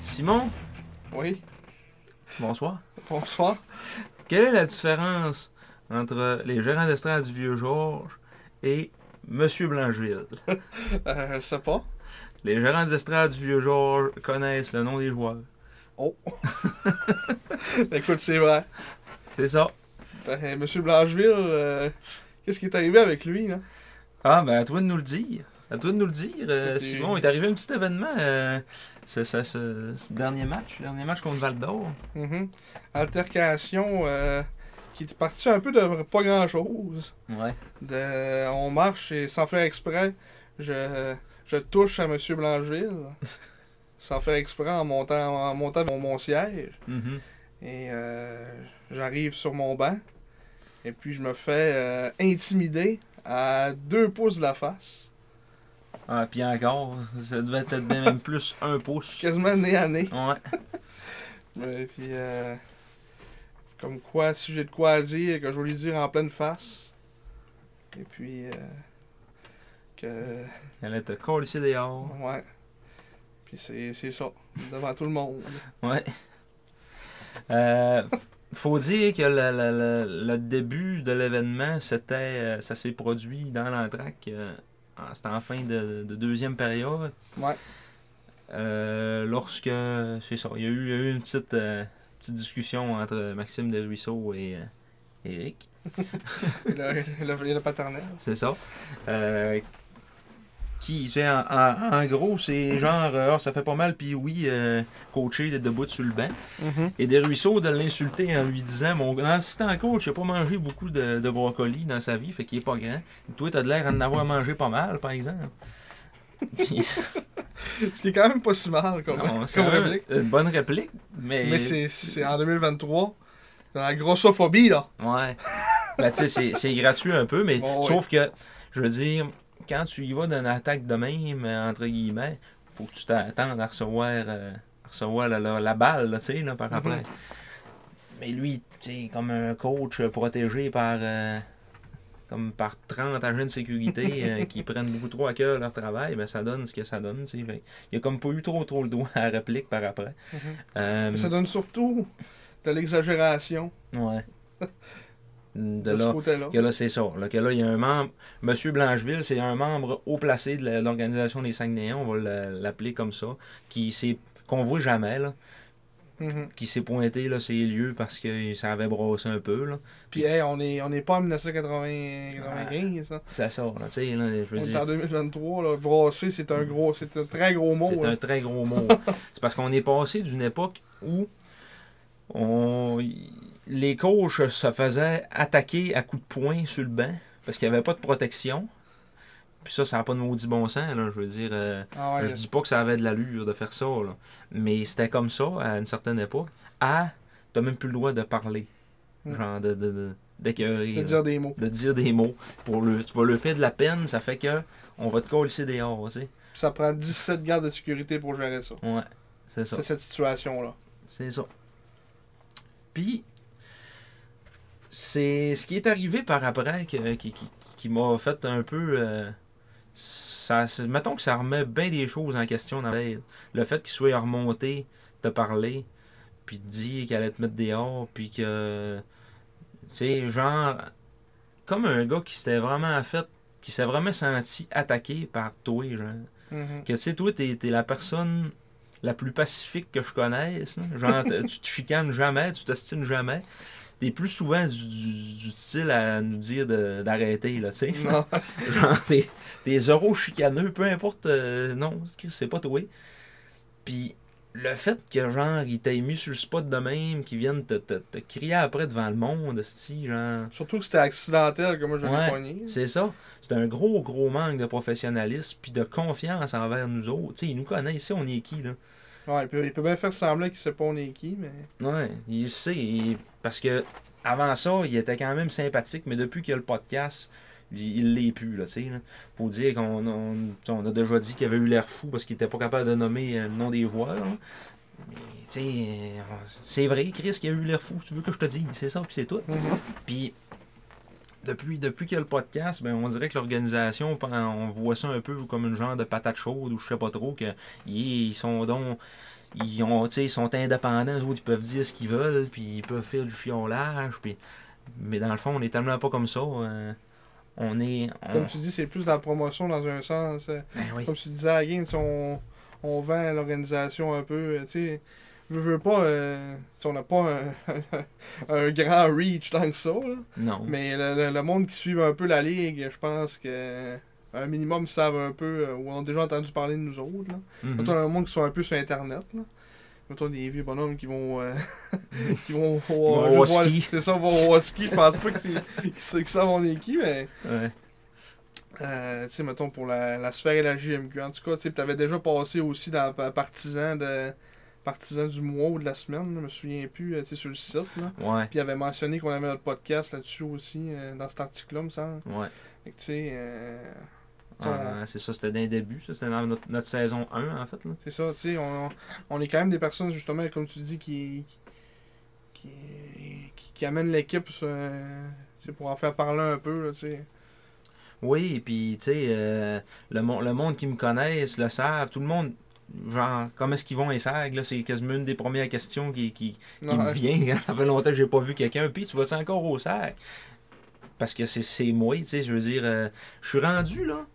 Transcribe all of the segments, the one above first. Simon, Oui, bonsoir. bonsoir. Quelle est la différence entre les gérants d'estrade du Vieux Georges et Monsieur Blancheville? Euh, je sais pas. Les gérants d'estrade du Vieux Georges connaissent le nom des joueurs. Écoute, c'est vrai. C'est ça. Ben, Monsieur Blancheville, euh, qu'est-ce qui est arrivé avec lui, là? Ah, ben à toi de nous le dire. À toi de nous le dire. Euh, Écoutez- Simon, il est arrivé un petit événement euh, ce, ce- ce- ce dernier match, dernier match contre Val d'Or. Mhm. Altercation euh, qui est partie un peu de pas grand-chose. Ouais. De, on marche et sans faire exprès, je, je touche à Monsieur Blancheville. sans faire exprès en montant, en montant mon, mon siège. Mm-hmm. Et euh, j'arrive sur mon banc. Et puis je me fais euh, intimider à deux pouces de la face. Ah, puis encore, ça devait être bien même plus un pouce. Quasiment nez à nez. Ouais. Ouais, puis, euh, comme quoi, si j'ai de quoi à dire, que je vais lui dire en pleine face. Et puis, euh, que. Elle était collée ici dehors. Ouais. Puis c'est c'est ça, devant tout le monde. Ouais. Euh, faut dire que le, le- le- le début de l'événement, c'était, euh, ça s'est produit dans l'entraque. euh, en- c'était en fin de, de deuxième période. Ouais. Euh, lorsque, c'est ça, il y a eu, il y a eu une petite, euh, petite discussion entre Maxime Desruisseaux et euh, Eric. Et le, le, le paternel. C'est ça. Euh, qui, tu sais, en, en- en gros, c'est genre, euh, Ah, ça fait pas mal, puis oui, euh, coacher d'être debout sur le banc. Et des ruisseaux de l'insulter en lui disant Mon grand assistant coach, il a pas mangé beaucoup de, de brocoli dans sa vie, fait qu'il est pas grand. Toi, t'as de l'air d'en avoir mangé pas mal, par exemple. Puis, Ce qui est quand même pas si mal comme, non, Ah, c'est comme un- réplique. Une bonne réplique, mais. Mais c'est- c'est en 2023. Dans la grossophobie, là. Ouais. Ben, tu sais, c'est- c'est gratuit un peu, mais Bon, Oh, oui. sauf que, je veux dire, quand tu y vas d'une attaque de même, euh, entre guillemets, faut que tu t'attendes à recevoir, euh, à recevoir la, la- la balle, là, tu sais, là, par Mhm. après. Mais lui, tu sais, comme un coach euh, protégé par. euh, comme par 30 agents de sécurité euh, qui prennent beaucoup trop à cœur leur travail, ben ça donne ce que ça donne. tu sais. Fait, Il n'y a comme pas eu trop trop le doigt à la réplique par après. Mhm. Euh, Mais ça donne surtout de l'exagération Ouais. De de, là, ce côté-là. Que là, c'est ça. Là, que là, il y a un membre. Monsieur Blancheville, c'est un membre haut placé de la- l'organisation des Saguenayens, on va la- l'appeler comme ça, qui s'est qu'on voit jamais, là, Mhm. qui s'est pointé là, ces lieux parce que ça avait brossé un peu. Là. Puis, hey, on est, on est pas en 1995, là. C'est ça, là, tu sais, là, je veux On est dire. en 2023, là. Brasser, c'est un gros, c'est un très gros mot. C'est là. un très gros mot. c'est parce qu'on est passé d'une époque où on, les coachs se faisaient attaquer à coups de poing sur le banc parce qu'il n'y avait pas de protection. Puis ça, ça n'a pas de maudit bon sens, là, je veux dire. euh, Ah ouais, je dis pas que ça avait de l'allure de faire ça, là. mais c'était comme ça à une certaine époque. Ah, t'as même plus le droit de parler. Mm. Genre de, de, de- d'écœurer, de là. dire des mots. de dire des mots. Pour le, tu vas le faire de la peine, ça fait que on va te coller dehors, tu sais. Puis ça prend 17 gardes de sécurité pour gérer ça. Ouais, c'est ça. C'est cette situation-là. C'est ça. Puis, c'est ce qui est arrivé par après que- qui, qui- qui m'a fait un peu. euh, ça, c'est- mettons que ça remet bien des choses en question dans la tête. Le fait qu'il soit remonté, te parler, puis te dire qu'il allait te mettre dehors, puis que. Tu sais, genre. Comme un gars qui s'était vraiment fait. qui s'est vraiment senti attaqué par toi, genre. Mhm. Que tu sais, toi, t'es es la personne la plus pacifique que je connaisse. là. Genre, t- tu te chicanes jamais, tu t'estimes jamais. T'es plus souvent du, du- du style à nous dire de- d'arrêter, là, tu sais. Non. Genre, t'es t'es zéro chicaneux, peu importe. euh, non, Chris, c'est pas toi. Puis, le fait que, genre, il t'aient mis sur le spot de même, qu'ils viennent te, te, te crier après devant le monde, sti, genre. Surtout que c'était accidentel que moi j'avais Ouais, pogné. C'est ça. C'est un gros, gros manque de professionnalisme puis de confiance envers nous autres. Tu sais, ils nous connaissent. Ici, on est qui, là? Ouais, il peut, il peut bien faire sembler qu'il sait pas on est qui, mais. Ouais, il sait. il- Parce que avant ça, il était quand même sympathique, mais depuis qu'il y a le podcast, il il l'est plus, là, tu sais. là. Faut dire qu'on on, tu sais, on a déjà dit qu'il avait eu l'air fou parce qu'il était pas capable de nommer euh, le nom des joueurs. là. Mais, tu sais, euh, c'est vrai, Chris, qu'il a eu l'air fou. Tu veux que je te dise, c'est ça, puis c'est tout. Puis, depuis, depuis qu'il y a le podcast, ben, on dirait que l'organisation, on- on voit ça un peu comme une genre de patate chaude ou je sais pas trop, que ils ils sont donc. Ils, ont, tu sais, ils sont indépendants, eux autres, ils peuvent dire ce qu'ils veulent, puis ils peuvent faire du chiolage, puis. Mais dans le fond, on est tellement pas comme ça. euh, on est. on- Comme tu dis, c'est plus de la promotion dans un sens. euh, Ben Ah. oui. Comme tu disais à la game, si on, on vend l'organisation un peu, euh, tu sais. Je veux pas, euh, tu sais, on n'a pas un, un grand reach tant que ça, là. Non. mais le, le- le monde qui suit un peu la ligue, je pense que un minimum savent un peu euh, ou ont déjà entendu parler de nous autres. Là. Mhm. Mettons, un monde qui sont un peu sur Internet. Là. Mettons des vieux bonhommes qui vont. euh, qui vont. vont juste au voir- ski. C'est ça, vont au ski. Je pense pas qu'ils qu'ils savent on est qui, mais. Ouais. euh, tu sais, mettons pour la, la sphère et la JMQ. En tout cas, tu sais, t'avais déjà passé aussi dans pa- Partisan de. Partisan du mois ou de la semaine, je me souviens plus, euh, tu sais, sur le site. Là. Ouais. Puis il avait mentionné qu'on avait notre podcast là-dessus aussi, euh, dans cet article-là, me semble. Ouais. Fait que, tu sais, euh, Ah, non, c'est ça, c'était d'un début, ça, c'était dans notre, notre saison 1, en fait. Là. C'est ça, tu sais, on, on est quand même des personnes, justement, comme tu dis, qui, qui, qui, qui amènent l'équipe sur, euh, tu sais, pour en faire parler un peu, là, tu sais. Oui, et puis, tu sais, euh, le, mon- le monde qui me connaissent le savent, tout le monde. Genre, comment est-ce qu'ils vont les SAG? là, C'est quasiment une des premières questions qui, qui, qui Non, euh, me vient. hein, Ça fait longtemps que j'ai pas vu quelqu'un. Puis tu vas ça encore au sac. Parce que c'est- c'est moi, tu sais, je veux dire, euh, je suis rendu là.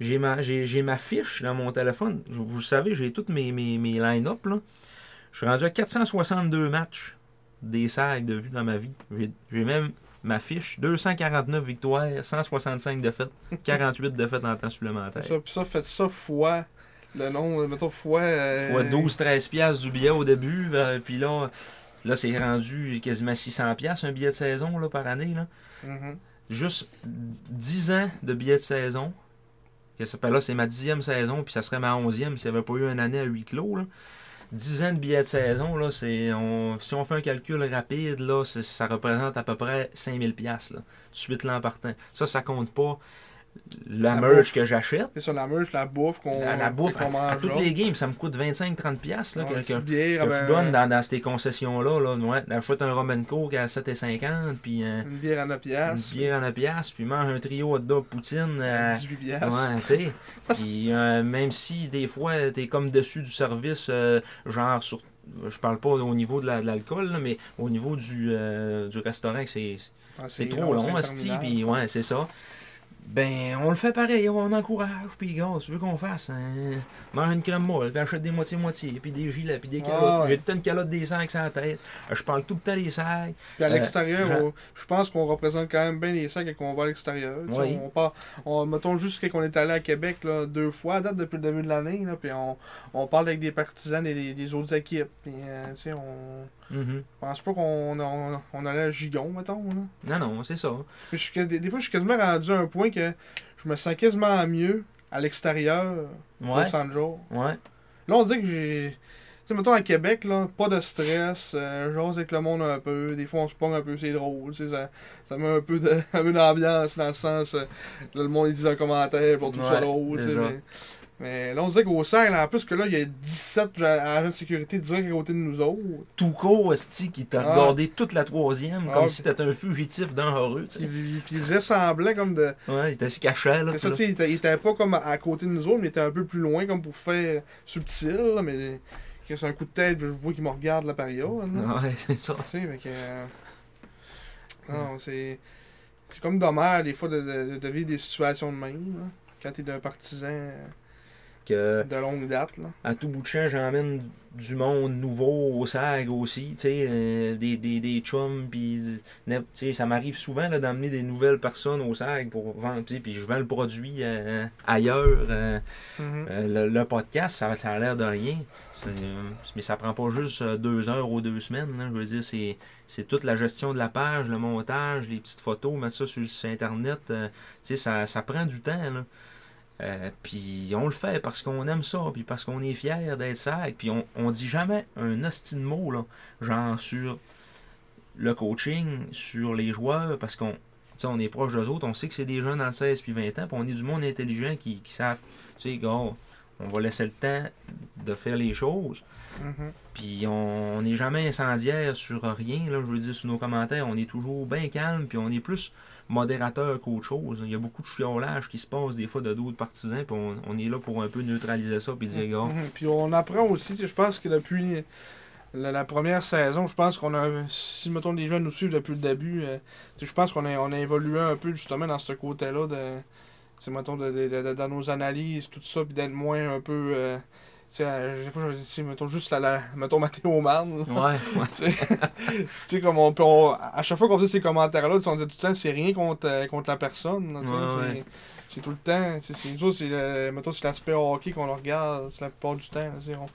J'ai ma, j'ai, j'ai ma fiche dans mon téléphone. Je- vous le savez, j'ai toutes mes, mes, mes line-up là. Je suis rendu à 462 matchs des sacs de vue dans ma vie. J'ai, j'ai même ma fiche 249 victoires, 165 défaites, 48 défaites en temps supplémentaire. ça, puis ça, faites ça fois le nom, mettons, fois... euh, Fois 12-13 piastres du billet au début, euh, puis là, là c'est rendu quasiment 600 piastres un billet de saison là, par année. Là. Mhm. Juste 10 ans de billets de saison. Que ça fait là, c'est ma dixième saison, puis ça serait ma onzième s'il n'y avait pas eu une année à huis clos. Là. 10 ans de billets de saison, là, c'est, on, si on fait un calcul rapide, là, c'est- ça représente à peu près 5000 piastres, là, de suite là en partant. Ça, ça compte pas la, La merch bouffe. que j'achète. C'est ça, la merch, la bouffe qu'on à la bouffe, qu'on à, à mange toutes les games, ça me coûte 25-30 piastres, là, que- que- bière, que ben, tu donnes dans, dans ces concessions-là, là, ouais, achète un Roman Coke à 7,50, puis un- une bière à 9 une piastres, bière à 9 piastres, puis mange un trio hot dog poutine à... à 18 piastres. Ouais, tu sais. Puis euh, même si des fois t'es comme dessus du service, euh, genre sur, je parle pas au niveau de la- de l'alcool, là, mais au niveau du, euh, du restaurant, que c'est Ah, c'est trop long, c'est hostie, interminable. puis ouais, c'est ça. Ben, on le fait pareil, on encourage, puis gars, tu veux qu'on fasse, hein? mange une crème molle, puis achète des moitiés-moitiés, puis des gilets, puis des Ah, calottes. ouais. J'ai tout le temps une calotte des sacs sur la tête. Je parle tout le temps des sacs. Puis à Euh, l'extérieur, Jean- on- je pense qu'on représente quand même bien les sacs et qu'on va à l'extérieur. Tu sais, Oui. On part, on, mettons juste qu'on est allé à Québec là, deux fois à date depuis le début de l'année, là, puis on, on parle avec des partisans et des, des autres équipes. Puis, euh, tu sais, on Mhm. je pense pas qu'on on, on allait à Gigon, mettons. Là. Non, non, c'est ça. Puis je suis que- des, des fois, je suis quasiment rendu à un point que je me sens quasiment mieux à l'extérieur Ouais, au centre jour. ouais, Là, on dit que j'ai. Tu sais, mettons à Québec, là, pas de stress, euh, j'ose avec le monde un peu, des fois on se pogne un peu, c'est drôle, tu sais, ça, ça met un peu de- un peu d'ambiance dans le sens, euh, là, le monde il dit un commentaire pour tout ça Ouais, drôle, tu sais, déjà. mais, mais là on se dit qu'au cercle, en plus que là, il y a 17 agents de sécurité direct à côté de nous autres, tout court, Esti, qui t'a Ah. regardé toute la troisième, Ah, comme ok. si t'étais un fugitif dangereux, tu puis, sais. puis ils ressemblaient comme de... Ouais, il t'a si caché, là. mais puis ça, là. tu sais, ils étaient- ils étaient pas comme à côté de nous autres, mais ils étaient un peu plus loin, comme pour faire subtil, là, mais que c'est un coup de tête, je vois qu'ils me regardent la période, là. Ouais, c'est ça. Tu sais, fait que, euh, Non, c'est. C'est comme dommage, des fois, de, de, de vivre des situations de même, là, quand t'es d'un partisan. euh, que de longue date. Là. à tout bout de champ, j'emmène du monde nouveau au SAG aussi, tu sais, euh, des, des, des chums, puis tu sais, ça m'arrive souvent là, d'emmener des nouvelles personnes au SAG pour vendre, tu sais, puis je vends le produit euh, ailleurs. euh, Mhm. euh, le, le podcast, ça, ça a l'air de rien, C'est, euh, mais ça prend pas juste euh, deux heures ou deux semaines, là. je veux dire, c'est, c'est toute la gestion de la page, le montage, les petites photos, mettre ça sur, le site Internet, euh, tu sais, ça, ça prend du temps, là. Euh, puis on le fait parce qu'on aime ça, puis parce qu'on est fier d'être ça, puis on, on dit jamais un hostie de mot, là, genre sur le coaching, sur les joueurs, parce qu'on tu sais, on est proche d'eux autres, on sait que c'est des jeunes dans 16 puis 20 ans, puis on est du monde intelligent qui, qui savent, tu sais, gars, on va laisser le temps de faire les choses, Mhm. puis on on n'est jamais incendiaire sur rien, là, je veux dire, sur nos commentaires, on est toujours bien calme, puis on est plus modérateur qu'autre chose. Il y a beaucoup de chiolage qui se passe des fois de d'autres partisans, puis on, on est là pour un peu neutraliser ça, puis dire, gars, Mhm. Puis on apprend aussi, tu sais, je pense que depuis la, la première saison, je pense qu'on a, si mettons les jeunes nous suivent depuis le début, euh, tu sais, je pense qu'on a, on a évolué un peu justement dans ce côté-là, de, tu sais, mettons, de, de- de- de- dans nos analyses, tout ça, puis d'être moins un peu, euh, tu sais, à- des fois, je- tu sais, mettons juste la, la- mettons Mathéo Marne, là. ouais, ouais. tu sais. Tu sais, comme on, puis on- à chaque fois qu'on faisait ces commentaires-là, tu sais, on disait tout le temps, c'est rien contre, euh, contre la personne. là, tu sais, Ouais, c'est- ouais. C'est tout le temps. tu sais, C'est, nous autres, c'est le- mettons, c'est l'aspect hockey qu'on le regarde c'est la plupart du temps. là, tu sais, on,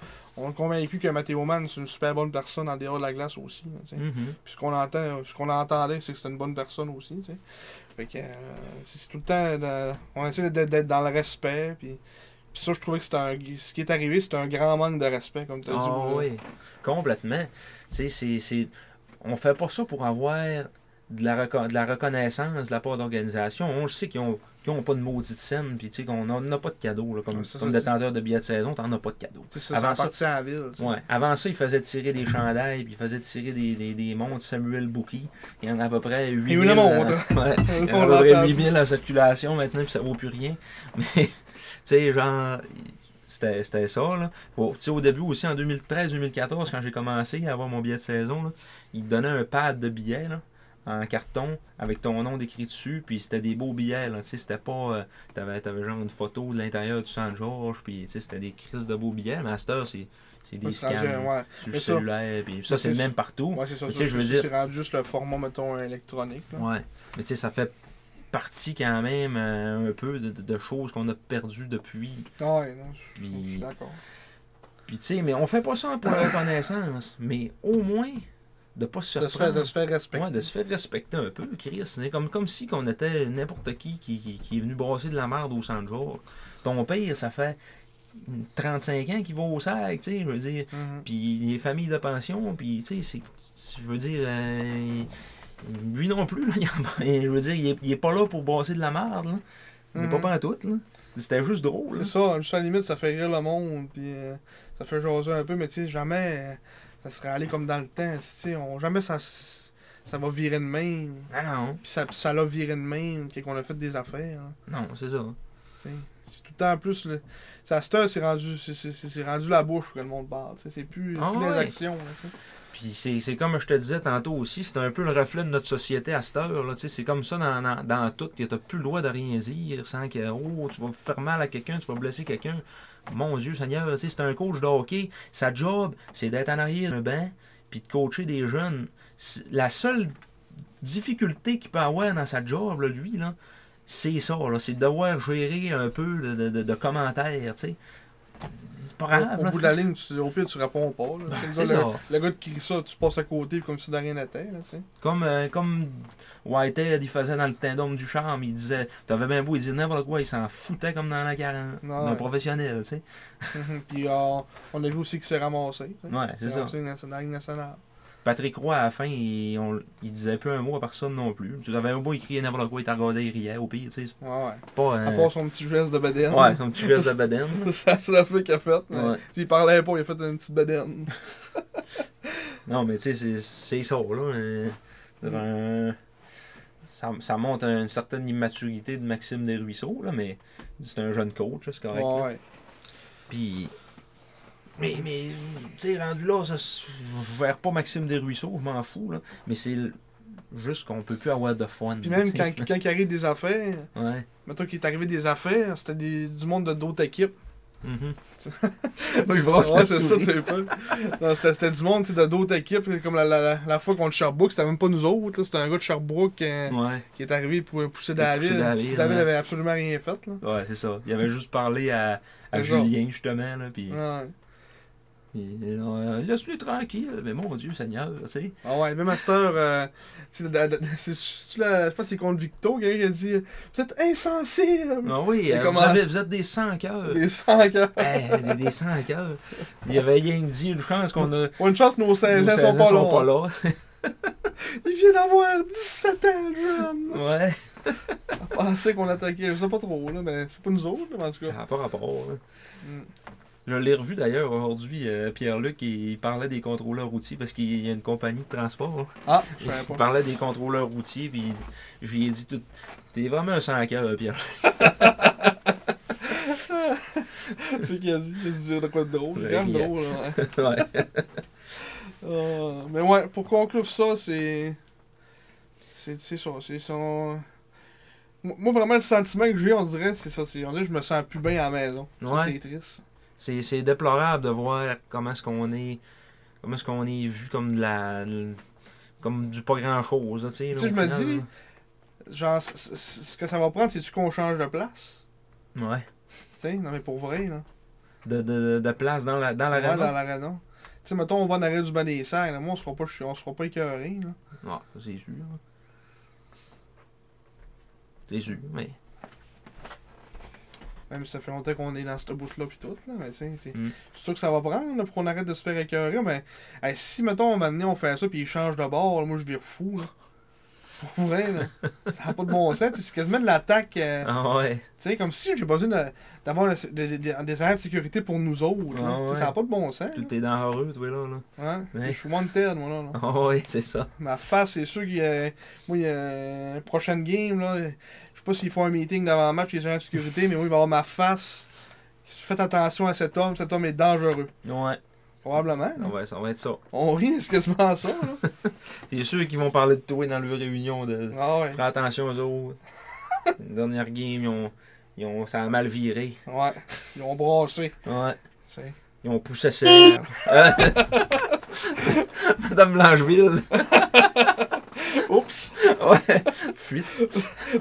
on est convaincu que Matteo Mann, c'est une super bonne personne en dehors de la glace aussi. là, tu sais. Mhm. Puis ce qu'on entend, ce qu'on entendait, c'est que c'était une bonne personne aussi, tu sais. Fait que euh, c'est c'est tout le temps, de- on essaie d'être d'être dans le respect, puis, puis ça, je trouvais que c'était un, ce qui est arrivé, c'était un grand manque de respect, comme tu as dit. Ah Bruno. oui, complètement. Tu sais, c'est, c'est... On fait pas ça pour avoir de la, reco- de la reconnaissance de la part d'organisation. On le sait qu'ils ont, qu'ils ont pas de maudite scène, puis tu sais qu'on n'a pas de cadeau. Là, comme Ouais, ça, comme ça, détenteur de billets de saison, t'en as pas de cadeau. Tu sais, ça, ça Avant ça- appartient à la ville, tu sais. Ouais. Avant ça, ils faisaient tirer des chandails, puis ils faisaient tirer des, des, des montres Samuel Bouki. Il y en a à peu près 8000. une montre. Ouais. Il y en a à On peu près l'entend. 8000 en Euh, circulation maintenant, puis ça vaut plus rien. Mais, tu sais, genre, c'était c'était ça, là. Au- tu sais, au début aussi, en 2013-2014, quand j'ai commencé à avoir mon billet de saison, là, ils te donnaient un pad de billets, là, en carton, avec ton nom décrit dessus, puis c'était des beaux billets, là. Tu sais, c'était pas. euh, t'avais, t'avais genre une photo de l'intérieur du Saint-Georges, puis tu sais, c'était des crises de beaux billets. Mais à cette heure, c'est, c'est des Ouais, scans c'est rendu- ouais. sur le Mais ça- cellulaire, puis ça, Mais c'est le c'est- même partout. Ouais, c'est ça. Mais ça, tu sais, je veux c'est- dire- C'est rendu juste le format, mettons, électronique. là. Ouais. Mais tu sais, ça fait partie quand même euh, un peu de, de- de choses qu'on a perdues depuis. Ah Ouais, non, je je- Puis- je suis d'accord. Puis tu sais, mais on fait pas ça pour la reconnaissance, mais au moins de pas se De se, faire, surprendre. de se faire respecter. Ouais, de se faire respecter un peu, Chris. C'est comme, comme si qu'on était n'importe qui qui, qui qui est venu brasser de la merde au centre jour. Ton père, ça fait 35 ans qu'il va au sac, tu sais, je veux dire. Mhm. Puis les familles de pension, puis tu sais, c'est- c'est- je veux dire, euh, lui non plus, là, il en- je veux dire, il est, il est pas là pour brasser de la merde, là. Il est Mhm. pas pas en tout, là. C'était juste drôle, là. C'est ça, juste à la limite, ça fait rire le monde, puis euh, ça fait jaser un peu, mais tu sais, jamais euh, ça serait allé comme dans le temps. Tu sais, on- jamais ça, s- ça va virer de même. Ah non, Puis ça, puis ça l'a viré de même, puis qu'on a fait des affaires. hein. non, c'est ça. Tu sais, C'est tout le temps plus. Le... Ça, à cette heure, c'est rendu, c'est- c'est- c'est- c'est rendu la bouche que le monde parle. tu sais, C'est plus, Ah plus les ouais. actions. là, tu sais. Puis c'est c'est comme je te disais tantôt aussi, c'est un peu le reflet de notre société à cette heure. là, tu sais, C'est comme ça dans, dans, dans tout, que t'as plus le droit de rien dire sans que oh, tu vas faire mal à quelqu'un, tu vas blesser quelqu'un. Mon Dieu Seigneur, tu sais, c'est un coach de hockey. Sa job, c'est d'être en arrière d'un banc puis de coacher des jeunes. C'est- La seule difficulté qu'il peut avoir dans sa job, là, lui, là, c'est ça. là, C'est de devoir gérer un peu de, de- de- de commentaires. tu sais. C'est pas grave. Au, au là. bout de la ligne, tu- au pire, tu réponds pas. là. C'est Hein? le Ben, c'est gars- le, ça. le gars qui crie ça, tu passes à côté comme si de rien n'était. là, tu sais. Comme, euh, comme Whitehead, il faisait dans le tendon du charme, il disait, t'avais bien beau, il disait n'importe quoi, il s'en foutait comme dans la 40, Ouais. d'un professionnel, tu sais. Puis euh, on a vu aussi qu'il s'est ramassé. tu sais. Ouais, c'est Il s'est ça. ramassé dans la Ligue nationale. Patrick Roy, à la fin, il, on- il disait plus un mot à personne non plus. Tu avais beau, il criait n'importe quoi, il t'a regardé, il riait, au pire, tu sais, Ouais, ouais. c'est pas... À euh, part hein. son petit geste de bedaine. ouais, son petit geste de bedaine. ça, c'est la fille qu'il a fait. mais Ouais. Il parlait pas, il a fait une petite bedaine. Non, mais tu sais, c'est- c'est ça, là. euh, c'est un- ça, ça montre une certaine immaturité de Maxime Desruisseaux, là, mais c'est un jeune coach, là, c'est correct. là. Ouais. Puis. Mais, mais tu sais, rendu là, ça, se- je verrai pas Maxime Desruisseaux, je m'en fous, là. Mais c'est le- juste qu'on peut plus avoir de fun. Puis même tu sais. quand, quand il arrive des affaires, Ouais, mettons qu'il est arrivé des affaires, c'était des- du monde de d'autres équipes. Mhm. Mm-hmm. Moi, je brosse Ouais, la c'est ça, souris. t'es pas. Non, c'était, c'était du monde tu sais, de d'autres équipes, comme la, la, la, la fois contre Sherbrooke, c'était même pas nous autres, là, c'était un gars de Sherbrooke euh, Ouais, qui est arrivé pour pousser Il a poussé David. David, Puis David ouais. avait absolument rien fait. Là. ouais c'est ça. Il avait juste parlé à, à C'est ça. Julien, justement, là, puis Ouais. il- il- euh, laisse-le tranquille, mais mon Dieu, Seigneur, tu sais. Ah ouais, même à cette heure, euh, tu sais, da- da- c'est- c'est-tu la- je pense que c'est contre Victo, quelqu'un qui a dit euh, Vous êtes insensible Ah oui, Et euh, vous, comment- avez- vous êtes des sans cœurs. Les cinq ans. Hey, des, des sans cœurs. Il y avait rien dit, une chance qu'on a. Bon, une chance, nos nos 16 ans saisons sont pas sont longs. là. Il vient d'avoir 17 ans, le jeune. Ouais, Je pensais qu'on attaquait, je sais pas trop, là, mais c'est pas nous autres, là, mais en tout ça cas. n'a pas rapport. hein. là. Mm. Je l'ai revu d'ailleurs aujourd'hui, euh, Pierre-Luc, il, il parlait des contrôleurs routiers parce qu'il y a une compagnie de transport. hein. Ah, je savais Il pas. parlait des contrôleurs routiers, puis je lui ai dit tout. T'es vraiment un sans cœur, Pierre. Je sais qu'il a dit, il a dit de quoi de drôle. Ouais, Quand même il y a- drôle, là, ouais. ouais. Ah, mais ouais, pour conclure ça, c'est. C'est c'est ça, c'est son. Moi, moi, vraiment, le sentiment que j'ai, on dirait, c'est ça. c'est- On dirait que je me sens plus bien à la maison. Ça, Ouais. C'est triste. C'est, c'est déplorable de voir comment est-ce qu'on est. Comment est-ce qu'on est vu comme de la. Comme du pas grand chose, tu sais. là, Tu sais, au je me final, dis- Genre, c- c- c- ce que ça va prendre, c'est-tu qu'on change de place? là. Ouais. Tu sais, non, mais pour vrai, là. De, de, de place dans la, dans la Ouais, raison. dans l'arena. Tu sais, mettons, on va en arrêt du bas des serres, là. Moi, on se fera pas, chi- on se fera pas écœurer, là. Ah, ça, c'est sûr. C'est sûr, mais. Même si ça fait longtemps qu'on est dans ce bout-là pis tout, là, mais tu sais, c'est Mm. c'est sûr que ça va prendre là, pour qu'on arrête de se faire écœurer, mais hey, si, mettons, un moment donné, on fait ça puis ils changent de bord, là, moi je vire fou, là. Pour vrai, là. Ça n'a pas de bon sens, tu sais, c'est quasiment de l'attaque, euh, Ah ouais. tu sais, comme si j'ai besoin de- d'avoir le- de- de- de- des arrêts de sécurité pour nous autres, là. Ah Tu sais, ouais. Ça n'a pas de bon sens, Tout est dans heureux, toi, là. là. là. Hein? Tu sais, Ouais. Je suis wanted, moi, là. là. Ah ouais, c'est ça. Ma face, c'est sûr qu'il y a. Moi, il y a. une Prochaine game, là. Je sais pas s'il faut un meeting d'avant le match, les gens de sécurité, mais moi, il va y avoir ma face. Faites attention à cet homme, cet homme est dangereux. Ouais. Probablement. là. Ouais, ça va être ça. On rit, mais c'est quasiment ça, là. C'est sûr qu'ils vont parler de toi dans leur réunion de. Ah ouais. Fais attention aux autres. Une dernière game, ils ont, ils ont- ça a mal viré. Ouais. Ils ont brassé. Ouais. C'est- Ils ont poussé serre. Euh, Madame Blancheville. Oups! Ouais. Fuite.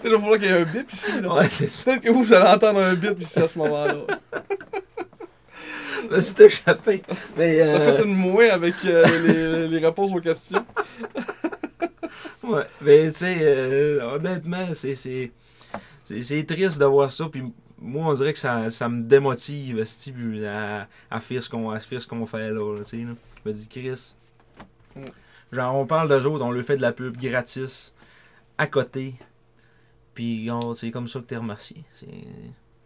T'es là, il faudra qu'il y ait un bip ici, là. Ouais, c'est ça. Peut-être que vous, vous allez entendre un bip ici à ce moment-là. Je me suis échappé. Mais. On a euh, fait une mouée avec euh, les, les réponses aux questions. Ouais, mais tu sais, euh, honnêtement, c'est- c'est c'est- c'est triste de voir ça. Puis moi, on dirait que ça, ça me démotive esti, puis à, à faire ce qu'on à faire ce qu'on fait là. là, tu sais, là. Je me dis, Chris, Mm. genre, on parle d'eux autres, on leur fait de la pub gratis, à côté. Puis oh, c'est comme ça que t'es remercié. C'est-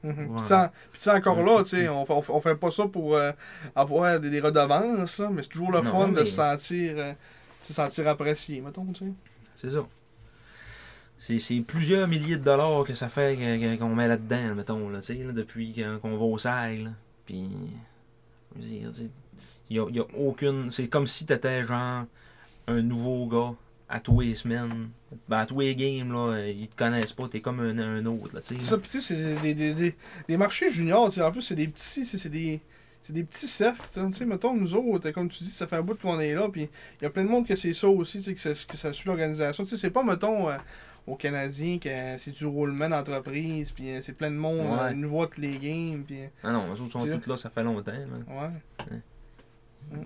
Mhm. Voilà. Puis ça- Puis c'est encore là, tu sais, on, on, on fait pas ça pour euh, avoir des, des redevances, là, mais c'est toujours le Non, fun de mais- se sentir, euh, se sentir apprécié, mettons, tu sais. C'est ça. C'est c'est plusieurs milliers de dollars que ça fait que- que- qu'on met là-dedans, mettons, là, tu sais, là, depuis qu'on qu'on va au Sahel. là. Puis, je veux dire, tu sais, y a, y a aucune. C'est comme si t'étais genre un nouveau gars à tous les semaines. Ben, à tous les games, là, ils te connaissent pas, t'es comme un, un autre, là, tu sais. Ça, puis tu sais, c'est des, des, des, des marchés juniors, tu sais, en plus, c'est des petits, c'est c'est des... C'est des petits cercles, tu sais. tu sais, mettons, nous autres, comme tu dis, ça fait un bout qu'on est là, puis il y a plein de monde que c'est ça aussi, tu sais, que ça, que ça suit l'organisation. Tu sais, c'est pas, mettons, euh, aux Canadiens, que c'est du roulement d'entreprise, puis euh, c'est plein de monde, Ouais. euh, nouveau à tous les games, puis... euh, Ah non, eux autres sont Tu sais. tous là, ça fait longtemps, là. Ouais. Ils-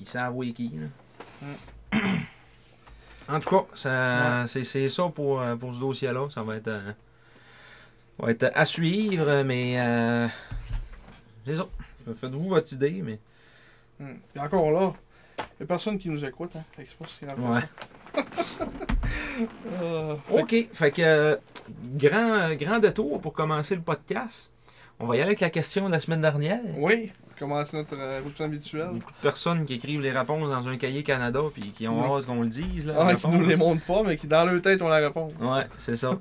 Ils savent où est qui, là. Mm. En tout cas, ça, c'est- c'est ça pour, euh, pour ce dossier-là. Ça va être, euh, va être à suivre, mais euh, c'est ça. Faites-vous votre idée, mais Hmm. Puis encore là, il a personne qui nous écoute, hein. Fait que c'est pas ce qu'il y a dans ouais. ça. Euh, fait que- Ok, fait que euh, grand, euh, grand détour pour commencer le podcast. On va y aller avec la question de la semaine dernière. Oui, on commence notre euh, routine habituelle. Beaucoup de personnes qui écrivent les réponses dans un cahier Canada puis qui ont Oui. hâte qu'on le dise. Là, Ah, la qui nous réponse. les montre pas, mais qui dans leur tête ont la réponse. Ouais, c'est ça.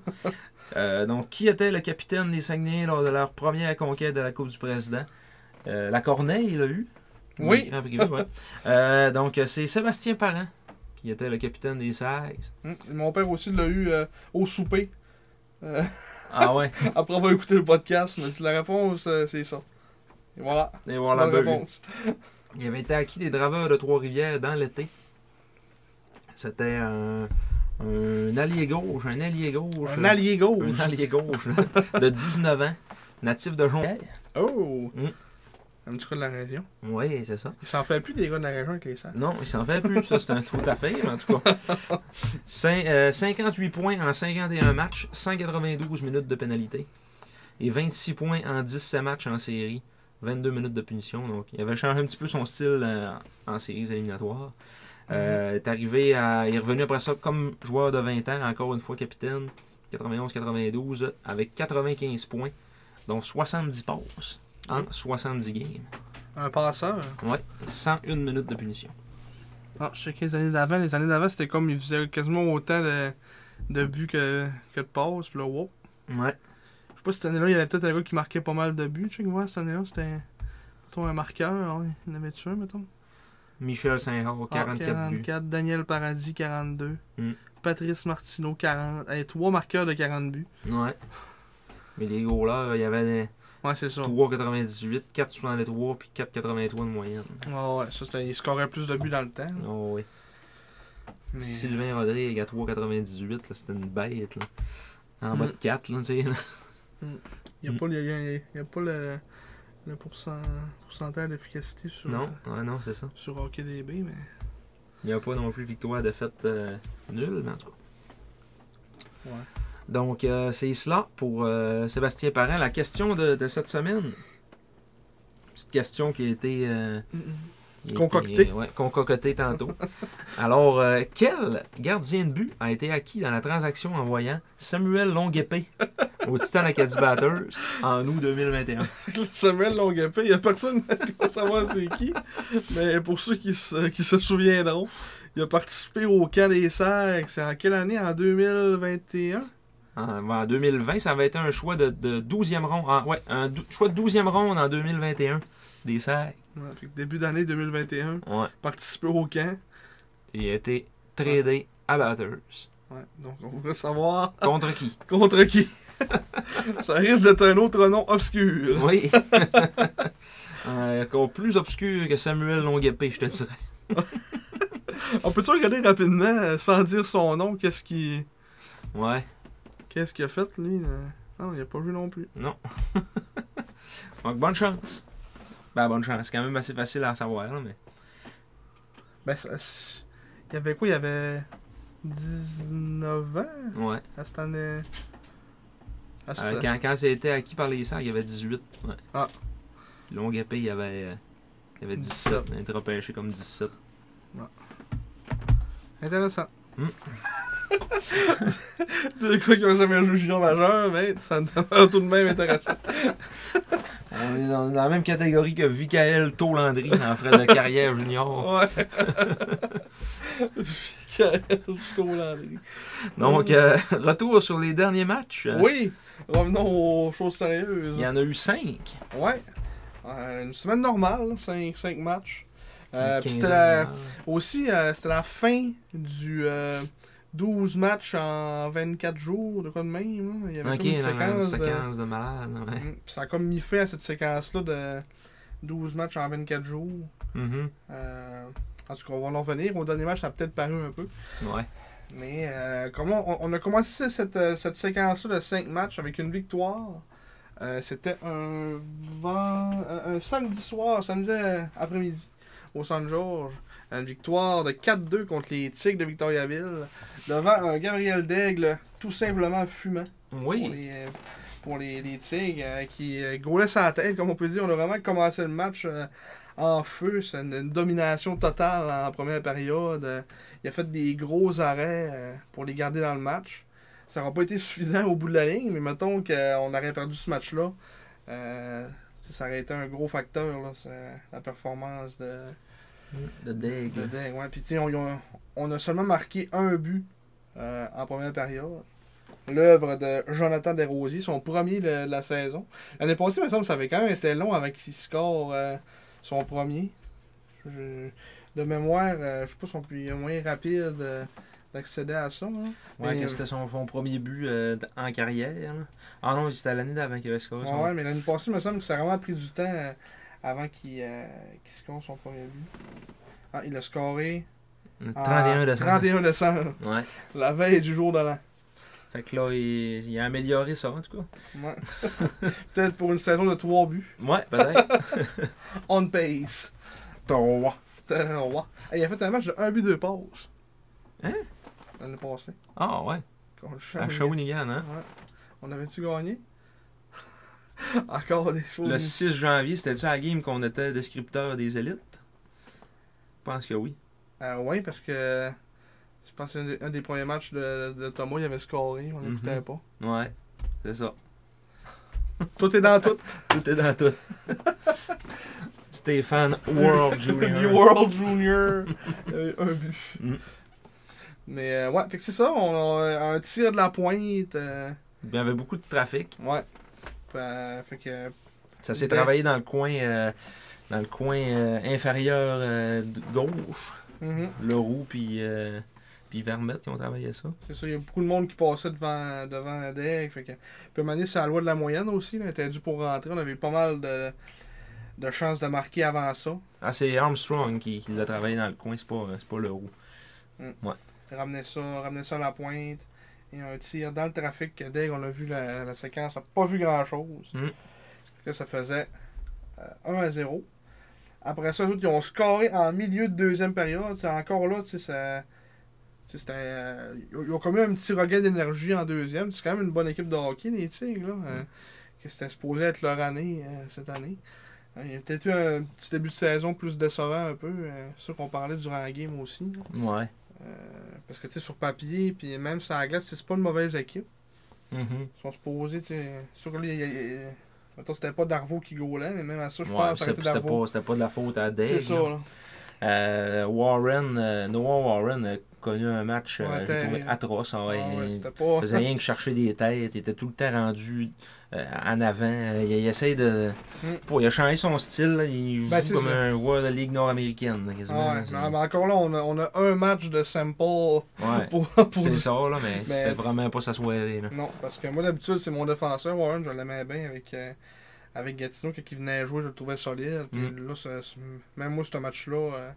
Euh, donc, qui était le capitaine des Saguenay lors de leur première conquête de la Coupe du Président? Euh, la Corneille, il l'a eu. Oui. Grand Prix, ouais. Euh, donc, c'est Sébastien Parent qui était le capitaine des Sags. Hmm. Mon père aussi l'a eu euh, au souper. Euh, Ah ouais. après avoir écouté le podcast, il m'a dit la réponse, euh, c'est ça. Voilà. Et voir la Bonne bulle. réponse. Il avait été acquis des draveurs de Trois-Rivières dans l'été. C'était un, un allié gauche, un allié gauche. Un allié gauche. Un allié gauche de 19 ans, natif de Jonquière. Oh! Mm. Un petit coup de la région. Oui, c'est ça. Il s'en fait plus des gars de la région avec les sacs. Non, il s'en fait plus. Ça, c'est un trou à faire, en tout cas. Cin- euh, 58 points en 51 matchs, 192 minutes de pénalité. Et 26 points en 17 matchs en série, 22 minutes de punition. Donc, il avait changé un petit peu son style euh, en séries éliminatoires. Euh, est arrivé à- il est revenu après ça comme joueur de 20 ans, encore une fois capitaine, 91-92, avec 95 points, dont 70 passes en 70 games. Un passeur. Ouais, 101 minutes de punition. Non, Ah, je sais que les années d'avant, les années d'avant, c'était comme, il faisait quasiment autant de, de buts que, que de passes. Puis là, wow. Ouais. Je sais pas, cette année-là, il y avait peut-être un gars qui marquait pas mal de buts. Je sais que, ouais, cette année-là, c'était mettons, un marqueur. hein. Il en avait-tu un, mettons? Michel Saint-Raud, Ah, 44 buts. 44, Daniel Paradis, 42. Mm. Patrice Martineau, 40. Hey, trois marqueurs de 40 buts. Ouais. Mais les gros là, il y avait des Ouais, c'est ça. 3,98, 4,63 puis 4,83 de moyenne. Ah ouais, ça, c'était- il scorait plus de buts dans le temps. là. Oh, oui. Mais- euh, Sylvain Rodrigue à 3,98, là, c'était une bête. Là. En bas Mm. de 4, là, tu sais. là. Il n'y Mm. a, pas le- il y a- il y a pas le, le pourcent- pourcentage d'efficacité sur, euh, Non, ouais, non, c'est ça. sur HockeyDB, mais Il n'y a pas non plus victoire de fait euh, nulle, mais en tout cas. Ouais. Donc, euh, c'est cela pour euh, Sébastien Parent. La question de, de cette semaine. Petite question qui a été. euh, mm, Il Concocté. était- ouais, concocté tantôt. Alors, euh, quel gardien de but a été acquis dans la transaction envoyant Samuel Longuepé au Titan Acadie Batters en août 2021? Samuel Longuepé, il n'y a personne qui va savoir c'est qui. Mais pour ceux qui se, qui se souviendront, il a participé au camp des Sacs. C'est en quelle année En 2021 En, en 2020, ça avait été un choix de, de 12e ronde. en- ouais, un dou- choix de 12e ronde en 2021 des Sacs. Ouais, fait que Début d'année 2021, Ouais. participé au camp. Il a été tradé à Batters. Ouais, donc on voudrait savoir Contre qui? contre qui. Ça risque d'être un autre nom obscur. Oui. Euh, Encore plus obscur que Samuel Longuepé, je te dirais. On peut-tu regarder rapidement, euh, sans dire son nom, qu'est-ce qui Ouais. qu'est-ce qu'il a fait, lui là? Non, il a pas vu non plus. Non. Donc, bonne chance. Ben, bonne chance. C'est quand même assez facile à savoir, là, mais. Ben, ça- c- il y avait quoi Il y avait 19 ans Ouais. à cette année. À cette Euh, quand, quand c'était acquis par les Sags, il y avait 18. Ouais. Ah. Puis Longue épée, il y avait, euh, il y avait 17. Il a été repêché comme 17. Intéressant. Hmm. Des quoi qui ont jamais joué junior majeur, mais ça demeure tout de même intéressant. On est dans, dans la même catégorie que Vicael Tolandry en frais de carrière junior. Ouais. Michael euh, Tolandry. Donc, euh, retour sur les derniers matchs. Euh, Oui, revenons aux choses sérieuses. Il y en a eu 5. Ouais. Euh, une semaine normale, 5, matchs. Euh, puis c'était la- aussi, euh, c'était la fin du euh, 12 matchs en 24 jours, de quoi de même. hein. Il y avait Ok, comme une dans la séquence. de- séquence de malade. Ouais. Mm, puis Ça a comme mis fin à cette séquence-là de 12 matchs en 24 jours. Mhm. Euh, en tout cas, on va en revenir. Au dernier match, ça a peut-être paru un peu. Mm-hmm. Ouais. Mais euh, comment on, on a commencé cette, euh, cette séquence-là de 5 matchs avec une victoire. Euh, C'était un, vend- un- un samedi soir, samedi euh, après-midi, au San George. Une victoire de 4-2 contre les Tigres de Victoriaville, devant un Gabriel Daigle tout simplement fumant pour Oui. les, euh, pour les, les Tigres euh, qui euh, gaulaient sa tête, comme on peut dire. On a vraiment commencé le match euh, en feu. C'est une, une domination totale en première période. Euh, il a fait des gros arrêts euh, pour les garder dans le match. Ça n'aura pas été suffisant au bout de la ligne, mais mettons qu'on aurait perdu ce match-là. euh, ça aurait été un gros facteur, là, c'est la performance de, De de Daigle. Deng, ouais. Puis, tu sais, on, y a- on a seulement marqué un but euh, en première période. L'œuvre de Jonathan Desrosiers, son premier de, de la saison. L'année passée, il me semble que ça avait quand même été long avec qu'il score euh, son premier. Je- de mémoire, euh, je sais pas si on peut- il y a moyen rapide euh, d'accéder à ça. hein. Ouais, Mais, que euh, c'était son, son premier but euh, d- en carrière. là. Ah non, c'était l'année d'avant qu'il avait scoré. Ouais, son- ouais, mais l'année passée, il me semble que ça a vraiment pris du temps à, avant qu'il euh, qu'il score son premier but. Ah, il a scoré Le en 31 décembre. 31 décembre, Ouais. la veille du jour de l'an. Fait que là, il, il a amélioré ça, en tout cas. Ouais. Peut-être pour une saison de 3 buts. Ouais, peut-être. On pace. Ton roi. T'as- ouais. Hey, il a fait un match de 1 but, 2 passes. Hein? L'année passée. Ah ouais, Contre à Shawinigan. Shawinigan, hein? Ouais. On avait-tu gagné? Encore des choses. Le 6 janvier, c'était-tu à la game qu'on était descripteur des élites? Je pense que oui. Euh, oui, parce que je pense qu'un des, un des premiers matchs de, de Thomas, il avait scoré, on Mhm. l'écoutait pas. Ouais, c'est ça. Tout est dans tout. Tout est dans tout. Stéphane World Jr. New World Junior. Euh, un but. Mm. Mais euh, ouais, fait que c'est ça, on a euh, un tir de la pointe. euh, Il y avait beaucoup de trafic. ouais. Euh, fait que Ça s'est Ben- travaillé dans le coin, euh, dans le coin euh, inférieur euh, d- gauche. mhm, Leroux puis, euh, puis Vermette qui ont travaillé ça. c'est ça, il y a beaucoup de monde qui passait devant devant la deck. Fait que puis à un moment donné, c'est la loi de la moyenne aussi, là, était dû pour rentrer, on avait pas mal de, de chances de marquer avant ça. Ah, c'est Armstrong qui, qui l'a travaillé dans le coin, c'est pas, c'est pas Leroux. ramener ça, ramener ça à la pointe. Et un tir dans le trafic que dès qu'on a vu la, la séquence, on n'a pas vu grand-chose. Mm. que Ça faisait euh, 1 à 0. Après ça, eux autres, ils ont scoré en milieu de deuxième période. C'est encore là, tu sais, ça- tu sais, c'était, euh, ils ont- ils ont quand même un petit regain d'énergie en deuxième. C'est quand même une bonne équipe de hockey, les Tigres. là, euh, que c'était supposé être leur année euh, cette année. Euh, Il y a peut-être eu un petit début de saison plus décevant un peu. euh, c'est sûr qu'on parlait durant la game aussi. là. Ouais. Euh, parce que tu sais, sur papier, puis même sur la glace, c'est pas une mauvaise équipe. Mhm. Ils sont supposés, tu sais, sur les. y- y- y- mettons, c'était pas Darvaux qui gaulait, mais même à ça, je Ouais, pense ça aurait c'était été c'était Darvaux. pas, c'était pas de la faute à Dave. C'est ça, là. là. Euh, Warren, euh, Noah Warren a connu un match euh, Ouais, j'ai t'as- trouvé atroce. Ah ouais. ouais, il c'était pas. faisait rien que chercher des têtes. Il était tout le temps rendu euh, en avant. Euh, Il, il essaye de. Mm. Pour, il a changé son style. là. Il joue Ben, c'est comme ça. un joueur de Ligue nord-américaine. là, quasiment, Ah ouais, là, c'est- non, mais encore là, on a, on a un match de sample Ouais, pour, pour c'est dire- ça, là, mais Mais- c'était vraiment pas sa soirée. Là. Non, parce que moi d'habitude, c'est mon défenseur, Warren, je l'aimais bien avec, euh, avec Gatineau, quand il venait jouer, je le trouvais solide. Puis Mm. là, ce- ce- même moi, ce match-là, euh,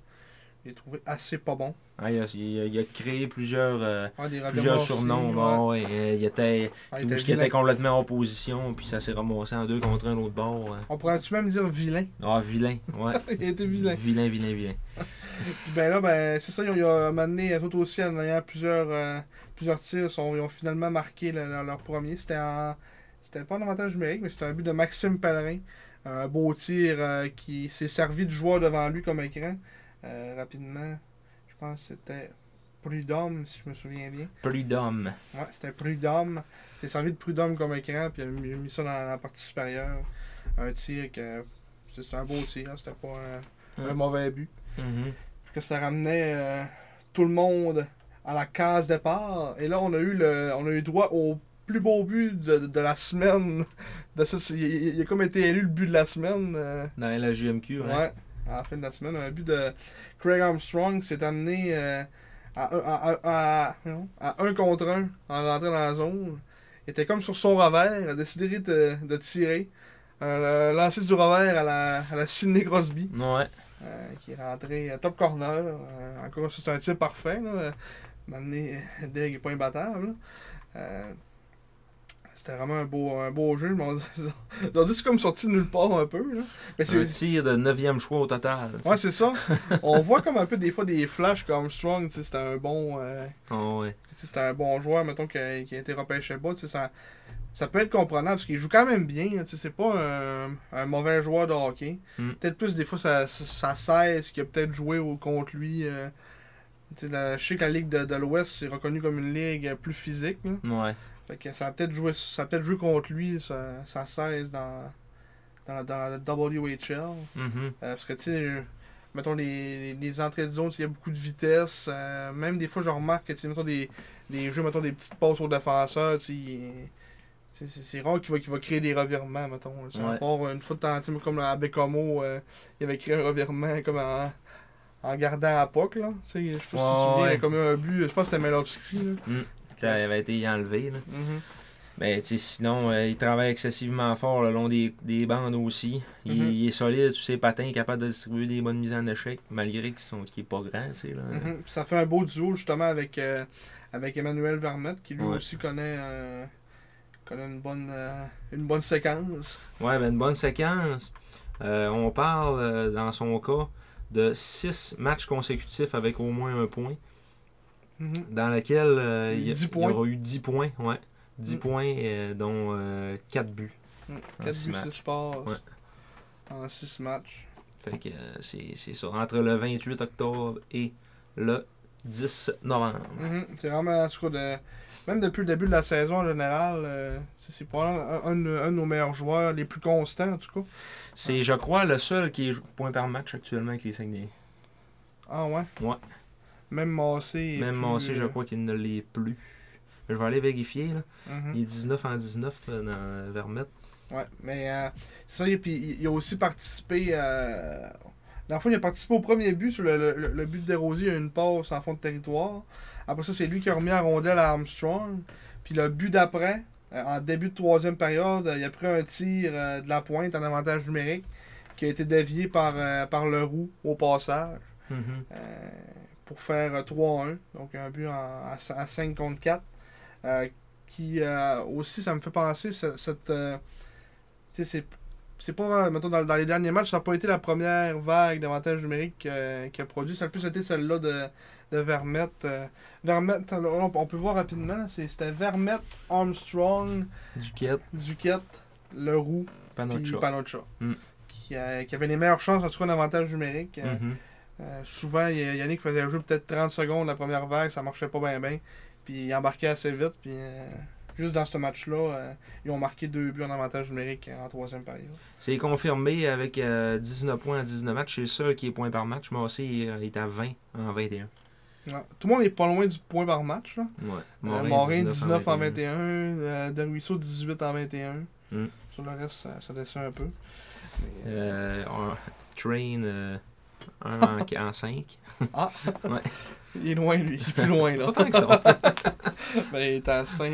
je l'ai trouvé assez pas bon. Ah, il, a, il a- il a créé plusieurs, euh, Ah, des plusieurs raviamorcis, surnoms. ouais. bon, ouais, euh, il était, Ah, il où était ce qui vilain. était complètement en opposition, puis ça s'est ramassé en deux contre un l'autre bord. hein. On pourrait-tu même dire vilain? Ah, vilain, ouais. il était vilain. Vilain, vilain, vilain. Puis ben là, ben, c'est ça, ils ont, ils ont mené tout aussi en ayant plusieurs, euh, plusieurs tirs. Ils sont- ils ont finalement marqué le- leur, leur premier. C'était en- C'était pas un avantage numérique, mais c'était un but de Maxime Pellerin. Un beau tir euh, qui s'est servi du joueur devant lui comme écran. Euh, rapidement, je pense que c'était Prudhomme, si je me souviens bien. Prud'homme. Ouais, c'était Prudhomme. Il s'est servi de Prudhomme comme écran, puis il a mis il a mis ça dans la partie supérieure. Un tir que. C'était un beau tir, hein, c'était pas un- un Mm. mauvais but Mhm. que ça ramenait euh, tout le monde à la case départ. Et là, on a eu, le, on a eu droit au plus beau but de, de la semaine. De ça, c'est- il, il- il a comme été élu le but de la semaine. euh, Dans la JMQ, hein? ouais, à la fin de la semaine. Un but de Craig Armstrong qui s'est amené euh, à, un- à, à- à- non, à un contre un en rentrant dans la zone. Il était comme sur son revers, il a décidé de, de tirer. Un lancer du revers à la, à la Sidney Crosby. Ouais. Euh, qui est rentré euh, top corner. Euh, encore, ça, c'est un tir parfait. Là. Maintenant, Deg n'est pas imbattable. là. Euh, c'était vraiment un beau, un beau jeu. mais on- Ils ont dit que c'est comme sorti de nulle part un peu. Là. Mais c'est- Un tir de 9 choix au total. ouais, c'est ça. on voit comme un peu des fois des flashs comme Strong. tu sais, C'était un bon. euh, Ah ouais. tu sais, c'était un bon joueur, mettons, qui a, qui a été repêché bas, tu sais, ça, ça peut être comprenable, parce qu'il joue quand même bien, hein, tu sais, c'est pas un, un mauvais joueur de hockey. Mm. Peut-être plus, des fois, ça, ça, ça cesse, qu'il a peut-être joué au, contre lui. euh, tu sais, la- je sais que la Ligue de, de l'Ouest, c'est reconnu comme une ligue plus physique, là. Ouais. Fait que ça a peut-être joué, ça a peut-être joué contre lui, ça, ça cesse dans, dans, la- dans la WHL. Mhm. Euh, parce que, tu sais, euh, mettons, les, les- les entrées de zone, il y a beaucoup de vitesse. Euh, même des fois, je remarque que, tu sais, mettons, des, des jeux, mettons, des petites passes aux défenseurs, tu sais, il- tu sais, c'est c'est rare qu'il va, qu'il va créer des revirements, mettons. Tu sais, à Ouais. part une fois de temps, tu sais, comme à Bécomo, euh, il avait créé un revirement comme en, en gardant à POC, là. Tu sais, je sais pas si tu te Ouais, souviens, il y a ouais. comme eu un but, je pense que c'était Melowski, là. Ça avait été enlevé, là. Mhm. Mais tu sais, sinon, euh, il travaille excessivement fort le long des, des bandes aussi. Il, Mhm. il est solide sur ses patins, capable de distribuer des bonnes mises en échec, malgré qu'il sont- qu'il est pas grand. tu sais, Là. Mhm. Puis Ça fait un beau duo justement avec, euh, avec Emmanuel Vermette qui lui Ouais. aussi connaît, euh, connaît une, bonne, euh, une bonne séquence. Ouais, ben une bonne séquence. Euh, on parle, euh, dans son cas, de six matchs consécutifs avec au moins un point, Mhm. dans laquelle euh, il y, a- Dix il y points. aura eu 10 points, ouais. 10 Mm. points, euh, dont 4 buts. Mhm. En Quatre Ah, six buts, matchs. 6 passes Ouais. en 6 matchs. Fait que euh, c'est c'est ça, entre le 28 octobre et le 10 novembre. Mhm. C'est vraiment, en tout cas, de- même depuis le début de la saison en général, euh, c'est c'est probablement un, un de- un de nos meilleurs joueurs, les plus constants en tout cas. C'est, je crois, le seul qui est point par match actuellement avec les Saguenay. Ah ouais? Ouais. Même Massé. est Même plus, Massé, je euh, crois qu'il ne l'est plus. Je vais aller vérifier. Là. mhm. Il est 19 en 19 euh, dans Vermette. Ouais, mais euh, c'est ça, et puis il- il a aussi participé euh, Dans le fond, il a participé au premier but, sur le, le- le but de Desrosiers, il y a une passe en fond de territoire. Après ça, c'est lui qui a remis la rondelle à Armstrong. Puis le but d'après, euh, en début de troisième période, euh, il a pris un tir euh, de la pointe en avantage numérique qui a été dévié par, euh, par Leroux au passage Mhm. euh, pour faire euh, 3-1. Donc un but en- à, c- à 5 contre 4. euh, qui euh, aussi, ça me fait penser, ce- cette. euh, tu sais, c'est. C'est pas, euh, mettons, dans, dans les derniers matchs, ça n'a pas été la première vague d'avantages numériques euh, qui a produit. Ça a le plus été celle-là de, de Vermette. euh. Vermette, là, on, on peut voir rapidement, là, c'est- c'était Vermette, Armstrong, Duquette, Duquette, Leroux, puis Panocha. Panocha. Mm. Qui, euh, qui avait les meilleures chances en tout cas d'avantage numérique. euh, Mhm. euh, souvent, Y- Yannick faisait jouer peut-être 30 secondes la première vague, ça marchait pas bien bien. Puis il embarquait assez vite. Puis euh, juste dans ce match-là, euh, ils ont marqué deux buts en avantage numérique euh, en troisième période. C'est confirmé avec euh, 19 points en 19 matchs. C'est le seul qui est point par match. Massé euh, est à 20 en 21. Ouais. Tout le monde est pas loin du point par match. Là. Ouais. Euh, Morin, 19 en 21. euh, Deruisseau, 18 en 21. Mm. Sur le reste, ça, ça descend un peu. Mais, euh, Euh, un- train 1 en 5. il est loin, lui. Il est plus loin, là. Pas tant que ça. Mais il est à euh, 5.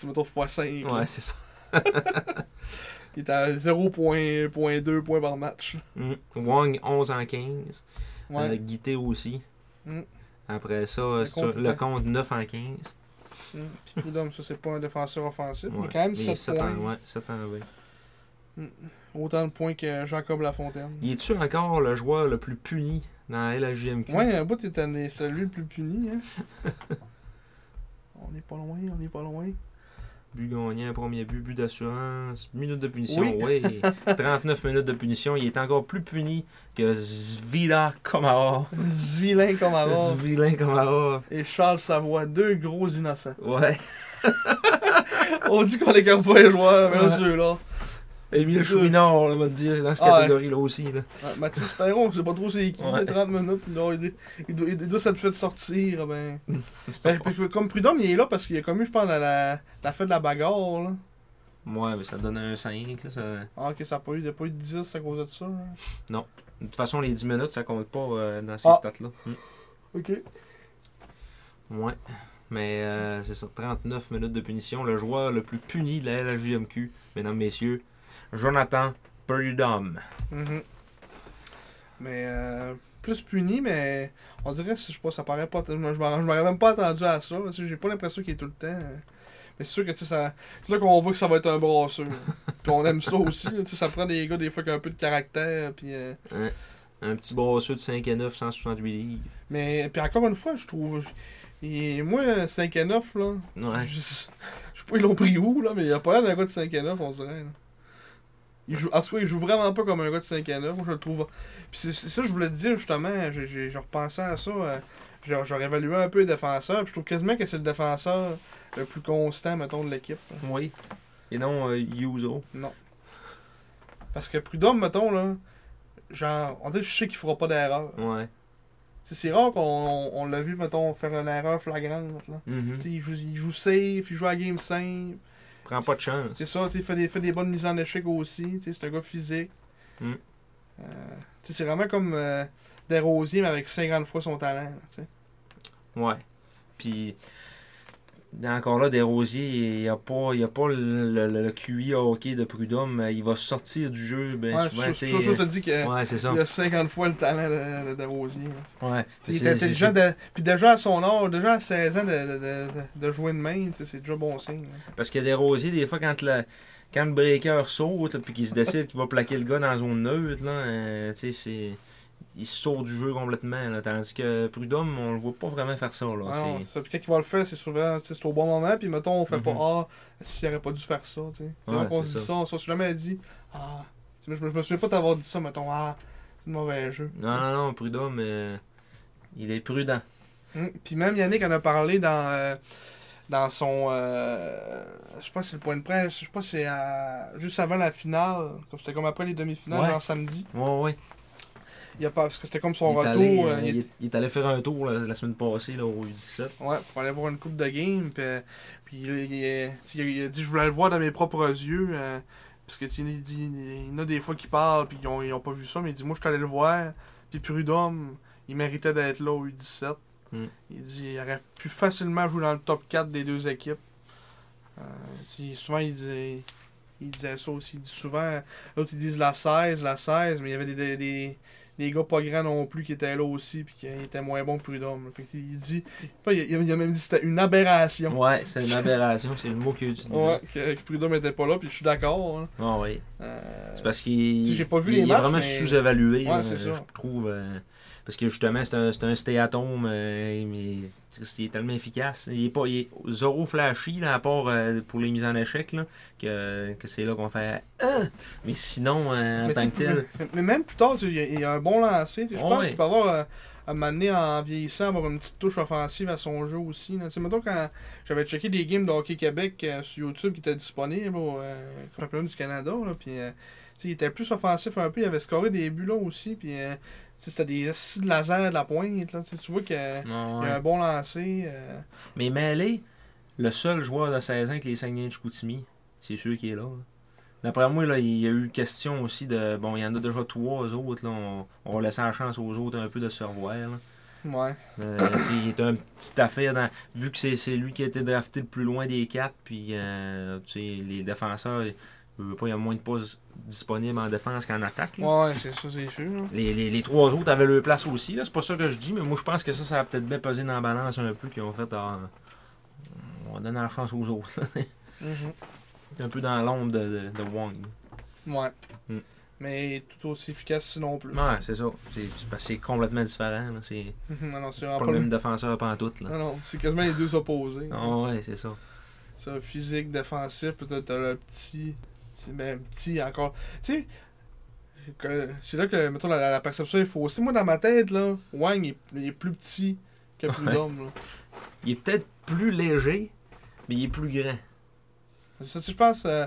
tu me trouves fois 5. ouais, c'est ça. Il est à 0.2 points par match. Mhm. Wong, 11 en 15. Ouais. Euh, Guité aussi. Mm. Après ça, euh, Le c'est compte le tout compte 9 en 15. Mm. Puis Prudhomme, ça, c'est pas un défenseur offensif, mais Ouais. quand même Mais 7 sept points. Mm. en, ouais, sept en 20. Autant de points que Jacob Lafontaine. Il est-tu encore le joueur le plus puni dans la LHJMQ? Ouais, un bout, était le- celui le plus puni. Hein. on n'est pas loin, on n'est pas loin. But gagnant, premier but, but d'assurance, minute de punition, Oui. oui. 39 minutes de punition. Il est encore plus puni que Zvila Komarov. Vilain comme avant. Zvila Komarov. Et Charles Savoie, deux gros innocents. Ouais. On dit qu'on écarte pas les joueurs, mais là, Ouais. ceux-là. Émile Chouinard, on va te dire, c'est dans cette Ah ouais. catégorie-là aussi. Là. Ouais, Mathis Perron, je sais pas trop c'est qui, Ouais. 30 minutes, il doit, il, doit, il doit s'être fait sortir. Ben. Ben, puis que- comme Prudhomme, il est là parce qu'il a commis, je pense, la, la, la fête de la bagarre. Là. Ouais, mais ça donne un 5. là, ça- Ah, ok, ça n'a pas eu, il y a pas eu de 10 à cause de ça. hein. là. De toute façon, les 10 minutes, ça compte pas euh, dans ces Ah. stats-là. Mm. Ok. Ouais. Mais euh, c'est ça, 39 minutes de punition. Le joueur le plus puni de la LHJMQ, mesdames, messieurs, Jonathan Prudhomme. Mhm. Mais euh, plus puni, mais on dirait, je sais pas, ça paraît pas. Je m'en- je m'en- je m'aurais même pas attendu à ça. là, tu sais, J'ai pas l'impression qu'il est tout le temps. euh. Mais c'est sûr que tu sais, ça- c'est là qu'on voit que ça va être un brasseux. puis on aime ça aussi. là, tu sais, ça prend des gars des fois qui ont un peu de caractère. Puis, euh, Un petit brasseux de 5 à 9, 168 livres. mais puis encore une fois, je trouve. Et moi, 5 à 9, là. Ouais. Ah, Je, je sais pas, ils l'ont pris où, là, mais il a pas l'air d'un gars de 5 à 9, on dirait. là. Il joue, en tout cas, il joue vraiment pas comme un gars de 5 à 9, moi, je le trouve. Puis c'est c'est ça que je voulais te dire, justement, j'ai- j'ai j'ai repensé à ça. euh, j'ai j'ai réévalué un peu les défenseurs, puis je trouve quasiment que c'est le défenseur le plus constant, mettons, de l'équipe. hein. là. Oui. Et non, euh, Yuzo. Parce que Prud'homme, mettons, là, genre, on dirait que je sais qu'il fera pas d'erreur. Ouais. C'est c'est rare qu'on on, on l'a vu, mettons, faire une erreur flagrante, là. Mhm. Tu sais, Il joue, il joue safe, il joue à game simple. Prends pas de chance. C'est ça, tu sais, il fait des, fait des bonnes mises en échec aussi. tu sais, C'est un gars physique. Mm. Euh, tu sais, c'est vraiment comme euh, des rosiers, mais avec 50 fois son talent. là, tu sais. Ouais. Puis, Encore là, Desrosiers, il n'a pas, il a pas le, le, le, QI hockey de Prud'homme. Il va sortir du jeu. Ben, Ouais, souvent, tu sais, surtout, ça dit qu'il euh, ouais, c'est ça. y a 50 fois le talent de, de, de Rosier. Ouais, c'est- Il c'est- était c'est- déjà de- puis déjà à son âge, déjà à 16 ans, de, de, de, de jouer de main, tu sais, c'est déjà bon signe. là. Parce que Desrosiers, des fois, quand le, quand le breaker saute, là, puis qu'il se décide qu'il va plaquer le gars dans la zone neutre, là, euh, tu sais, c'est. Il se sort du jeu complètement. là. Tandis que Prud'homme, on le voit pas vraiment faire ça. Là. Ah non, C'est- c'est ça. Puis quand il va le faire, c'est souvent tu sais, c'est au bon moment, puis mettons, on fait Mhm. pas Ah, s'il aurait pas dû faire ça. tu sais. C'est Ouais, donc on c'est se dit ça. ça, on s'est jamais dit Ah, Tu sais, je, me- je me souviens pas t'avoir dit ça, mettons, Ah, c'est le mauvais jeu. Non, non, non, Prud'homme, euh, il est prudent. Mm. Puis même Yannick en a parlé dans, euh, dans son. euh, je sais pas si c'est le point de presse, je sais pas si c'est à- juste avant la finale, comme c'était comme après les demi-finales, Ouais. genre samedi. Ouais, ouais. Il a pas, parce que c'était comme son Il est, retour. allé, euh, euh, il, il était- est, il est allé faire un tour là, la semaine passée là, au U17. Ouais, pour aller voir une coupe de game. Puis, euh, puis là, il, euh, tu sais, il a dit Je voulais le voir de mes propres yeux. euh, parce que tu sais, il, dit, il y en a des fois qui parlent, puis ils ont, ils ont pas vu ça. Mais il dit Moi, je suis allé le voir. Puis Prud'homme, il méritait d'être là au U17. Mm. Il dit Il aurait pu facilement jouer dans le top 4 des deux équipes. Euh, tu sais, souvent, il dit. Il disait ça aussi. Il dit souvent, l'autre ils disent la 16, la 16, mais il y avait des, des, des, des gars pas grands non plus qui étaient là aussi, puis qui étaient moins bons que Prud'homme. Fait que, il dit, pas, il, il a même dit que c'était une aberration. Ouais, c'est une aberration, c'est le mot qu'il a utilisé. Ouais, que, que Prud'homme était pas là, puis je suis d'accord. hein. Ah ouais. Euh, C'est parce qu'il Tu sais, j'ai pas vu il les est matchs, vraiment mais- sous-évalué, Ouais, là, c'est ça. je trouve. euh, parce que justement, c'est un, c'est un stéatome, euh, mais Christ, il est tellement efficace. Il est, pas, il est zéro flashy, là, à part euh, pour les mises en échec, là, que, que c'est là qu'on fait Ah! Mais sinon, euh, en mais, tu sais, tant que tel, mais- mais même plus tard, tu sais, il y a, il y a un bon lancer. tu sais, Je Ouais. pense qu'il peut avoir, euh, à un moment donné, en vieillissant, avoir une petite touche offensive à son jeu aussi. là. Tu sais, mettons, quand j'avais checké des games de Hockey Québec euh, sur YouTube qui étaient disponibles au euh, championnat du Canada, là, puis euh, tu sais, il était plus offensif un peu. Il avait scoré des buts là aussi, puis euh, tu sais, c'était des scies de laser de la pointe. là. Tu sais, tu vois qu'il y non, a ouais. un bon lancer. euh, Mais Malé, le seul joueur de 16 ans avec les Saguenay de Chicoutimi, c'est sûr qu'il est là. là. D'après moi, là, il y a eu question aussi de. Bon, il y en a déjà trois autres, là, on, on va laisser la chance aux autres un peu de se revoir. là. Ouais. Euh, tu sais, il est un petit affaire dans- vu que c'est, c'est lui qui a été drafté le plus loin des quatre, puis euh, tu sais, les défenseurs, ils- je veux pas, il y a moins de postes disponibles en défense qu'en attaque. là. Ouais, ouais, c'est ça, c'est sûr. hein. Les, les- les trois autres avaient leur place aussi, là. c'est pas ça que je dis, mais moi je pense que ça, ça a peut-être bien pesé dans la balance un peu, qu'ils ont fait ah, on va donner la chance aux autres. là. Mhm. un peu dans l'ombre de, de, de Wong. Ouais. Mm. Mais tout aussi efficace, sinon plus. Ouais, c'est ça. C'est, c'est parce que c'est complètement différent, là. c'est non, non, c'est pas vraiment le pas même défenseur pantoute. Là. Non, non, c'est quasiment les deux opposés. Ah ouais, c'est ça. Ça, physique, défensif, puis t'as t'as le petit. petit- Ben, petit encore. Tu sais, que- c'est là que, mettons, la, la- la perception est faussée. Moi, dans ma tête, là, Wang il, est- il est plus petit que Prud'homme. là. Il est peut-être plus léger, mais il est plus grand. C'est ça, tu sais, je pense, euh,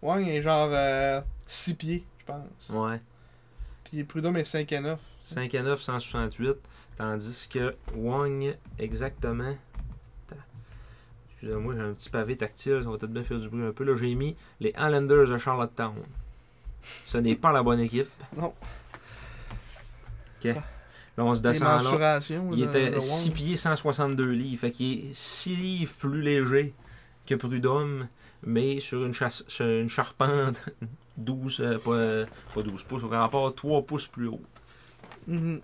Wang est genre 6 pieds, je pense. Ouais. Puis Prud'homme est 5 et 9. 5 à 9, 168. Tandis que Wong, exactement. Attends. Excusez-moi, j'ai un petit pavé tactile, ça va peut-être bien faire du bruit un peu. Là, j'ai mis les Highlanders de Charlottetown. Ce n'est pas la bonne équipe. Non. Ok. Là, on se Les descend là. mensurations. Il de- de était Wang. 6 pieds 162 livres. Fait qu'il est 6 livres plus léger que Prud'homme, mais sur une, chasse, sur une charpente 12, euh, pas, euh, pas 12 pouces, au rapport 3 pouces plus haut. Mhm.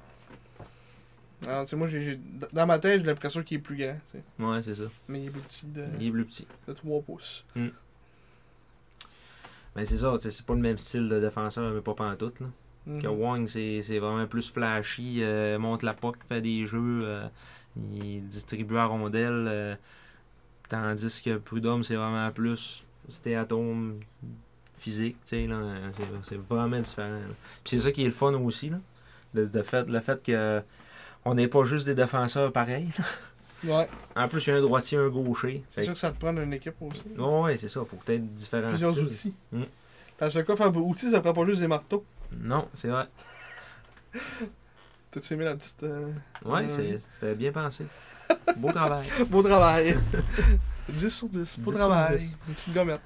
Alors, tu sais, moi, j'ai- j'ai- dans ma tête, j'ai l'impression qu'il est plus grand. tu sais. Ouais, c'est ça. Mais il est plus petit de, Il est plus petit. de 3 pouces. Mais Ben, c'est ça, tu sais, c'est pas le même style de défenseur, mais pas pantoute. Là. Mhm. Que Wang, c'est c'est vraiment plus flashy, euh, monte la poque, fait des jeux, euh, il distribue à rondelle. euh, tandis que Prud'homme, c'est vraiment plus stéatome physique, tu sais, là, euh, c'est- c'est vraiment différent. là. Puis c'est ça qui est le fun aussi, là, de, de fait, le fait que on n'est pas juste des défenseurs pareils. là. Ouais. En plus, il y a un droitier, un gaucher. C'est Fait Ah, sûr que ça te prend une équipe aussi. que- Ouais, ouais, c'est ça, faut peut-être différents Plusieurs styles. outils. Mm. Parce que le coffre à outils, ça prend pas juste des marteaux. Non, c'est vrai. T'as-tu aimé la petite. euh, Ouais, Ouais. c'est c'était bien pensé. Beau travail. Beau travail 10 sur 10, 10 beau sur travail. 10. Une petite gommette.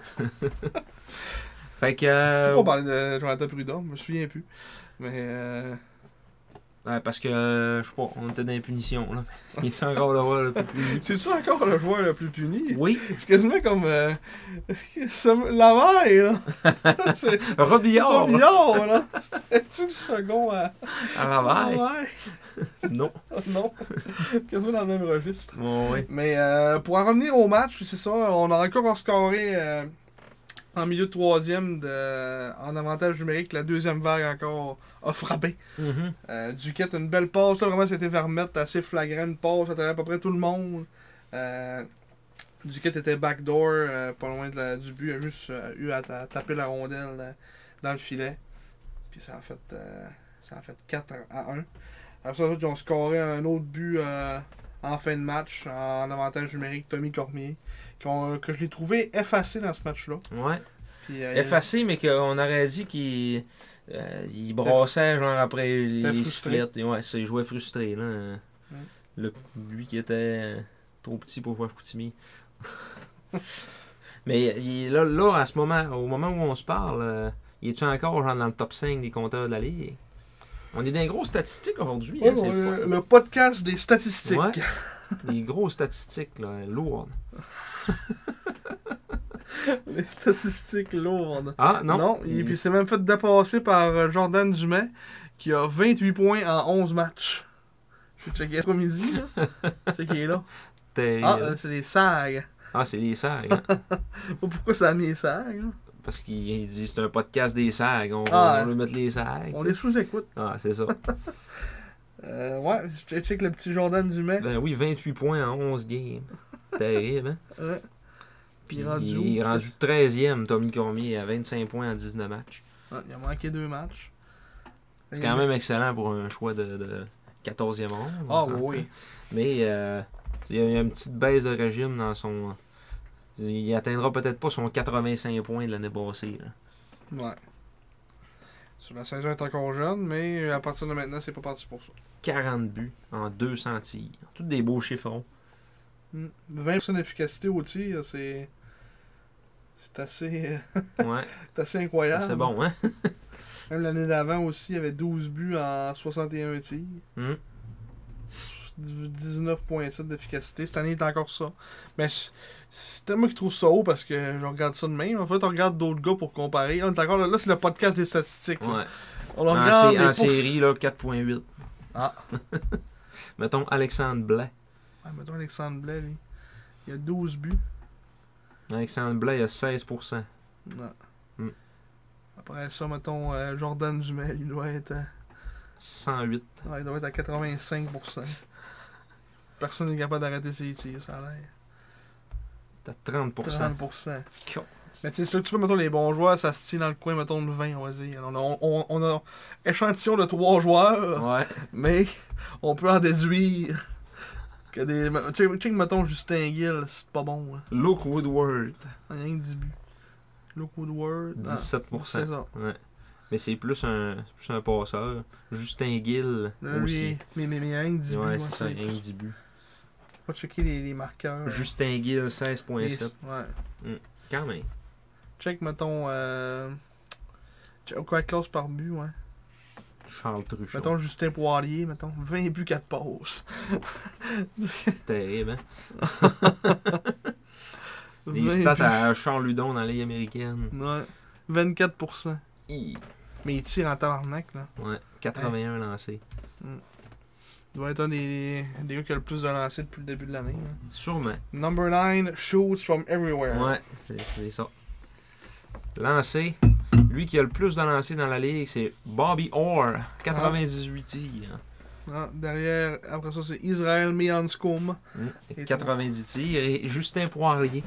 Fait que. Pourquoi euh, on parlait de Jonathan Prudhomme Je me souviens plus. Mais. Euh... Ouais, parce que, euh, je sais pas, on était dans les punitions, là. Il était encore le roi le plus puni. C'est-tu encore le joueur le plus puni? Oui, C'est quasiment comme euh, Sam- Lavaille, là. C'est Robillard, pas Billard, là. C'était-tu le second euh? à à Laval. Lavaille? Non. Oh, Non. Quasiment dans le même registre. Bon, ouais. Mais euh, pour en revenir au match, c'est ça, on a encore scoré euh, en milieu de troisième de- en avantage numérique. La deuxième vague encore a frappé. Mhm. Euh, Duquette, une belle passe, là, vraiment, c'était Vermette, assez flagrant, une passe à travers à peu près tout le monde. Euh, Duquette était backdoor, euh, pas loin de la- du but, il a juste euh, eu à, ta- taper la rondelle euh, dans le filet. Puis ça a fait, euh, ça a fait 4 à 1. Après ça, eux autres, ils ont scoré un autre but euh, en fin de match, en avantage numérique, Tommy Cormier, qu'on- que je l'ai trouvé effacé dans ce match-là. Ouais. Puis, euh, Effacé, mais qu'on aurait dit qu'il euh, il brassait, genre, après les frustré. sifflettes. Et Ouais, c'est jouait frustré, là. Ouais. Le, lui qui était euh, trop petit pour voir Koutimi. mais il, là, là, à ce moment, au moment où on se parle, euh, il est-tu encore genre, dans le top 5 des compteurs de la Ligue? On est dans les grosses statistiques aujourd'hui. ouais, hein, c'est le fun. le, le podcast des statistiques. Ouais. Les grosses statistiques, là, lourdes. Les statistiques lourdes. Ah, non? Non, il- puis c'est même fait dépasser par euh, Jordan Dumais, qui a 28 points en 11 matchs. J'ai checké ce midi, là. J'ai checké là. T'es- Ah, euh, c'est les SAG. Ah, c'est les sags. hein. Pourquoi ça a mis les SAG, là? Parce qu'il il dit c'est un podcast des sags. On, Ah, on veut mettre les sags. On tu est sais. sous écoute. Ah, c'est ça. Euh, ouais, j'ai checké le petit Jordan Dumais. ben oui, 28 points en 11 games. Terrible, hein? Ouais. Puis rendu où? il est rendu 13e, Tommy Cormier, à 25 points en 19 matchs. Ouais, il a manqué deux matchs. C'est Mm-hmm. quand même excellent pour un choix de, de 14e ronde. Ah oui. Mais euh, il y a eu une petite baisse de régime dans son. Il atteindra peut-être pas son 85 points de l'année passée. là. Ouais. Sur la saison est encore jeune, mais à partir de maintenant, c'est pas parti pour ça. 40 buts en 200 tirs. Tous des beaux chiffons. Hmm. 20% d'efficacité au tir, c'est. C'est assez, euh, Ouais, c'est assez ça, incroyable. c'est bon, hein? Même l'année d'avant aussi, il y avait 12 buts en 61 tirs. Hmm. 19,7 d'efficacité. Cette année, il est encore ça. Mais c- c'est moi qui trouve ça haut parce que je regarde ça de même. En fait, on regarde d'autres gars pour comparer. On est encore là, là, c'est le podcast des statistiques. là. Ouais. On En, regarde sé- les en pour- série, là, 4.8. Ah. Mettons Alexandre Blais. Ouais, mettons Alexandre Blais, lui. Il a 12 buts. Alexandre Blais, il a 16%. Non. Hmm. Après ça, mettons euh, Jordan Dumais, il doit être à, 108. ouais, il doit être à 85%. Personne n'est capable d'arrêter ses tirs, ça a l'air. T'as 30%. 30%. Con. Mais tu sais, c'est là que tu vois, mettons, les bons joueurs, ça se tient dans le coin, mettons, de 20, on va dire. On a, on, on a échantillon de trois joueurs, Ouais. mais on peut en déduire que des. Check, check, mettons, Justin Gill, c'est pas bon. hein. Luke Woodward, Il y a rien que 10 buts. Luke Woodward. non, 17%. c'est ça. Ouais. Mais c'est plus un, c'est plus un passeur. Justin Gill Là, aussi. lui, mais, mais, mais il y a rien que 10 ouais, buts. c'est ouais, ça, c'est- rien que 10 buts. Faut checker les, les marqueurs. Justin Gill, Les- 16.7. ouais. Quand même. Check, mettons. Euh... Check, quoi, classe par but, ouais. Charles Truchon. Mettons Justin Poirier, mettons. 20 buts, 4 passes. C'est terrible, hein? 20 Les stats buts. à Charles Ludon dans la Ligue américaine. Ouais. 24%. Hi. Mais il tire en tabarnak, là. Ouais, 81 lancés. Il doit être un des, des gars qui a le plus de lancers depuis le début de l'année. là. Sûrement. Number 9 shoots from everywhere. Ouais, c'est c'est ça. Lancé. Lui qui a le plus de lancés dans la ligue, c'est Bobby Orr. 98 tirs. hein. Ah, derrière, après ça, c'est Israël Meanscombe. Mm. Et 90 tirs. Et Justin Poirier,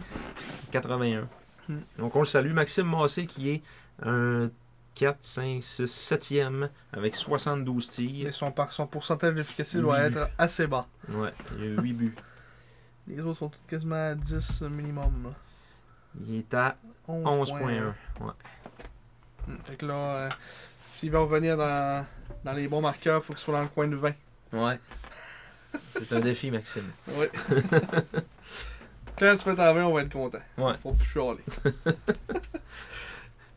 81. Mm. Donc on le salue. Maxime Massé qui est un 4, 5, 6, 7e avec 72 Et tirs. son, par- son pourcentage d'efficacité doit Oui. être assez bas. Ouais, il a 8 buts. Les autres sont tous quasiment à 10 minimum. là. Il est à 11.1. 11.1. Ouais. Mm. Fait que là, euh, s'il veut revenir dans, dans les bons marqueurs, faut qu'il soit dans le coin de 20. Ouais. C'est un défi, Maxime. Oui. Quand tu fais ta 20, on va être content. Ouais. Pour plus chialer.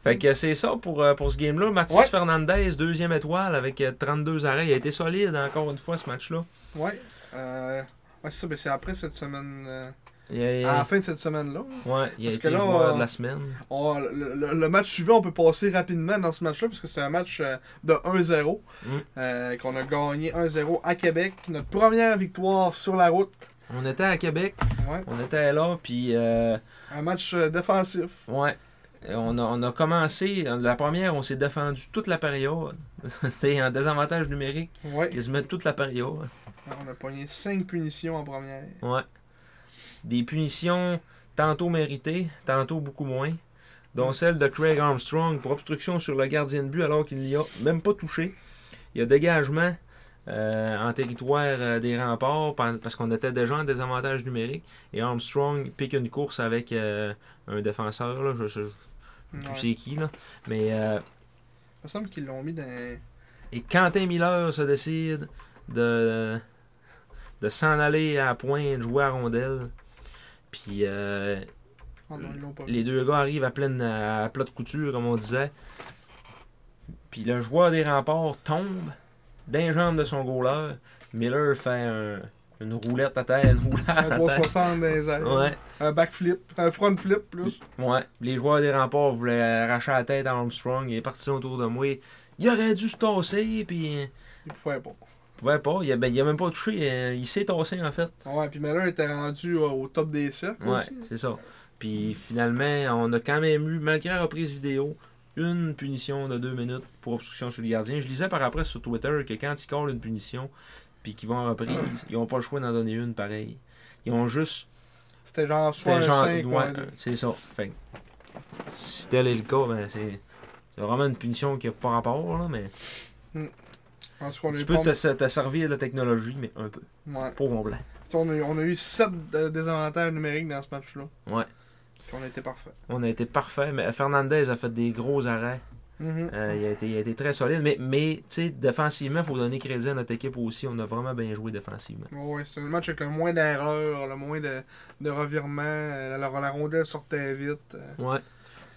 Fait que c'est ça pour, euh, pour ce game-là. Mathis Mm. Ouais. Fernandez, deuxième étoile avec euh, 32 arrêts. Il a été solide encore une fois ce match-là. Ouais. Euh, ouais, c'est ça, mais c'est après cette semaine. euh, Il a- à la fin de cette semaine-là. ouais, il a Ah, parce été que là, joueur on- de la semaine. on- le, le- le match suivant, on peut passer rapidement dans ce match-là, parce que c'est un match euh, de 1-0. Mm. euh, qu'on a gagné 1-0 à Québec. Notre première victoire sur la route. On était à Québec, Ouais. on était là, puis euh, Un match euh, défensif. ouais, on a, on a commencé, la première, on s'est défendu toute la période. C'était en désavantage numérique, Ouais. quasiment toute la période. Euh, On a pogné 5 punitions en première. Ouais. Des punitions tantôt méritées, tantôt beaucoup moins, dont celle de Craig Armstrong pour obstruction sur le gardien de but alors qu'il n'y a même pas touché. Il y a dégagement euh, en territoire euh, des remparts pan- parce qu'on était déjà en désavantage numérique et Armstrong pique une course avec euh, un défenseur, là, je sais Ouais. plus c'est qui, là. mais euh, Il me semble qu'ils l'ont mis dans. et Quentin Miller se décide de, de s'en aller à point, de jouer à rondelle. Puis euh, Oh non, ils l'ont pas mis. les deux gars arrivent à pleine à plat de couture, comme on disait. Puis le joueur des remparts tombe d'un jambe de son goaler. Miller fait un- une roulette à terre, une roulade Un à terre. 360 dans les airs. Ouais, Un backflip. Un front flip plus. ouais. Les joueurs des remparts voulaient arracher la tête à Armstrong. Il est parti autour de moi. Il aurait dû se tasser, puis... Ils pouvaient pas. pouvait pas. Il a, ben, il a même pas touché. euh, Il s'est tassé, en fait. Ouais, puis Miller était rendu euh, au top des cercles. Ouais, aussi. c'est ça. Puis finalement, on a quand même eu, malgré la reprise vidéo, une punition de deux minutes pour obstruction sur le gardien. Je lisais par après sur Twitter que quand ils collent une punition, puis qu'ils vont en reprise, ils ont pas le choix d'en donner une pareille. Ils ont juste. C'était genre soit un c'était genre- 5 ou ouais, un 2. c'est ça. Fait que, si tel est le cas, ben c'est. C'est vraiment une punition qui n'a pas rapport, là, mais. En tout cas, on a eu Tu peux pas- te, te servir de la technologie, mais un peu. Ouais. Pour mon blanc. Tu sais, On a, eu- on a eu 7 désavantages numériques dans ce match-là. Ouais. Puis on a été parfait. On a été parfait, mais Fernandez a fait des gros arrêts. Mhm. Euh, il, a été, il a été très solide, mais, mais tu sais, défensivement, il faut donner crédit à notre équipe aussi. On a vraiment bien joué défensivement. Ouais, ouais, c'est le match avec le moins d'erreurs, le moins de, de revirements. euh, La, la rondelle sortait vite. euh. Ouais.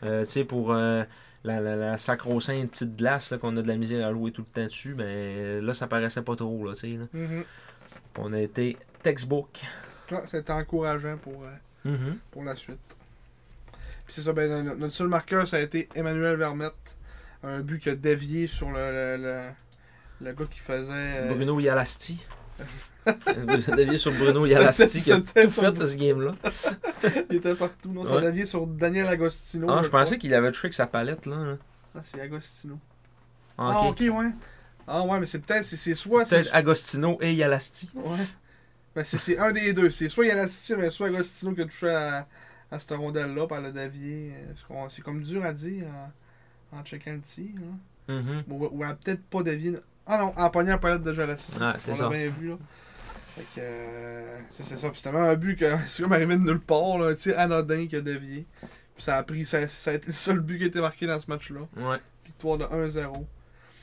Euh, tu sais, pour euh, la, la, la sacro-sainte petite glace là, qu'on a de la misère à jouer tout le temps dessus, mais là, ça paraissait pas trop. Là, tu sais, là. Mhm. On a été textbook. Ouais, C'était encourageant pour, euh, Mhm. pour la suite. Puis c'est ça, ben, no- notre seul marqueur, ça a été Emmanuel Vermette. Un but qui a dévié sur le, le, le- le gars qui faisait. euh, Bruno Yalasti. Vous avez vu sur Bruno Yalasti qui a tout C'était- fait c'était son- à ce game-là. Il était partout. Non, ça Ouais. a dévié sur Daniel Agostino. Ah, je crois. pensais qu'il avait touché avec sa palette. là. là. Ah, c'est Agostino. Ah, Ah, ok. ok, ouais. Ah, ouais, mais c'est peut-être. C'est c'est soit. c'est Peut-être Agostino et Yalasti. Ouais. Ben, c'est- c'est un des deux. C'est soit Yalastino, mais soit Agostino qui a touché à, à cette rondelle-là par le Davier. Euh, c'est qu'on- C'est comme dur à dire en, en checkant le tir. hein. Mhm. Ou, ou elle a peut-être pas deviné. Ah non, elle a pogné la palette de Jalastino. Ah, c'est On ça. l'a bien vu, là. Fait que. euh, c'est c'est ça. Puis c'était vraiment un but que. C'est comme arrivé de nulle part, là. Un tir anodin qui a dévié. Puis ça a pris. Ça, ça a été le seul but qui a été marqué dans ce match-là. Ouais. Victoire de 1-0.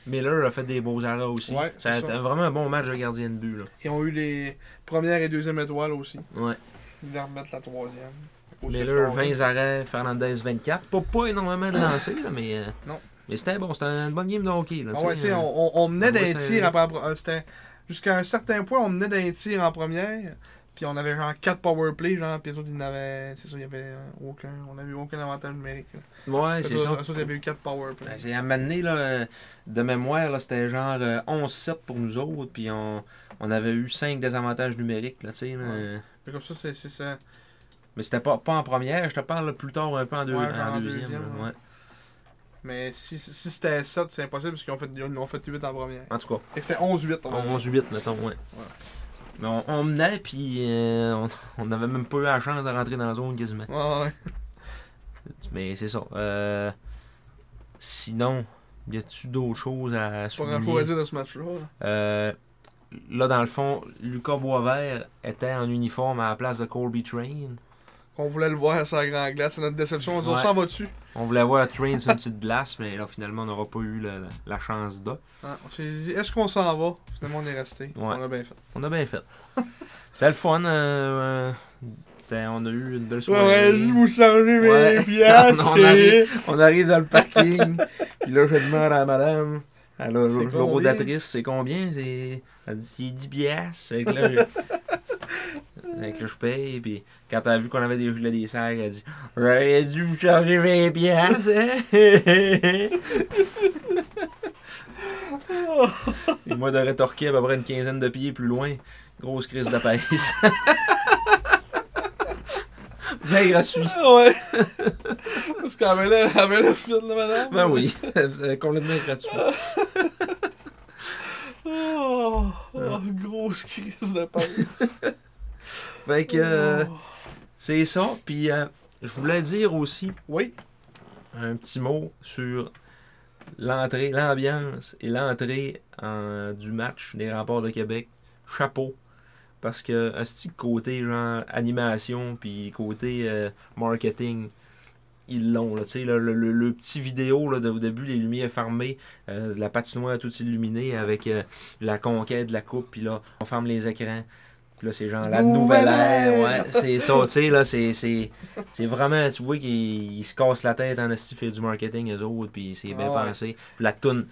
Miller a fait des beaux arrêts aussi. Ouais, ça a c'est été ça. vraiment un bon match de gardien de but. Là. Ils ont eu les premières et deuxièmes étoiles aussi. Ouais. Ils vont remettre la troisième. Aussi Miller, scoré. 20 arrêts, Fernandez, 24. Pas, pas énormément de lancers, là, mais, euh, Non. mais c'était bon. C'était une bonne game de hockey. Là, Ah tu ouais, sais, tu sais, euh, on, on- on menait on voit d'un ça, tir euh, après- après- euh, c'était- Jusqu'à un certain point, on menait d'un tir en première. Puis on avait genre 4 powerplay, genre, puis les autres, ils n'avaient. C'est ça, il y avait euh, aucun. On n'avait eu aucun avantage numérique. là. Ouais, c'est Les ça. autres, ils avaient eu 4 powerplay. Ben, C'est à un moment donné, là, euh, de mémoire, là, c'était genre euh, 11-7 pour nous autres, puis on, on avait eu 5 désavantages numériques. Là, tu sais, là. Ouais. Fait Comme ça, c'est c'est ça. Mais c'était pas, pas en première, je te parle là, plus tard un peu en, deux- Ouais, genre en en deuxième. deuxième, là, ouais. ouais. Mais si, si c'était 7, c'est impossible parce qu'ils ont fait, ils en ont fait 8 en première. En tout cas, Fait que c'était 11-8, on va dire. 11-8, mettons, ouais. Ouais. Mais on, on menait, puis euh, on- on n'avait même pas eu la chance de rentrer dans la zone quasiment. Ouais, ouais. Mais c'est ça. Euh, sinon, y a-tu d'autres choses à Pas grand chose à souligner? dire de ce match-là. là. Euh, là, dans le fond, Lucas Boisvert était en uniforme à la place de Colby Train. On voulait le voir sur la grande glace, c'est notre déception. On dit, on Ouais. s'en va dessus. On voulait voir Train sur une petite glace, mais là, finalement, on n'aura pas eu la, la- la chance de. Ah, on s'est dit, est-ce qu'on s'en va Finalement, on est resté. Ouais. On a bien fait. On a bien fait. C'était le fun. euh, euh, Putain, on a eu une belle soirée. Ouais, si vous changez mes Ouais. pièces, on, et- arrive, on arrive dans le parking. puis là, je demande à la madame, à la- C'est la combien? rodatrice, c'est combien? C'est- Elle dit, c'est 10 piastres. Fait que là, je... fait que là, je paye. Puis quand elle a vu qu'on avait des gilets des sacs, elle dit, j'aurais dû vous charger 20 piastres. hein? Et moi, de rétorquer à peu près une quinzaine de pieds plus loin. Grosse crise de peste. Bien Ben, gratuit. Ah, Ouais. Parce qu'elle avait l'air- elle avait le film de madame. Ben oui, c'est complètement gratuit. Oh, oh, grosse crise de peste. Fait que euh, Oh. c'est ça. Puis euh, je voulais dire aussi Oui. un petit mot sur l'entrée, l'ambiance et l'entrée en- du match des remparts de Québec. Chapeau. Parce que asti que côté genre animation puis côté euh, marketing, ils l'ont. là. Tu sais, là, le, le- le petit vidéo là, de- au début, les lumières fermées, euh, la patinoire toute illuminée avec euh, la conquête de la coupe, puis là, on ferme les écrans. Puis là, c'est genre la nouvelle Nouvelle ère. ère! Ouais, c'est ça, tu sais, là, c'est- c'est c'est vraiment, tu vois qu'ils ils se cassent la tête en esti, fait du marketing, eux autres, puis c'est bien Ah ouais. pensé. Puis la toune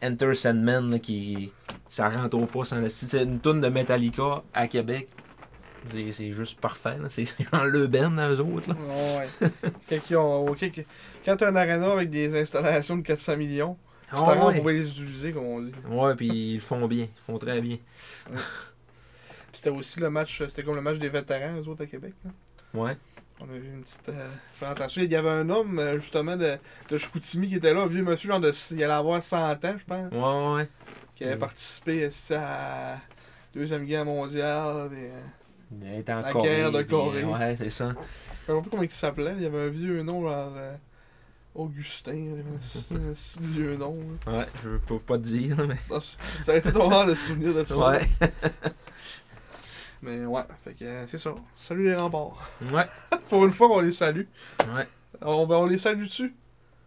Enter Sandman, là, qui, ça rentre au pouce en esti. C'est une toune de Metallica à Québec. C'est c'est juste parfait, là. C'est c'est genre le ben, là, eux autres, là. Ouais. Quand, ils ont- quand- quand t'as un aréna avec des installations de 400 millions, tu Ah t'arrêtes ouais. pour les utiliser, comme on dit. Ouais, puis ils le font bien, ils le font très bien. Puis C'était aussi le match, c'était comme le match des vétérans, eux autres, à Québec. là. Ouais. On a vu une petite euh, présentation. Il y avait un homme, euh, justement, de, de Chicoutimi qui était là, un vieux monsieur, genre de, il allait avoir 100 ans, je pense, Ouais, ouais, ouais. qui avait Mm. participé euh, à la Deuxième Guerre mondiale. Et, euh, Il est en La Corée, guerre de puis, euh, Corée. Ouais, c'est ça. Je sais pas comment il s'appelait, il y avait un vieux nom, genre euh, Augustin, un si- un si vieux nom. là. Ouais, je peux pas te dire, là, mais. Non, Ça a été ton rare de se souvenir de ça. Ouais. Mais ouais, fait que euh, c'est ça. Salut les remparts. Ouais. Pour une fois, on les salue. Ouais. On, ben, on les salue dessus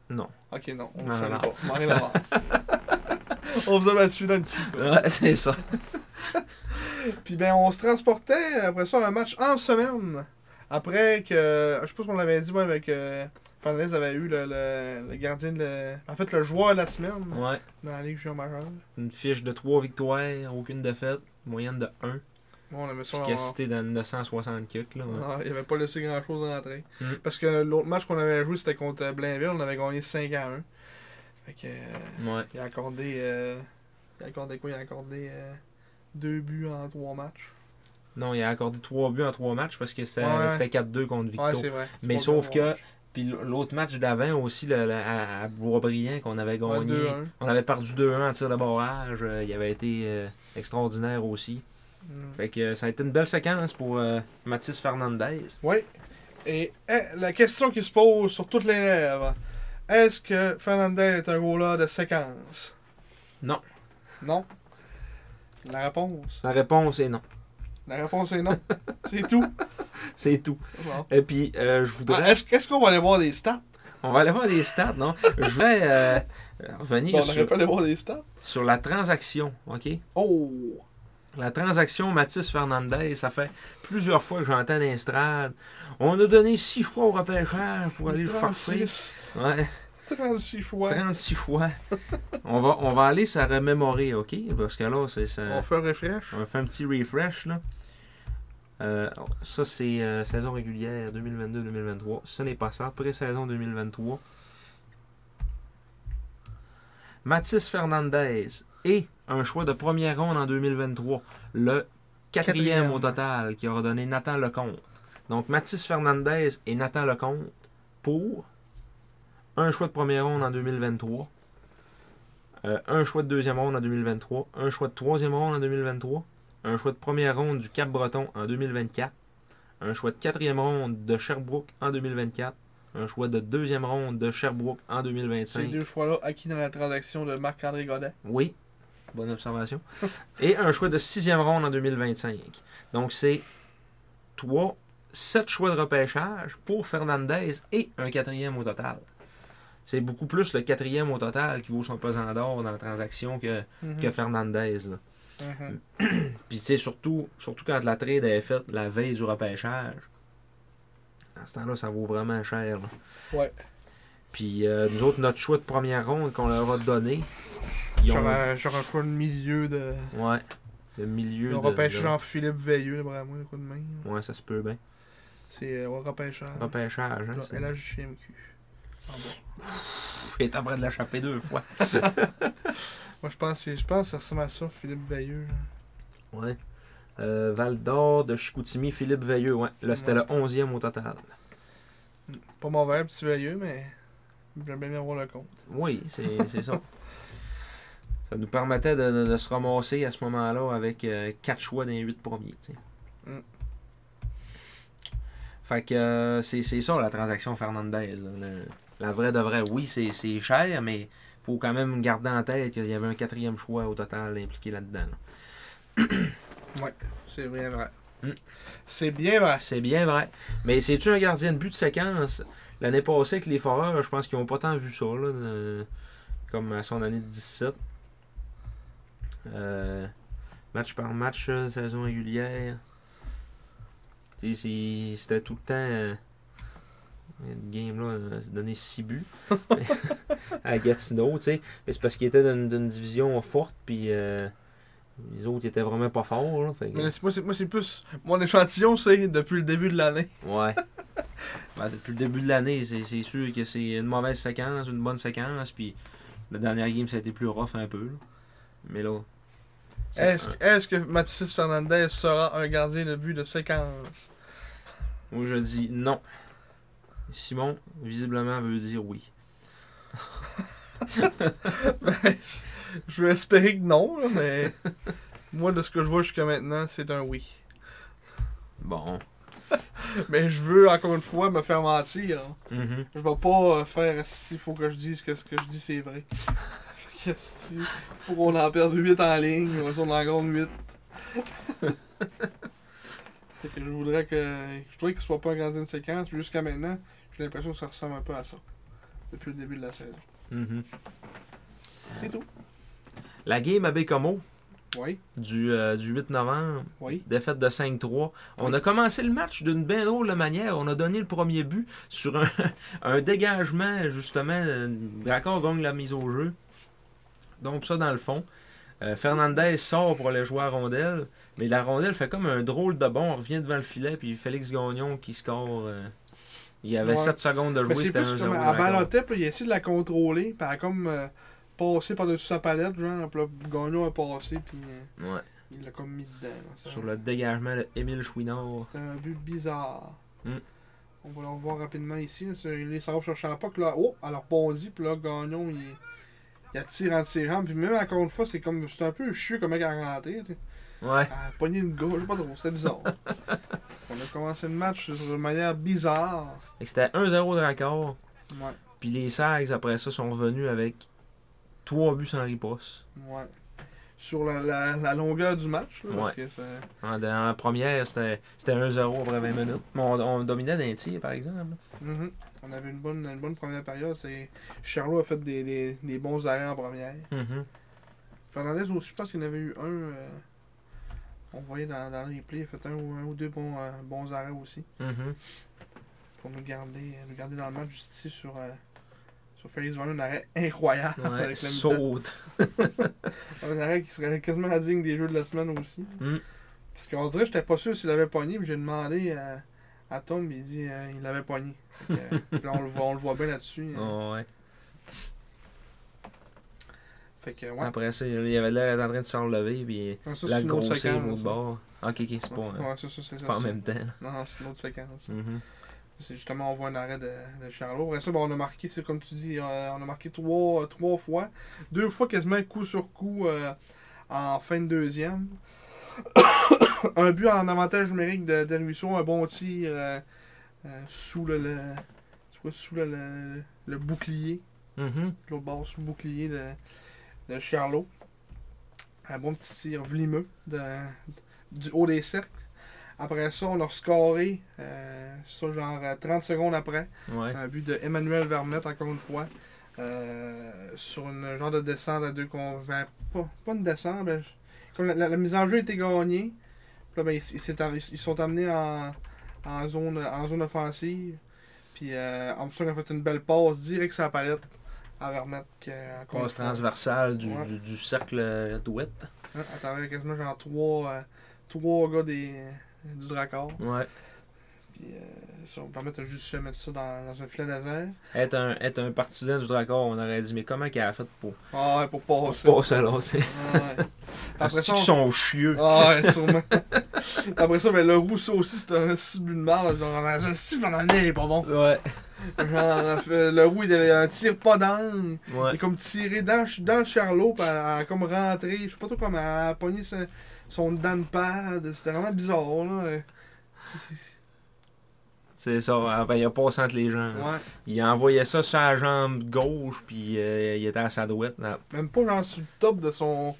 Non. Ok, non, on Non, les salue non. pas. Marie Lavard. on vous a battu dans le cul. Ouais, c'est ça. Puis ben, on se transportait euh, après ça à un match en semaine. Après que. Je sais pas si on l'avait dit, ouais, avec. Euh, Fernandez avait eu le, le, le gardien de. le- En fait, le joueur de la semaine. Ouais. dans la Ligue junior majeure. Une fiche de 3 victoires, aucune défaite, moyenne de 1. Bon, on avait ça. on- Efficacité dans le 960 kick, là. ouais. on- Il avait pas laissé grand chose rentrer. Mm. Parce que l'autre match qu'on avait joué, c'était contre Blainville. On avait gagné 5 à 1. Fait que. euh, Ouais. il a accordé. euh, il a accordé quoi Il a accordé euh, deux buts en trois matchs. Non, il a accordé 3 buts en 3 matchs parce que c'était Ouais. c'était 4-2 contre Victo. Ouais, c'est vrai. Mais Trois sauf buts en que, puis l'autre match d'avant aussi, le- le- à, à Boisbriand, qu'on avait trois matchs. gagné. Ouais, 2-1. on avait perdu 2-1 en tir de barrage. euh, il avait été euh, extraordinaire aussi. Mm. Fait que euh, ça a été une belle séquence pour euh, Mathis Fernandez. Oui. Et eh, la question qui se pose sur toutes les lèvres est-ce que Fernandez est un goaler de séquence Non. Non La réponse La réponse est non. La réponse est non. C'est tout. C'est tout. Bon. Et puis, euh, je Ah, voudrais. est-ce est-ce qu'on va aller voir des stats? On va aller voir les stats, non? Je vais euh, revenir on sur, aurait pas aller voir des stats? sur la transaction, OK? Oh! La transaction Mathis Fernandez, ça fait plusieurs fois que j'entends dans les estrades. On a donné six fois au repêchage pour aller le chercher. 36, Ouais, 36 fois. 36 fois. On va, on va aller se remémorer, OK? Parce que là, c'est ça. On fait un refresh. On fait un petit refresh, là. Euh, ça, c'est euh, saison régulière 2022-2023. Ce n'est pas ça. Pré-saison 2023. Mathis Fernandez et un choix de première ronde en 2023. Le quatrième, Quatrième. au total qui aura donné Nathan Lecomte. Donc, Mathis Fernandez et Nathan Lecomte pour un choix de première ronde en 2023. Euh, un choix de deuxième ronde en 2023, un choix de troisième ronde en 2023, un choix de première ronde du Cap-Breton en 2024, un choix de quatrième ronde de Sherbrooke en 2024, un choix de deuxième ronde de Sherbrooke en Ces 2025. deux choix-là acquis dans la transaction de Marc-André Godet. Oui, bonne observation. Et un choix de sixième ronde en 2025. Donc c'est trois, sept choix de repêchage pour Fernandez et un quatrième au total. C'est beaucoup plus le quatrième au total qui vaut son pesant d'or dans la transaction que que Mm. Fernandez. là. Mhm. Puis c'est surtout, surtout quand la trade est faite la veille du repêchage. À ce temps-là, ça vaut vraiment cher. là. Ouais. Puis euh, nous autres, notre choix de première ronde qu'on leur a donné, ils ont. J'aurais j'aurais un choix de milieu de. Ouais. Le milieu. On de- repêche de- Jean-Philippe Veilleux, d'après moi, un coup de main. là. Ouais, ça se peut bien. C'est euh, ouais, repêchage. Repêchage, hein. Là, c'est- LHJMQ. En bas. Il est en train de l'échapper deux fois. Moi, je pense, que- je pense que ça ressemble à ça, Philippe Veilleux. là. Ouais. Euh, Val d'Or de Chicoutimi, Philippe Veilleux, ouais. Là, c'était Ouais. le 11e au total. Pas mauvais, petit Veilleux, mais j'aime bien avoir le compte. Oui, c'est c'est ça. Ça nous permettait de, de- de se ramasser à ce moment-là avec 4 choix dans les 8 premiers. tu sais. Mm. Fait que euh, c'est c'est ça la transaction Fernandez. là. Le- la vraie de vraie, oui, c'est c'est cher, mais faut quand même garder en tête qu'il y avait un quatrième choix au total impliqué là-dedans. là. C'est bien vrai. Mm. C'est bien vrai. Ah, C'est bien vrai. Mais c'est-tu un gardien de but de séquence? L'année passée, avec les Foreurs, je pense qu'ils n'ont pas tant vu ça, là, euh, comme à son année de 17. Euh, match par match, euh, saison régulière. Tu sais, c'est- C'était tout le temps. euh, une game là, euh, se donner 6 buts à Gatineau, tu sais. Mais c'est parce qu'ils étaient d'une d'une division forte, puis euh, les autres ils étaient vraiment pas forts. là. Fait que- Mais c'est- moi, c'est- moi, c'est plus. Mon échantillon, c'est depuis le début de l'année. Ouais. Ben, depuis le début de l'année, c'est c'est sûr que c'est une mauvaise séquence, une bonne séquence, puis la dernière game, ça a été plus rough un peu. là. Mais là. c'est- Est-ce est-ce que Mathis Fernandez sera un gardien de but de séquence Moi, je dis non. Simon, visiblement, veut dire oui. Ben, Je vais espérer que non, là, mais. Moi, de ce que je vois jusqu'à maintenant, c'est un oui. Bon. Mais je veux, encore une fois, me faire mentir. hein. Mhm. Je vais pas euh, faire s'il faut que je dise que ce que je dis c'est vrai. Fait que si pour qu'on en perde 8 en ligne, on va sur en gagne 8. fait que je voudrais que. Je voudrais qu'il soit pas un gardien de séquence. puis Jusqu'à maintenant, j'ai l'impression que ça ressemble un peu à ça. Depuis le début de la saison. Mhm. C'est tout. La game à Bécomo Oui, du, euh, du 8 novembre, oui. défaite de 5-3. On a commencé le match d'une bien drôle manière. On a donné le premier but sur un, un dégagement, justement. D'accord, gagne la mise au jeu. Donc, ça, dans le fond. euh, Fernandez sort pour aller jouer à rondelle, mais la rondelle fait comme un drôle de bon. On revient devant le filet, puis Félix Gagnon qui score. euh, il y avait Ouais. 7 secondes de Mais jouer, c'est c'était plus 1-0. comme à Dragor. Balotep, il a essayé de la contrôler, puis elle a comme euh, passé par-dessus sa palette, genre, puis là, Gagnon a passé, puis euh, Ouais. il l'a comme mis dedans. là. C'est Sur un- le dégagement de Émile Chouinard. C'était un but bizarre. Mm. On va le revoir rapidement ici. là. C'est- Il s'en va chercher un puck. Là. Oh, alors bondit. Puis là, Gagnon, il, il attire entre ses jambes. Puis même, encore une fois, c'est comme c'est un peu chieux comme elle est rentrée. tu sais. Ouais. Elle a pogné le gars. Je sais pas trop. C'était bizarre. On a commencé le match sur une manière bizarre. Fait que C'était 1-0 de raccord. Ouais. Puis les Sags, après ça, sont revenus avec trois buts sans riposte. Ouais. Sur la, la- la longueur du match. Là, Ouais. Parce que c'est- En, dans la première, c'était c'était 1-0 après 20 minutes. Mais on, on dominait d'un tir, par exemple. Mhm. On avait une bonne, une bonne première période. C'est- Charlot a fait des, des- des bons arrêts en première. Mhm. Fernandez aussi, je pense qu'il y en avait eu un. euh, on voyait dans, dans les plays, il a fait un ou, un ou deux bons, euh, bons arrêts aussi. Mhm. Pour nous garder, nous garder dans le match juste ici sur, euh, sur Félix Vallon, un arrêt incroyable. Ouais, avec la mi-temps. saute. Un arrêt qui serait quasiment digne des jeux de la semaine aussi. Mm. Parce qu'on dirait que j'étais pas sûr s'il l'avait pogné, puis j'ai demandé à, à Tom, il dit euh, il l'avait pogné. Fait que, euh, puis là, on le voit, on le voit bien là-dessus. euh. Ah ouais. Fait que, ouais. Après ça, il y avait l'air d'être en train de se relever. Puis Ça, c'est la une autre grossir séquence, au ça. bord. Ok, ok, c'est pas, hein, Ouais, ça, ça, c'est ça. pas en c'est- même temps. là. Non, non, c'est une autre séquence. Mhm. C'est justement, on voit un arrêt de, de Charlot. Après ça, ben, on a marqué, c'est comme tu dis, euh, on a marqué trois, trois fois. Deux fois quasiment coup sur coup euh, en fin de deuxième. un but en avantage numérique de, de Ruisseau, un bon tir euh, euh, sous le, le, tu vois, sous le, le- le bouclier, Mhm. l'autre bord sous le bouclier de, de Charlot. Un bon petit tir vlimeux de- du haut des cercles. Après ça, on a scoré, euh, ça genre euh, 30 secondes après. Ouais. Un but de Emmanuel Vermette, encore une fois. euh, sur une genre de descente à deux qu'on va pas, pas une descente, mais je- comme la, la- la mise en jeu était gagnée. puis là, ben, ils, ils s'est- ils sont amenés en, en zone, en zone offensive. Puis euh, Armstrong a fait une belle passe direct sur la palette à remettre. que- encore une Passe fois. transversale du, Ouais. du, du cercle euh, douette. Hein, à travers quasiment genre trois, euh, trois gars des, du Dracor. Ouais. Puis euh, ça va permettre juste de se mettre ça dans, dans un filet désert. Être un, être un partisan du Dracor, on aurait dit, mais comment qu'elle a fait pour, Ah ouais, pour pour passer. passer là? tu sais? Ah, Ouais. Après Parce ça, Ah, qu'ils on- sont chieux. Ah ouais, sûrement. Après ça, ben, le Rousseau aussi, c'est un cible de merde. Ils ont rendu si Van Anen, il est pas bon. Ouais. Genre, euh, le Roux, il avait un tir pas d'âme. Il est Ouais. comme tiré dans, dans le charlot, puis elle a comme rentré. Je sais pas trop comment, elle a pogné son, son dedans de pad. C'était vraiment bizarre, là. C'est ça. Ah, ben, il a passé entre les gens. Ouais. Il envoyait ça sur la jambe gauche, puis euh, il était à sa droite. là. Même pas genre sur le top de son.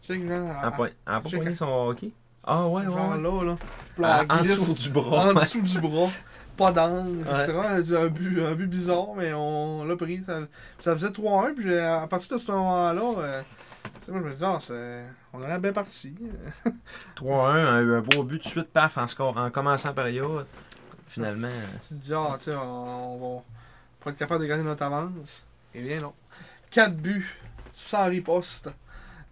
Tu sais, genre. En à- point- en pas check. poigné son hockey. Ah ouais, ouais, Ah. Genre Ah, ouais. là, là. Puis Ah, elle en glisse dessous du bras. En dessous du bras. Pas d'angle. Ouais. C'est vraiment un but, un but bizarre, mais on l'a pris. Ça, puis ça faisait 3-1, puis j'ai- à partir de ce moment-là, euh, tu sais, moi je me disais, ah, c'est- on en a bien parti. 3-1, un, un beau but de suite, paf, en, score, en commençant période. Finalement, euh, Tu te dis, ah, tu sais, on, on va pas être capable de gagner notre avance. Eh bien, non. 4 buts sans riposte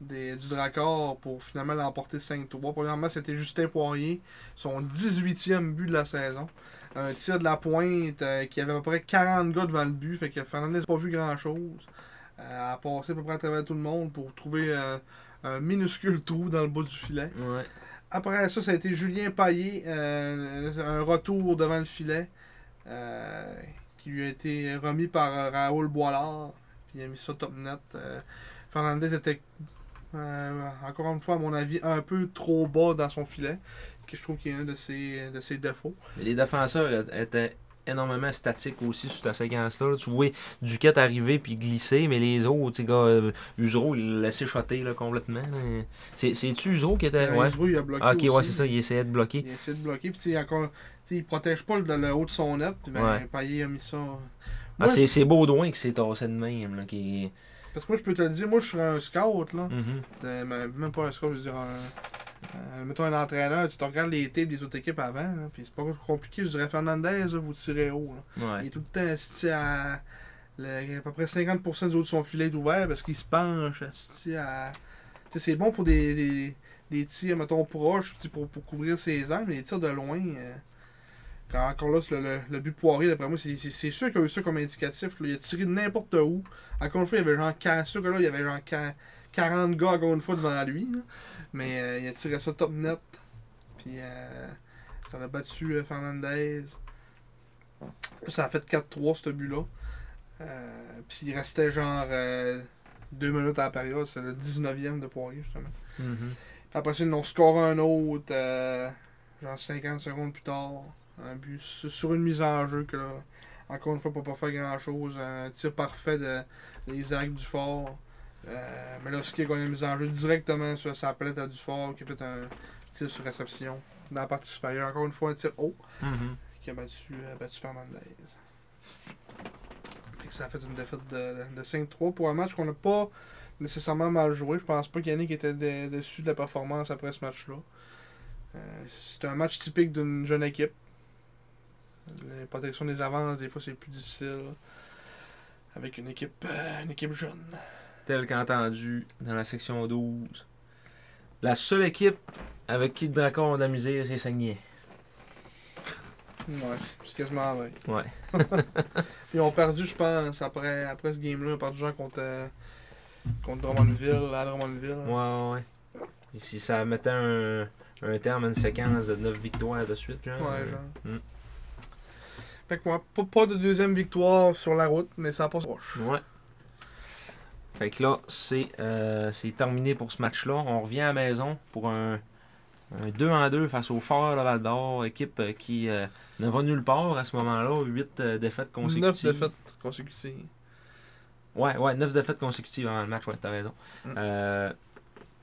des, du Dracor pour finalement l'emporter 5-3. Premièrement, c'était Justin Poirier, son 18e but de la saison. Un tir de la pointe euh, qui avait à peu près 40 gars devant le but, fait que Fernandez n'a pas vu grand-chose. Euh, a passé à peu près à travers tout le monde pour trouver euh, un minuscule trou dans le bas du filet. ouais. Après ça, ça a été Julien Payet, euh, un retour devant le filet, euh, qui lui a été remis par euh, Raoul Boilard. Puis il a mis ça top net. Euh, Fernandez était, euh, encore une fois, à mon avis, un peu trop bas dans son filet, que je trouve qu'il est un de ses, de ses défauts. Mais les défenseurs euh, étaient énormément statiques aussi sur ta séquence-là. là. Tu vois Duquette arriver puis glisser, mais les autres, tu sais, gars, euh, Usereau, il l'a laissé shotter là, complètement. là. C'est- C'est-tu Usereau qui était. Euh, Ouais. Isbroux, il a bloqué Ah, ok, ouais, aussi. c'est ça, il essayait de bloquer. Il a essayé de bloquer. Puis tu sais, encore, tu sais, il protège pas le, le haut de son net. Puis ben, Ouais. Payet a mis ça. Ah, Moi, c'est c'est Baudouin qui s'est tassé de même. Là, qui... Parce que moi, je peux te le dire, moi, je serais un scout. là. Mhm. Euh, mais même pas un scout, je veux dire, un, un- mettons un entraîneur, tu te regardes les tapes des autres équipes avant, hein, puis c'est pas compliqué, je dirais Fernandez, là, vous tirez haut. là. Il Ouais. est tout le temps esti, à, le- à peu près 50% du haut de son filet est ouvert parce qu'il se penche. esti, à- tu sais, c'est bon pour des, des, des tirs, mettons, proches, tu sais, pour, pour couvrir ses angles, mais les tirs de loin. euh, quand encore là, c'est le, le- le but poiré, d'après moi, c'est- c'est c'est sûr qu'il y a eu ça comme indicatif. là. Il a tiré de n'importe où. Encore une fois, il y avait genre 40, sûr que là, il y avait genre 40 40 gars encore une fois devant lui. là. Mais euh, il a tiré ça top net. Puis euh, ça l'a battu euh, Fernandez. Ça a fait 4-3 ce but-là. Euh, puis il restait genre 2 minutes à la période. C'est le 19e de Poirier, justement. Mhm. Après ça, ils en score un autre, euh, genre 50 secondes plus tard. Un but su- sur une mise en jeu que là, encore une fois, pour pas faire grand chose. Un tir parfait de d'Isaac Dufort. Euh, mais là, ce qui a gagné la mise en jeu directement sur sa palette à Dufort, qui a fait un tir sur réception dans la partie supérieure. Encore une fois, un tir haut Mhm. qui a battu, euh, battu Fernandez. Fait que ça a fait une défaite de, de 5-3 pour un match qu'on n'a pas nécessairement mal joué. Je pense pas qu'Yannick était dé- déçu de la performance après ce match-là. Euh, c'est un match typique d'une jeune équipe. La protection des avances, des fois, c'est plus difficile. Avec une équipe, euh, une équipe jeune. Tel qu'entendu dans la section 12. La seule équipe avec qui le Dracor a de la misère, c'est Saguenay. Ouais, c'est quasiment vrai. Ouais. Ils ont perdu, je pense, après, après ce game-là, ils ont perdu genre contre, euh, contre Drummondville, à Drummondville. Ouais, ouais, ouais. Et Si ça mettait un, un terme à une séquence de 9 victoires de suite, genre. Ouais, euh, genre. Mm. Fait que moi, pas, pas de deuxième victoire sur la route, mais ça passe proche. Ouais. Fait que là, c'est euh, c'est terminé pour ce match-là. On revient à la maison pour un, un 2 en 2 face au Fort Laval d'Or, équipe euh, qui euh, ne va nulle part à ce moment-là. 8 défaites consécutives. Neuf défaites consécutives. Ouais, ouais, 9 défaites consécutives avant le match, ouais, t'as raison. Mm. Euh,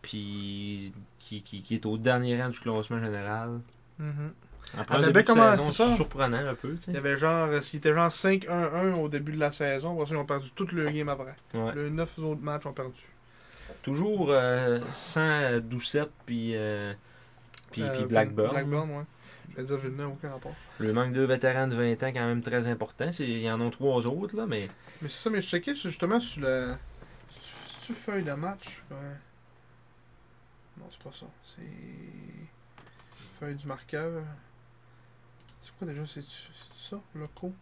puis qui, qui, qui est au dernier rang du classement général. Mm-hmm. Mhm. Après Ah, un ben, début ben, de comment- saison c'est ça? surprenant un peu, tu Il y sais. avait genre, euh, s'il était genre 5-1-1 au début de la saison, après ça, ils ont perdu tout le game après. Ouais. Les neuf autres matchs ont perdu. Toujours euh, sans Doucette puis euh, puis- Euh, puis Blackburn. Blackburn, ouais. Je vais dire Villeneuve, aucun rapport. Le manque de vétérans de 20 ans, quand même très important. C'est- Il y en a trois autres, là, mais. Mais c'est ça, mais je checkais sur- justement sur le. C'est-tu feuille de match ouais. Non, c'est pas ça. C'est. Feuille du marqueur. C'est quoi déjà C'est-tu c'est-tu ça, loco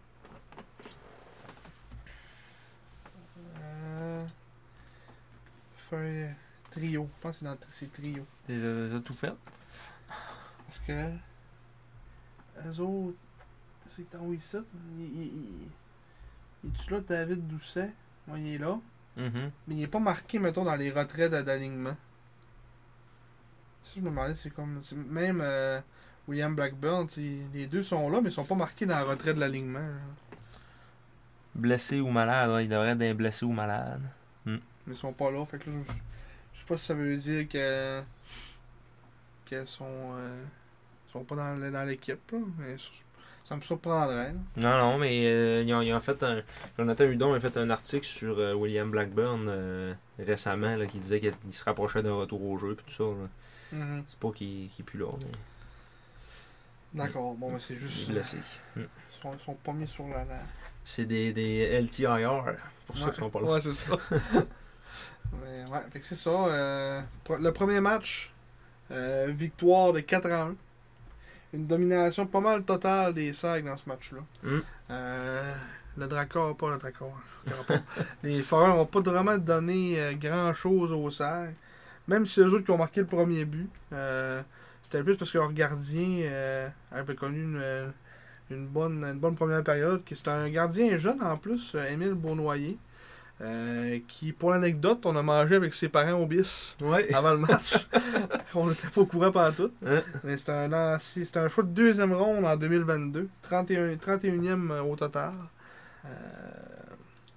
Euh, Feuille. Trio. Je pense que c'est dans le tri- c'est trio. Ils ont- ils ont tout fait. Parce que. Eux autres. C'est en oui, ça. Il, il, il... tu là, David Doucet Ouais, il est là. Mhm. Mais il n'est pas marqué, mettons, dans les retraits d'a- d'alignement. Ça, je me demandais, c'est comme. c'est Même euh, William Blackburn, tu sais, les deux sont là, mais ils sont pas marqués dans le retrait de l'alignement. là. Blessé ou malade, ouais, il devrait être des blessés ou malade. Mais ils sont pas là. Fait que là, je, je sais pas si ça veut dire que. qu'ils sont. euh, sont pas dans, le- dans l'équipe, là. Mais ça- ça me surprendrait. là. Non, non, mais euh, ils, ont, ils ont fait un. Jonathan Hudon a fait un article sur euh, William Blackburn euh, récemment là, qui disait qu'il qu'il se rapprochait d'un retour au jeu et tout ça. là. Mhm. C'est pas qu'il qu'il est plus là, mais D'accord, bon, mais c'est il est juste. blessé. Ils sont, ils sont pas mis sur la. la- C'est des, des LTIR, pour ça Ouais. qu'ils sont pas là. Ouais, c'est ça. Mais ouais, fait que c'est ça. euh, pro- le premier match, euh, victoire de 4 à 1. Une domination pas mal totale des Sags dans ce match-là. Mm. Euh, le Dracor, pas le Dracor. aucun rapport. les Foreurs n'ont pas vraiment donné euh, grand-chose aux Sags. Même si c'est eux autres qui ont marqué le premier but. euh, c'était plus parce que leur gardien euh, avait connu une, euh, une bonne, une bonne première période. qui- C'était un gardien jeune en plus, euh, Émile Beaunoyer. Euh, qui, pour l'anecdote, on a mangé avec ses parents au bis Ouais. avant le match. on n'était pas au courant pas tout. Hein? Mais c'était un, ancien- c'était un choix de deuxième ronde en 2022, 31, 31e au total. Euh,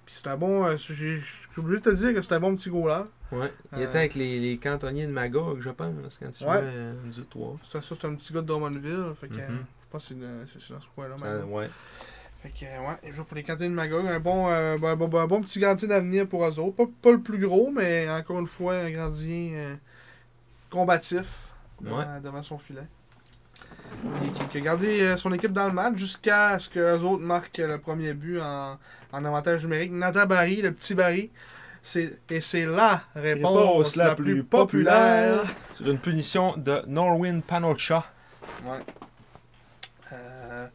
puis c'est un bon. euh, j'ai- Je suis obligé de te dire que c'est un bon petit goaler. Ouais. Il Euh, était avec les, les cantonniers de Magog, je pense, quand tu Ouais. jouais euh, du 3. Ça, ça, c'est un petit gars de Drummondville. Fait que, Mhm. euh, je pense que c'est dans- c'est c'est dans ce coin-là. Ça, maintenant. ouais. Fait que, euh, ouais, il joue pour les cantines de Magog. Un bon, euh, ben, ben, ben, un bon petit gardien d'avenir pour eux autres. Pas, pas le plus gros, mais encore une fois, un gardien euh, combatif devant, devant son filet. Et qui, qui a gardé euh, son équipe dans le match jusqu'à ce que les autres marquent le premier but en, en avantage numérique. Nathan Barry, le petit Barry. c'est- Et c'est la réponse la, plus populaire. Sur une punition de Norwin Panocha. Ouais. Euh,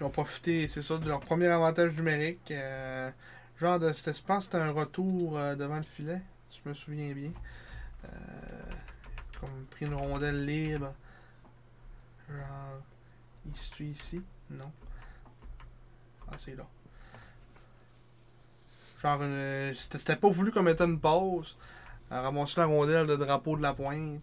ils ont profité, c'est ça, de leur premier avantage numérique. euh, genre de. c'était- Je pense que c'était un retour euh, devant le filet, si je me souviens bien. Euh, comme pris une rondelle libre. Genre. Il se tue ici Non. Ah, c'est là. Genre, une, c'était, c'était pas voulu comme étant une pause. Elle a ramassé la rondelle de drapeau de la pointe.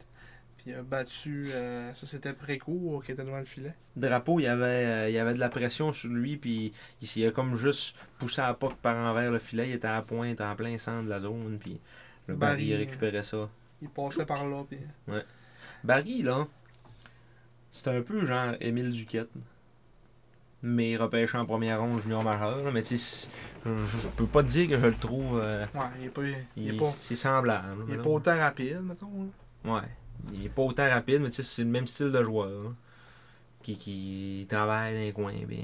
Puis a battu, euh, ça c'était Précourt qui était devant le filet. Drapeau, il y avait, euh, il y avait de la pression sur lui, puis il s'y a comme juste poussé à la poque par envers le filet. Il était à la pointe, en plein centre de la zone, puis le Barry, Barry, euh. il récupérait ça. Il passait par là. Puis... Barry, là, c'est un peu genre Émile Duquette, mais repêché en première ronde junior majeur. là. Mais tu sais, je, je peux pas te dire que je le trouve. euh, Ouais, il est pas, il est il- pas, C'est semblable. il est là. pas autant rapide, mettons. là. Ouais. Il est pas autant rapide, mais tu sais, c'est le même style de joueur. là. Qui, qui travaille dans les coins. ben, bien.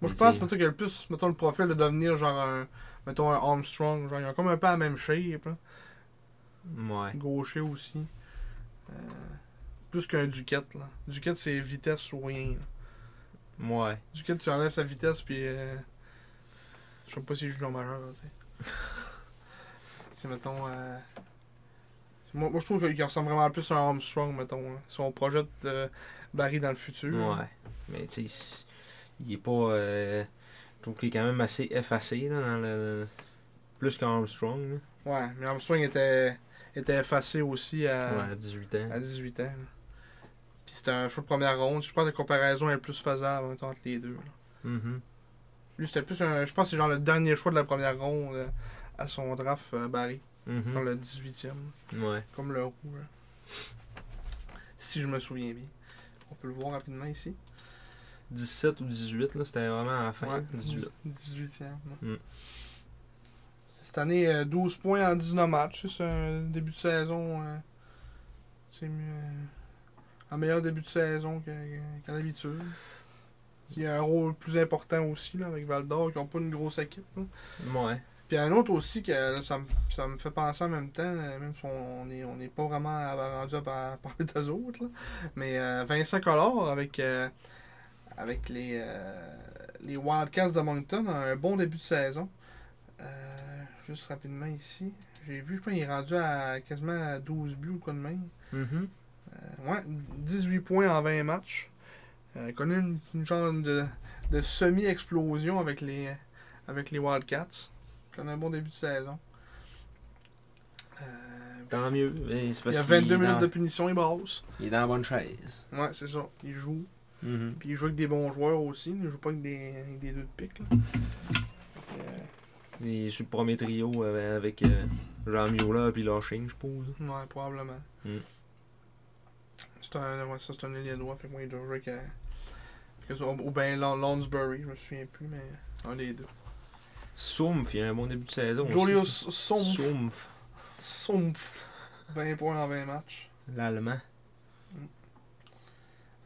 Moi je Mais pense tu- mettons qu'il y a le plus, mettons le profil de devenir genre un, mettons un Armstrong, genre il a comme un peu la même shape, là. Ouais. gaucher aussi. Euh, plus qu'un Duquette là. Duquette c'est vitesse ou rien. là. Ouais. Duquette tu enlèves sa vitesse puis euh, je sais pas si je joue majeur, là, tu sais. c'est mettons euh, moi, moi, je trouve qu'il ressemble vraiment plus à un Armstrong, mettons. là. Si on projette euh, Barry dans le futur. Ouais. Mais tu sais, c'est- il est pas. euh, Je trouve qu'il est quand même assez effacé là, dans le. Plus qu'Armstrong, Ouais, mais Armstrong était, était effacé aussi là, à, à 18 ans. à 18 ans. là. Puis c'était un choix de première ronde. Je pense que la comparaison est plus faisable mettons, entre les deux. là. Mhm. Lui, c'était plus un. Je pense que c'est genre le dernier choix de la première ronde euh, à son draft, euh, Barry, Mhm. dans le 18e. Ouais. comme le rouge. Si je me souviens bien. On peut le voir rapidement ici. 17 ou 18, là, c'était vraiment à la fin. Ouais, 18. 18e. Mm. Cette année, euh, 12 points en 19 matchs. C'est un début de saison. euh, c'est mieux. euh, un meilleur début de saison qu'à qu'à d'habitude. Il y a un rôle plus important aussi là, avec Val d'Or qui n'ont pas une grosse équipe. là. Ouais. Puis un autre aussi que là, ça, me, ça me fait penser en même temps, euh, même si on n'est on est pas vraiment à- rendu à par- parler des autres, là. mais euh, Vincent Collard avec, euh, avec les, euh, les Wildcats de Moncton a un bon début de saison. Euh, juste rapidement ici, j'ai vu, je pense qu'il est rendu à quasiment à 12 buts ou quoi de même. Mhm. Euh, ouais, 18 points en 20 matchs. Euh, il connaît une, une genre de, de semi-explosion avec les, avec les Wildcats. Il connaît un bon début de saison. Euh, Tant mieux. Mais c'est il parce y a qu'il est 22 minutes dans- de Mm-hmm. punition, il brasse. Il est dans la bonne chaise. Ouais, c'est ça. Il joue. Mhm. Puis il joue avec des bons joueurs aussi. Il joue pas avec des, avec des deux de pique. là. euh, Fait Il est sur le premier trio euh, avec euh, Jean Miola puis Lashing, je suppose. que, euh, ouais, probablement. Mm. C'est un, ouais, ça, c'est un ailier droit. Fait que moi, il doit jouer avec, euh, quelque chose- Ou bien Lonsbury, je me souviens plus, mais euh, un des deux. Soumpf, il a un bon début de saison. aussi, Jolios ça. Sompf. Soumpf. Sompf. 20 points en 20 matchs. L'allemand.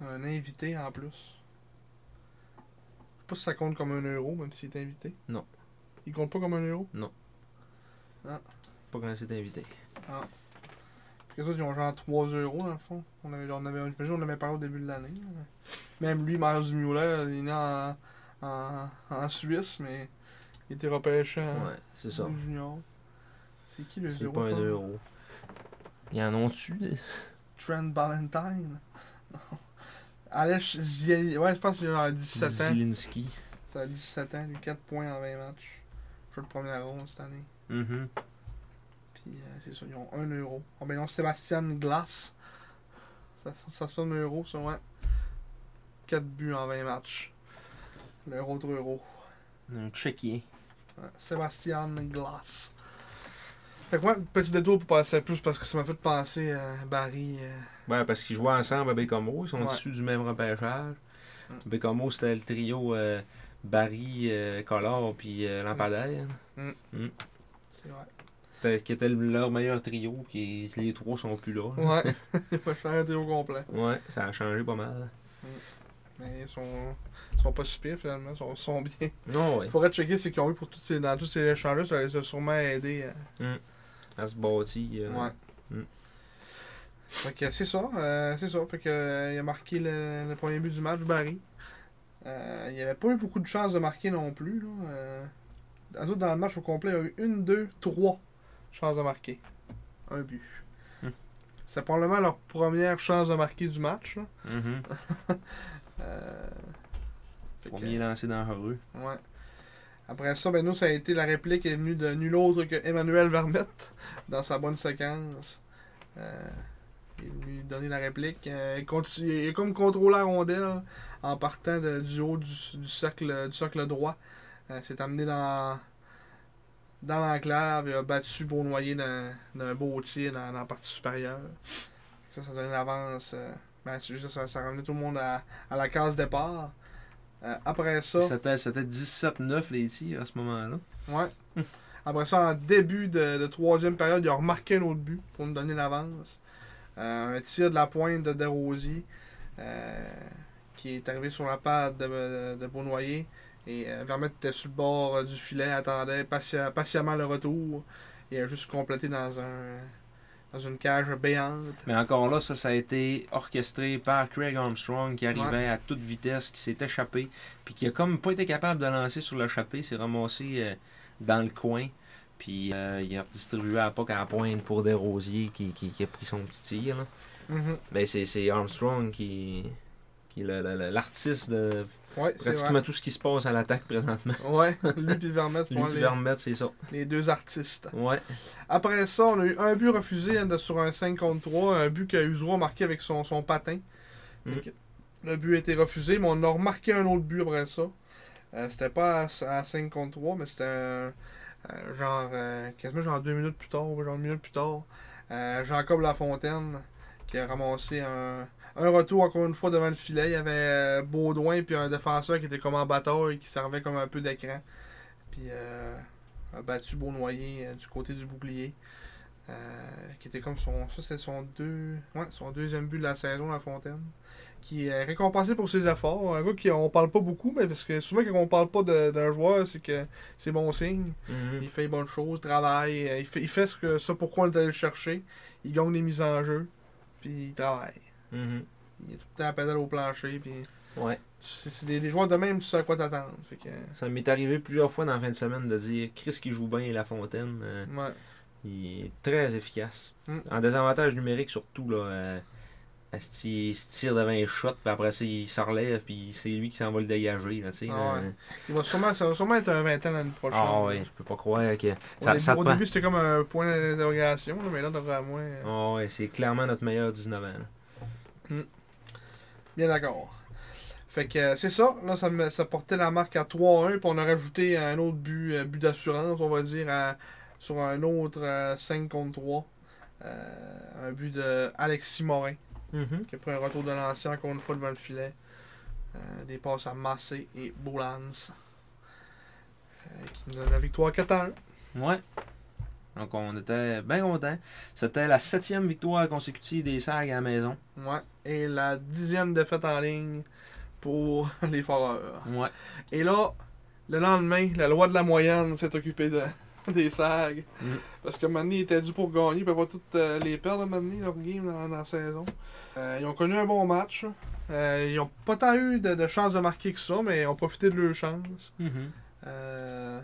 Un invité en plus. Je sais pas si ça compte comme un euro, même s'il est invité. Non. Il compte pas comme un euro. Pas quand c'est invité. Parce que les autres, ils ont genre 3 euros dans le fond. On avait, on avait, j'imagine on avait parlé au début de l'année. là. Même lui, Miles Muller, il est né en, en, en Suisse, mais il était repêché en Ouais, c'est ça. Ligue junior. C'est qui le C'est zéro pas un pardon? euro. Il en ont dessus. Trent Ballantyne. Non. Alex Ziel... Ouais, je pense qu'il a genre 17 ans. Zielinski. Ça a 17 ans, lui 4 points en 20 matchs. Je le premier ronde cette année. Mhm. Puis euh, c'est ça, ils ont 1 euro. Ah ben non, Sébastien Glass. Ça, ça sonne un euro, ça, ouais. 4 buts en 20 matchs. L'euro de euro. Un tchèquien. Ouais, Sébastien Glass. Fait que ouais, petit détour pour passer plus parce que ça m'a fait penser à Barry. euh, Ouais, parce qu'ils jouaient ensemble à Bécomo. Ils sont Ouais. issus du même repêchage. Bécomo, c'était le trio euh, Barry, euh, Collard puis euh, Lampadaire. c'est vrai. C'était- Qui était le- leur meilleur trio. Qui, les trois sont plus là. là. Ouais, il va changer un trio complet. Ouais, ça a changé pas mal. Mais ils sont, ils sont pas si pires finalement, ils sont, ils sont bien. Non, ouais. Il faudrait checker ce qu'ils ont eu pour tous ces, dans tous ces échanges-là, ça les a sûrement aidés. euh, Elle se bâtit. euh, Ouais. Mm. Fait que c'est ça, euh, c'est ça. Fait que euh, il a marqué le, le premier but du match, Barry. Euh, il n'y avait pas eu beaucoup de chances de marquer non plus. Là. Euh, eux autres, dans le match au complet, il y a eu une, deux, trois chances de marquer. Un but. Mm. C'est probablement leur première chance de marquer du match. là. mhm. Euh, fait que- Premier lancé dangereux. Ouais. Après ça, ben nous, ça a été la réplique est venue de nul autre que Emmanuel Vermette dans sa bonne séquence. Euh, il est venu donner la réplique. Euh, il, continue- il est comme contrôlé la rondelle en partant de- du haut du, du cercle, du cercle droit. Euh, s'est amené dans, dans l'enclave et a battu Beaunoyer d'un d'un beau tir dans, dans la partie supérieure. Ça, ça donnait l'avance. euh, ben, c'est juste ça, ça ramenait tout le monde à, à la case départ. Euh, après ça. C'était c'était 17-9 les tirs à ce moment-là. Ouais. Après ça, en début de, de troisième période, il a remarqué un autre but pour nous donner l'avance. Euh, un tir de la pointe de Desrosiers euh, qui est arrivé sur la patte de, de, de Beaunoyer. Et euh, Vermette était sur le bord euh, du filet, attendait patia- patiemment le retour. Et a juste complété dans un dans une cage béante. Mais encore là, ça, ça a été orchestré par Craig Armstrong qui arrivait à toute vitesse, qui s'est échappé, puis qui a comme pas été capable de lancer sur le chapeau, s'est ramassé euh, dans le coin, puis euh, il a redistribué à Puck à la pointe pour des rosiers qui, qui, qui a pris son petit tir. là. Mhm. Ben, c'est c'est Armstrong qui, qui est le- le- le- l'artiste de Ouais, c'est pratiquement vrai. tout ce qui se passe à l'attaque présentement. Ouais, lui et Vermette, c'est Lui pour puis les, Vermette, c'est ça. les deux artistes. Ouais. Après ça, on a eu un but refusé hein, de- sur un 5 contre 3, un but que Usura a marqué avec son, son patin. Fait que Le but a été refusé, mais on a remarqué un autre but après ça. Euh, c'était pas à, à 5 contre 3, mais c'était euh, euh, genre euh, quasiment genre 2 minutes plus tard, ou genre une minute plus tard. Euh, Jacob Lafontaine qui a ramassé un, un retour encore une fois devant le filet. Il y avait euh, Baudouin puis un défenseur qui était comme en bataille qui servait comme un peu d'écran. Puis euh, a battu Beaunoyer euh, du côté du bouclier. euh, qui était comme son. Ça, c'était son, deux, ouais, son deuxième but de la saison, La Fontaine. Qui est récompensé pour ses efforts. Un gars qui on parle pas beaucoup, mais parce que souvent, quand on parle pas de- d'un joueur, c'est que c'est bon signe. Mhm. Il fait les bonnes choses, travaille, euh, il fait, il fait ce que ça pourquoi on est allé le chercher. Il gagne des mises en jeu, puis il travaille. Mhm. Il est tout le temps à la pédale au plancher, puis Ouais. c'est c'est des, des joueurs de même, tu sais à quoi t'attendre. Fait que, ouais. Ça m'est arrivé plusieurs fois dans la fin de semaine de dire Chris qui joue bien La Fontaine. euh, Il est très efficace. Mm. En désavantage numérique, surtout, là. euh, asti, il se tire devant les shots, puis après ça, il s'en relève, puis c'est lui qui s'en va le dégager, là, tu sais. Ah là. ouais. Il va sûrement, ça va sûrement être un 20 ans l'année prochaine. Ah ouais, je peux pas croire que. Au, Ça, début, ça te au prend- début, c'était comme un point d'interrogation, là, euh, mais là, devrait moins. Ah ouais, c'est clairement notre meilleur 19 ans. là. Bien d'accord. Fait que euh, c'est ça. Là, ça, me- ça portait la marque à 3-1. Puis on a rajouté un autre but, euh, but d'assurance, on va dire, à- sur un autre euh, 5 contre 3. Euh, un but de Alexis Morin, qui a pris un retour de lancer encore une fois devant le filet. Euh, des passes à Massé et Boulans. Euh, qui nous donne la victoire 4-1. Ouais. Donc, on était bien contents. C'était la septième victoire consécutive des Sags à la maison. Ouais. Et la dixième défaite en ligne pour les Foreurs. Ouais. Et là, le lendemain, la loi de la moyenne s'est occupée de, des sags. Mm. Parce que Manny était dû pour gagner, il peut pas toutes euh, les perdre Manny leur game dans, dans la saison. Euh, ils ont connu un bon match. Euh, ils ont pas tant eu de, de chances de marquer que ça, mais ils ont profité de leur chance. Euh,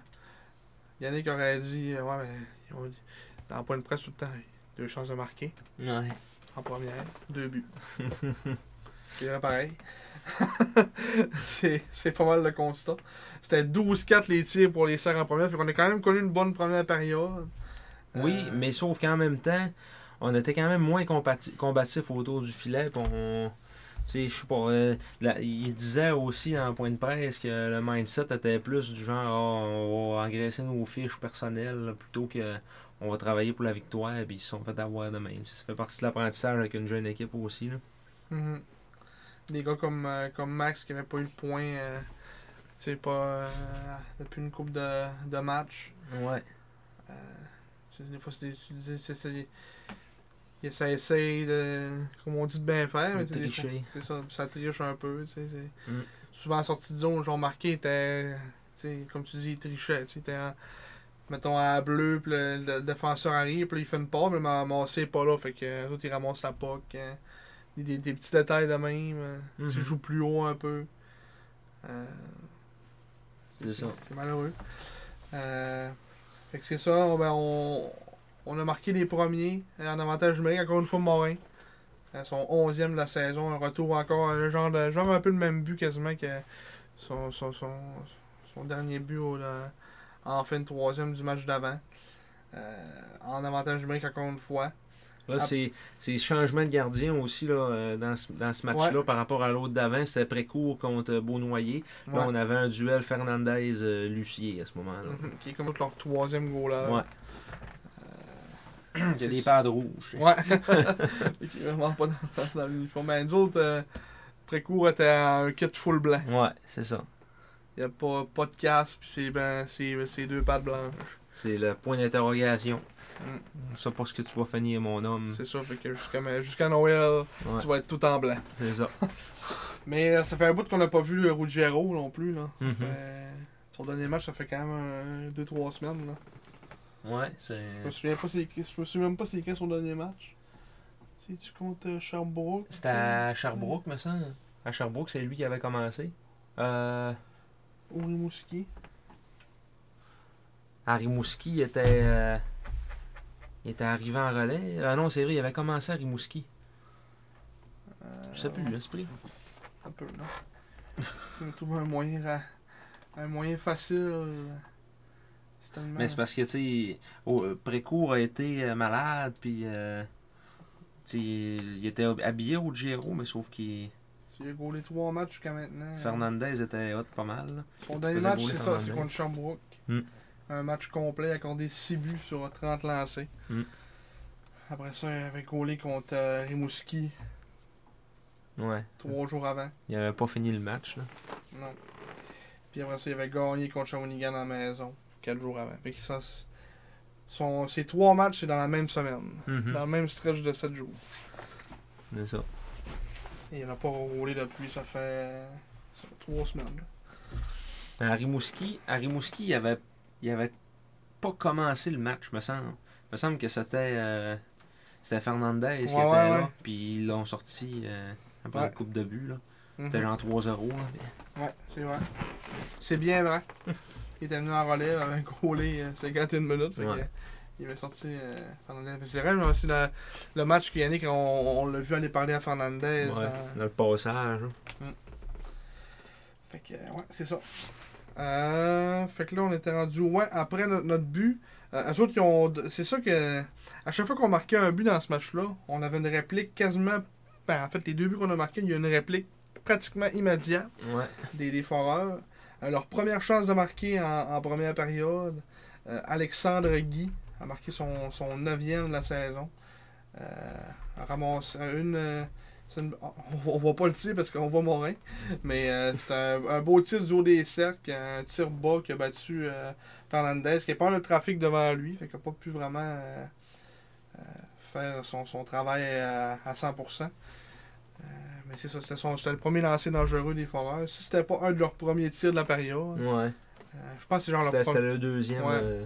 Yannick aurait dit euh, Ouais, mais ils ont dit, dans le point de presse tout le temps, deux chances de marquer Ouais. en première, deux buts. C'est vrai pareil. c'est c'est pas mal le constat. C'était 12-4 les tirs pour les serres en première. Fait qu'on a quand même connu une bonne première période. Oui, Euh, mais sauf qu'en même temps, on était quand même moins compati- combatifs autour du filet. puis on, tu sais, je sais pas. euh, la- il disait aussi en point de presse que le mindset était plus du genre Ah, on va engraisser nos fiches personnelles là, plutôt que on va travailler pour la victoire. Puis ils se sont fait avoir de même. Ça fait partie de l'apprentissage avec une jeune équipe aussi. là. mhm. Des gars comme, euh, comme Max qui n'avait pas eu le point euh, tu sais, pas, euh, depuis une coupe de, de matchs. Ouais. Euh, tu sais, des fois, c'est des- tu disais, c'est- c'est- il- ça essaye de, comme on dit, de bien faire. mais De tu sais, des fois- tricher. C'est ça, ça triche un peu, tu sais. c'est- Mm. Souvent en sortie de zone, jean marqué était, tu sais, comme tu dis, il trichait, tu sais, il était en- mettons à bleu, puis le, le défenseur arrive, puis là, il fait une passe, mais ramassé est pas là, fait que euh, eux autres, ils ramassent la euh, POC. des, des- des petits détails de même, euh, Mhm. tu joues plus haut un peu. Euh, C'est ça. C'est malheureux. Euh, fait que c'est ça, on, ben, on, on a marqué les premiers euh, en avantage numérique, encore une fois Morin. Euh, son 11e de la saison, un retour encore, un genre, de, genre un peu le même but quasiment que son, son, son, son dernier but au- dans- en fin de troisième du match d'avant. Euh, en avantage numérique encore une fois. Là, Ah. c'est c'est changement de gardien aussi là, euh, dans ce, dans ce match-là par rapport à l'autre d'avant. C'était précourt contre euh, Beaunoyer. Là, Ouais. on avait un duel Fernandez-Lucier à ce moment-là. Mhm, Qui est comme leur troisième goal là. Ouais. Il y c'est a des ça. pads rouges. Ouais. Et qui est vraiment pas dans, dans l'uniforme. Mais nous autres, euh, Précourt était en un kit full blanc. Ouais, c'est ça. Il n'y a pas, pas de casque, puis c'est ben, c'est- c'est deux pattes blanches. C'est le point d'interrogation. Mm. Ça, pas ce que tu vas finir, mon homme. C'est ça, fait que jusqu'à ma- jusqu'à Noël, Hmm. Ouais, tu vas être tout en blanc. c'est ça. Mais euh, ça fait un bout qu'on n'a pas vu euh, Ruggiero non plus. Là. Mhm. Euh, son dernier match, ça fait quand même 2-3 semaines. Là. Ouais, c'est. Je me souviens pas c'est qui- je me souviens même pas c'est quand son dernier match. Si tu comptes euh, Sherbrooke. C'était à Sherbrooke, me semble. À Sherbrooke, c'est lui qui avait commencé. Euh, Ou Rimouski. à Rimouski, il était. euh, il était arrivé en relais. Ah non, c'est vrai, il avait commencé à Rimouski. Euh, Je sais plus, l'esprit. Un peu, non. Je me trouve un moyen, ra- un moyen facile. euh, C'est tellement... Mais c'est parce que, tu sais, au- euh, Précourt a été euh, malade, puis. euh, tu sais, il était habillé au Giro, mais sauf qu'il. Tu as gaulé trois matchs jusqu'à maintenant. Fernandez était hot pas mal. là. Son dernier faisait match, gauler c'est ça, Fernandez. c'est contre Sherbrooke. Mm. Un match complet, accordé 6 buts sur 30 lancés. Mm. Après ça, il avait gaulé contre euh, Rimouski Ouais. trois jours avant. Il avait pas fini le match. Là. Non. Puis après ça, il avait gagné contre Shawinigan en maison quatre jours avant. Fait que ça, c'est- Son, ses trois matchs, c'est dans la même semaine. Mhm. Dans le même stretch de 7 jours. C'est ça. Et il n'a pas roulé depuis, ça fait, ça fait trois semaines. là. À Rimouski, à Rimouski, il avait, il avait pas commencé le match, me semble. me semble que c'était euh, c'était Fernandez qui était Ouais, ouais, ouais. là. Puis ils l'ont sorti euh, après Ouais. une coupe de but. là. Mhm. C'était genre 3-0. là. Ouais, c'est vrai. C'est bien vrai. Il était venu en relève avec Rolé 51 euh, minutes. Fait que, Ouais. il avait sorti euh, Fernandez. C'est vrai, mais aussi le, le match que Yannick, on, on l'a vu aller parler à Fernandez. Ouais, dans- dans le passage. hein. là. Fait que, euh, ouais, c'est ça. Euh, fait que là, on était rendu, ouais, après no- notre but. Euh, eux autres, ils ont. C'est ça que. À chaque fois qu'on marquait un but dans ce match-là, on avait une réplique quasiment. ben, en fait, les deux buts qu'on a marqués, il y a une réplique pratiquement immédiate Ouais. des, des Foreurs. Euh, leur première chance de marquer en, en première période, euh, Alexandre Guy a marqué son, son neuvième de la saison. Euh, a ramassé une, euh, c'est une- on- on voit pas le tir parce qu'on voit Morin, mais euh, c'est un, un beau tir du haut des cercles, un tir bas qui a battu euh, Fernandez, qui a pas le trafic devant lui, fait qu'il n'a pas pu vraiment euh, euh, faire son, son travail à, à 100%. Euh, mais c'est ça, c'était son- c'était le premier lancer dangereux des Foreurs. Si c'était pas un de leurs premiers tirs de la période, Ouais. euh, je pense que c'est genre leur C'était c'était premier. le deuxième. Ouais. euh,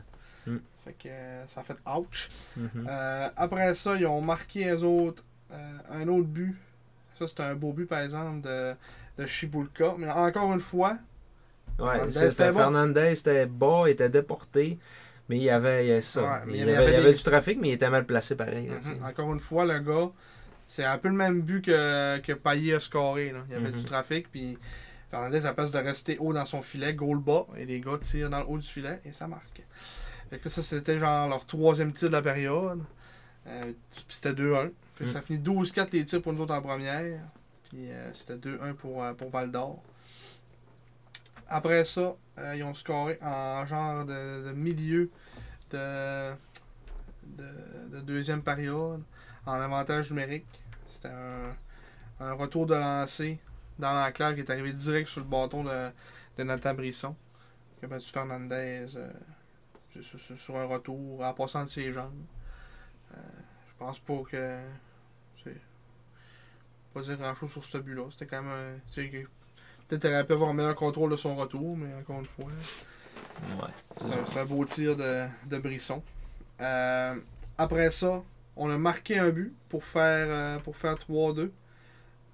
Fait que euh, ça a fait ouch. mhm. Euh, après ça, ils ont marqué eux autres euh, un autre but. Ça, c'était un beau but, par exemple, de, de Chibulka. Mais encore une fois, Ouais, Euh, Fernandez, c'était- c'était bon. Fernandez était bas, il était déporté, mais il y avait, il y avait ça. Ouais, mais il, y avait, il y des- avait du trafic, mais il était mal placé pareil. là, tu sais. mhm, encore une fois, le gars, c'est un peu le même but que, que Payet a scoré. là. Il y avait Mhm. du trafic, puis Fernandez, à place de rester haut dans son filet, goal bas, et les gars tirent dans le haut du filet, et ça marque. Fait que ça, c'était genre leur troisième tir de la période. Euh, puis c'était 2-1. Fait que Mm. ça finit 12-4 les tirs pour nous autres en première. Puis euh, c'était 2-1 pour, euh, pour Val d'Or. Après ça, euh, ils ont scoré en genre de, de milieu de, de, de deuxième période en avantage numérique. C'était un, un retour de lancer dans l'enclave qui est arrivé direct sur le bâton de, de Nathan Brisson. Qui a battu Fernandez euh, sur- sur, sur un retour en passant de ses jambes. Euh, je pense pas que. c'est- Pas dire grand chose sur ce but-là. C'était quand même. un- tu sais, que- Peut-être qu'elle aurait pu avoir un meilleur contrôle de son retour, mais encore une fois. Ouais. C'est un- C'est un, beau tir de, de Brisson. Euh, après ça, on a marqué un but pour faire, euh, pour faire 3-2.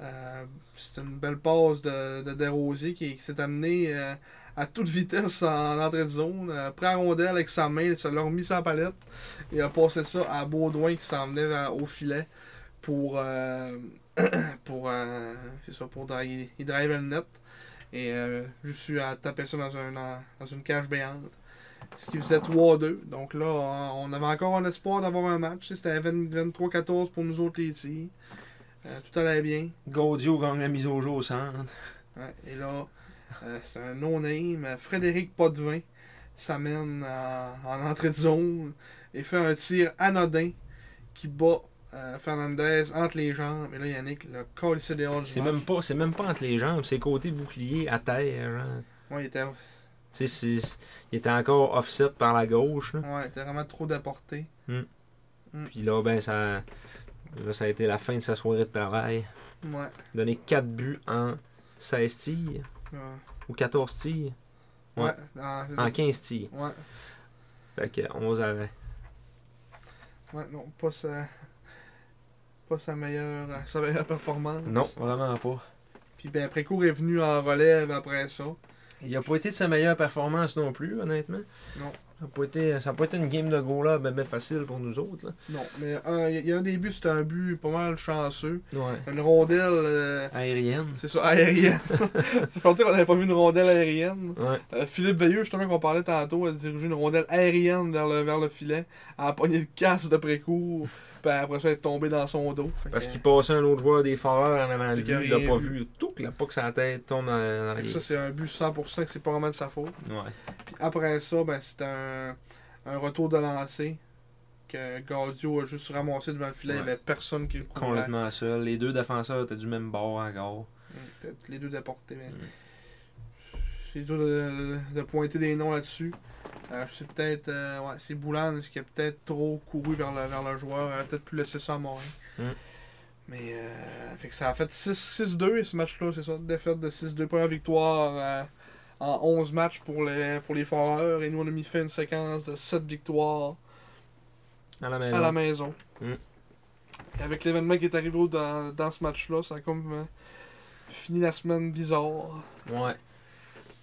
Euh, c'est une belle passe de, de Desrosiers qui, qui s'est amené euh, à toute vitesse en, entrée de zone. Euh, prêt à rondelle avec sa main, il se l'a remis sa palette. Il a passé ça à Baudouin qui s'en venait vers- au filet pour, euh, pour, euh, c'est ça, pour driver, il drive le net. Et euh, je suis à taper ça dans, un, dans, dans une cage béante. Ce qui faisait 3-2. Donc là, on on avait encore un espoir d'avoir un match. Tu sais, C'était 20 23-14 pour nous autres les tirs. Euh, tout allait bien. Gaudio gagne la mise au jeu au hein. centre. Ouais, et là, euh, c'est un non-name. Euh, Frédéric Potvin s'amène en, en entrée de zone et fait un tir anodin qui bat euh, Fernandez entre les jambes. Et là, Yannick, le call ici dehors du C'est match. même pas, c'est même pas entre les jambes, c'est côté bouclier à terre. genre. Ouais, il était, ouais, Tu sais, c'est- il était encore offset par la gauche. là. il était vraiment trop d'apporté. Puis là, ben ça, là, ça a été la fin de sa soirée de travail. Ouais. Donner 4 buts en 16 tirs Ouais. ou 14 tirs, Ouais. Ouais, ah, c'est ça. en 15 tirs. Ouais. Fait que 11 arrêts. Ouais, non, pas sa, pas sa meilleure, euh, sa meilleure performance. Non, vraiment pas. Puis ben, après coup, est venu en relève après ça. Il a pas été de sa meilleure performance non plus, honnêtement. Non. Ça n'a pas, été- ça a pas été une game de go là, ben, ben facile pour nous autres. Là. Non, mais un- il y a un début, c'était un but pas mal chanceux. Ouais. Une rondelle, euh, Aérienne. c'est ça, aérienne. c'est fort qu'on n'avait pas vu une rondelle aérienne. Ouais. Euh, Philippe Veilleux, justement, qu'on parlait tantôt, a dirigé une rondelle aérienne vers le, vers le filet, a pogné le casse d'après-coup, puis après ça, elle est tombée dans son dos. Fait Parce que- qu'il passait un autre joueur des foreurs en avant de Puis lui, qu'il a il l'a rien pas vu. vu. Tout que la puck sa tête tombe dans, dans fait que les... ça, c'est un but 100% que c'est pas vraiment de sa faute. Ouais. Puis après ça, ben, c'est un, un retour de lancer que Gaudio a juste ramassé devant le filet. Il n'y Ouais. avait personne qui le couvrait. Complètement seul. Les deux défenseurs étaient du même bord encore. Mm, peut-être Les deux déportés. Mais... Mm. C'est dur de, de pointer des noms là-dessus. Euh, c'est peut-être. euh, ouais, c'est Boulan qui a peut-être trop couru vers le, vers le joueur. Il aurait peut-être pu laisser ça à Morin. Mm. Mais euh, fait que ça a fait 6-6-2 et ce match-là, c'est ça. Défaite de 6-2. Première victoire euh, en 11 matchs pour les, pour les Foreurs. Et nous, on a mis fait une séquence de 7 victoires À la à la maison. maison. Mm. Et avec l'événement qui est arrivé au- dans, dans ce match-là, ça a comme euh, fini la semaine bizarre. Ouais.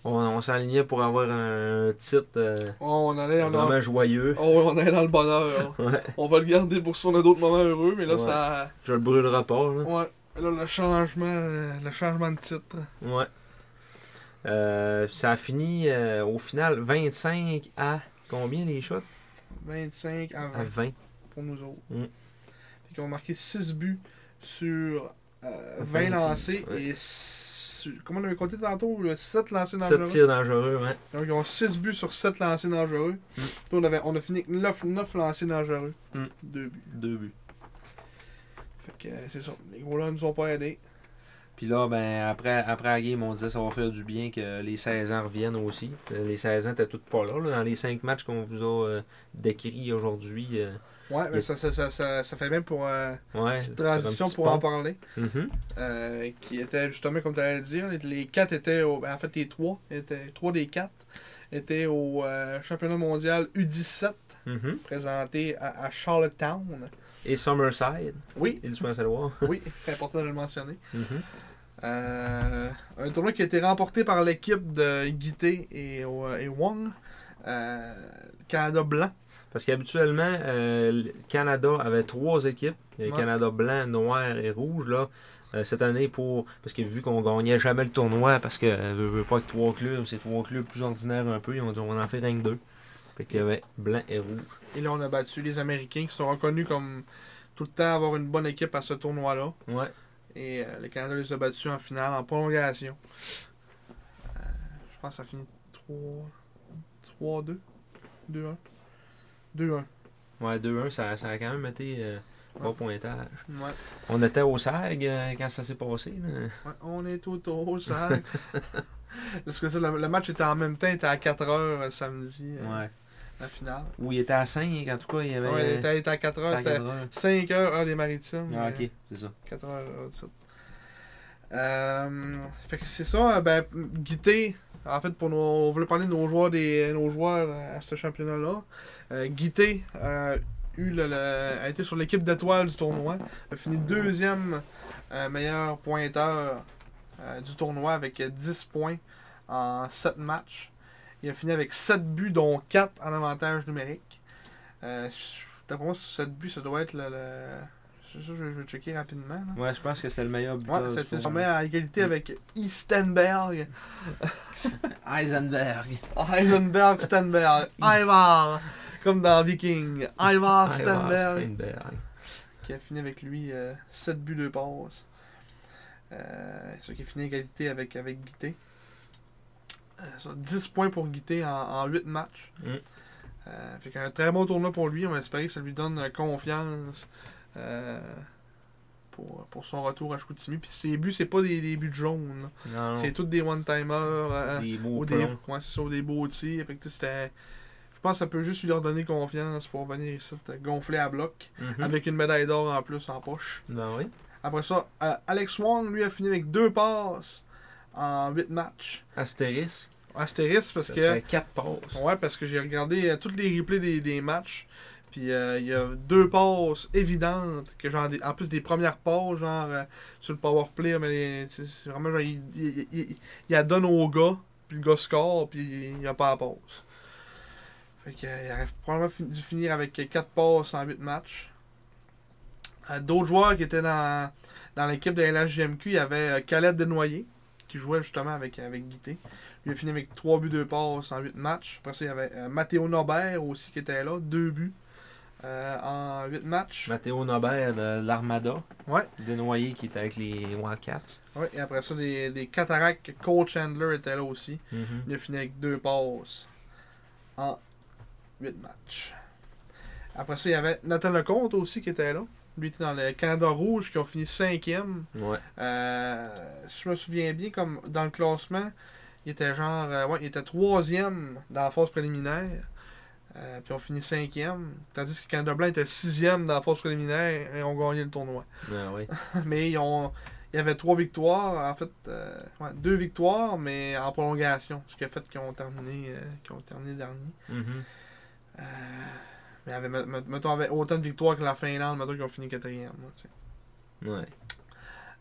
On, on s'alignait pour avoir un titre euh, Oh, On allait, on, vraiment joyeux. oh, on allait dans le bonheur. Ouais. on va le garder pour si on a d'autres moments heureux, mais là, Ouais. ça. Je le brûlerai pas, là. Ouais. Là, le changement, euh, le changement de titre. Ouais. Euh, ça a fini euh, au final 25 à combien les shots 25 à 20 À 20. pour nous autres. Mm. Fait qu'on a marqué 6 buts sur euh, 20 Vingt-six, lancés ouais. et. s- Comment on avait compté tantôt 7 lancés dans 7 tirs dangereux, ouais. Donc, ils ont 6 buts sur 7 lancés dangereux. Mm. Nous, on, avait, on a fini avec 9, lancés dangereux. Mm. 2 buts. 2 buts. Fait que euh, c'est ça. Les gros là nous ont pas aidés. Puis là, ben, après, après la game, on disait ça va faire du bien que les 16 ans reviennent aussi. Euh, Les 16 ans étaient toutes pas là. là. Dans les 5 matchs qu'on vous a euh, décrits aujourd'hui, euh, Ouais, mais Yes. ça, ça, ça, ça, ça fait bien pour euh, ouais. petite transition pour en parler. parler. Euh, qui était justement, comme tu allais le dire, les 4 étaient. au- ben, en fait, les 3, étaient, 3 des 4 étaient au euh, championnat mondial U17 présenté à, à Charlottetown. mhm. Et Summerside, Oui, il se à loire oui, c'est important de le mentionner. Euh, un tournoi qui a été remporté par l'équipe de Guité et, euh, et Wong. Euh, Canada blanc. Parce qu'habituellement, euh, le Canada avait trois équipes. Il y a Ouais. Canada blanc, noir et rouge. Là, Euh, cette année, pour parce que vu qu'on gagnait jamais le tournoi, parce que euh, veut, veut pas que trois clubs, c'est trois clubs plus ordinaires un peu, ils ont dit on en fait rien que deux. Fait qu'il y avait blanc et rouge. Et là, on a battu les Américains qui sont reconnus comme tout le temps avoir une bonne équipe à ce tournoi-là. Ouais. Et euh, le Canada les a battus en finale, en prolongation. Euh, je pense que ça finit 3... 3-2. 2-1. 2-1. Ouais, 2-1, ça, ça a quand même été euh, bon Ouais. pointage. Ouais. ouais. On était au SAG euh, quand ça s'est passé. là. On est au taureau, ça. Parce que ça, le, le match était en même temps, il était à 4h samedi, euh, Ouais. la finale. Ou il était à 5, en tout cas, il y avait. Ouais, il euh, était- il était à 4 heures, c'était Tagara. 5 heures, heure des maritimes. Ah, euh, ok, c'est ça. 4 heures, heure du sud. Euh, fait que c'est ça, euh, ben, Guité, en fait, pour nos, on voulait parler de nos joueurs, des, nos joueurs euh, à ce championnat-là. Euh, Guité euh, eu le- le- a été sur l'équipe d'étoiles du tournoi, a fini deuxième euh, meilleur pointeur euh, du tournoi avec euh, 10 points en 7 matchs. Il a fini avec 7 buts, dont 4 en avantage numérique. Euh, D'après moi, 7 buts, ça doit être le. le- c'est ça, je, je vais checker rapidement. là. Ouais, je pense que c'était le meilleur buteur. Ouais, ça du fait tournoi. sûrement à égalité avec Istenberg, Heisenberg. Heisenberg, Stenberg, Ivar, comme dans Viking, Ivar Stenberg, Steinberg. qui a fini avec lui 7 buts, 2 passes. Euh, ce qui a fini à égalité avec, avec Guité. Euh, ça, 10 points pour Guité en, 8 matchs. Mm. Euh, fait qu'un très bon tournoi pour lui. On va espérer que ça lui donne euh, confiance euh, pour, pour son retour à Chicoutimi. Puis ses buts, c'est pas des, des buts jaunes. là. Non, non, C'est tous des one-timers. euh, des beaux ou des, plombs. ouais, c'est ça, ou des beaux tirs. Fait que, tu sais, c'était- Je pense que ça peut juste lui donner confiance pour venir ici te gonfler à bloc. Mhm. Avec une médaille d'or en plus en poche. Ben oui. Après ça, euh, Alex Wong, lui, a fini avec deux passes en 8 matchs. Astérisque. Astérisque parce Ça que. serait 4 passes. Ouais, parce que j'ai regardé euh, tous les replays des, des matchs. Puis euh, il y a deux passes évidentes. Que genre des- en plus des premières passes, genre euh, sur le power play, mais c'est c'est vraiment genre. Il, il, il- il- il la donne au gars, puis le gars score, puis il n'y a pas la passe. Fait qu'il aurait probablement fini- dû finir avec 4 passes en 8 matchs. Euh, D'autres joueurs qui étaient dans, dans l'équipe de LHGMQ, il y avait euh, Caleb Denoyer, qui jouait justement avec, avec Guité. Lui a fini avec 3 buts, 2 passes en 8 matchs. Après ça, il y avait euh, Matteo Norbert aussi qui était là, 2 buts euh, en 8 matchs. Matteo Nobert de l'Armada. Ouais. Dénoyer qui était avec les Wildcats. Ouais, et après ça, des, des cataractes, Cole Chandler était là aussi. Mhm. Il a fini avec 2 passes en 8 matchs. Après ça, il y avait Nathan Lecomte aussi qui était là. Lui était dans le Canada Rouge qui ont fini 5e. Ouais. Euh, si je me souviens bien, comme dans le classement, Il était genre. euh, ouais, il était troisième dans la phase préliminaire. Euh, puis on finit cinquième. Tandis que le Canada Blanc était sixième dans la phase préliminaire et ont gagné le tournoi. Ah oui. mais ils ont. Il y avait trois victoires, en fait, euh, ouais, deux victoires, mais en prolongation, ce qui a fait qu'ils ont terminé, euh, qu'ils ont terminé dernier. Mhm. Euh, mais avec, me- me- mettons, avec autant de victoires que la Finlande, mettons qu'ils ont fini quatrième. là, tu sais. Ouais.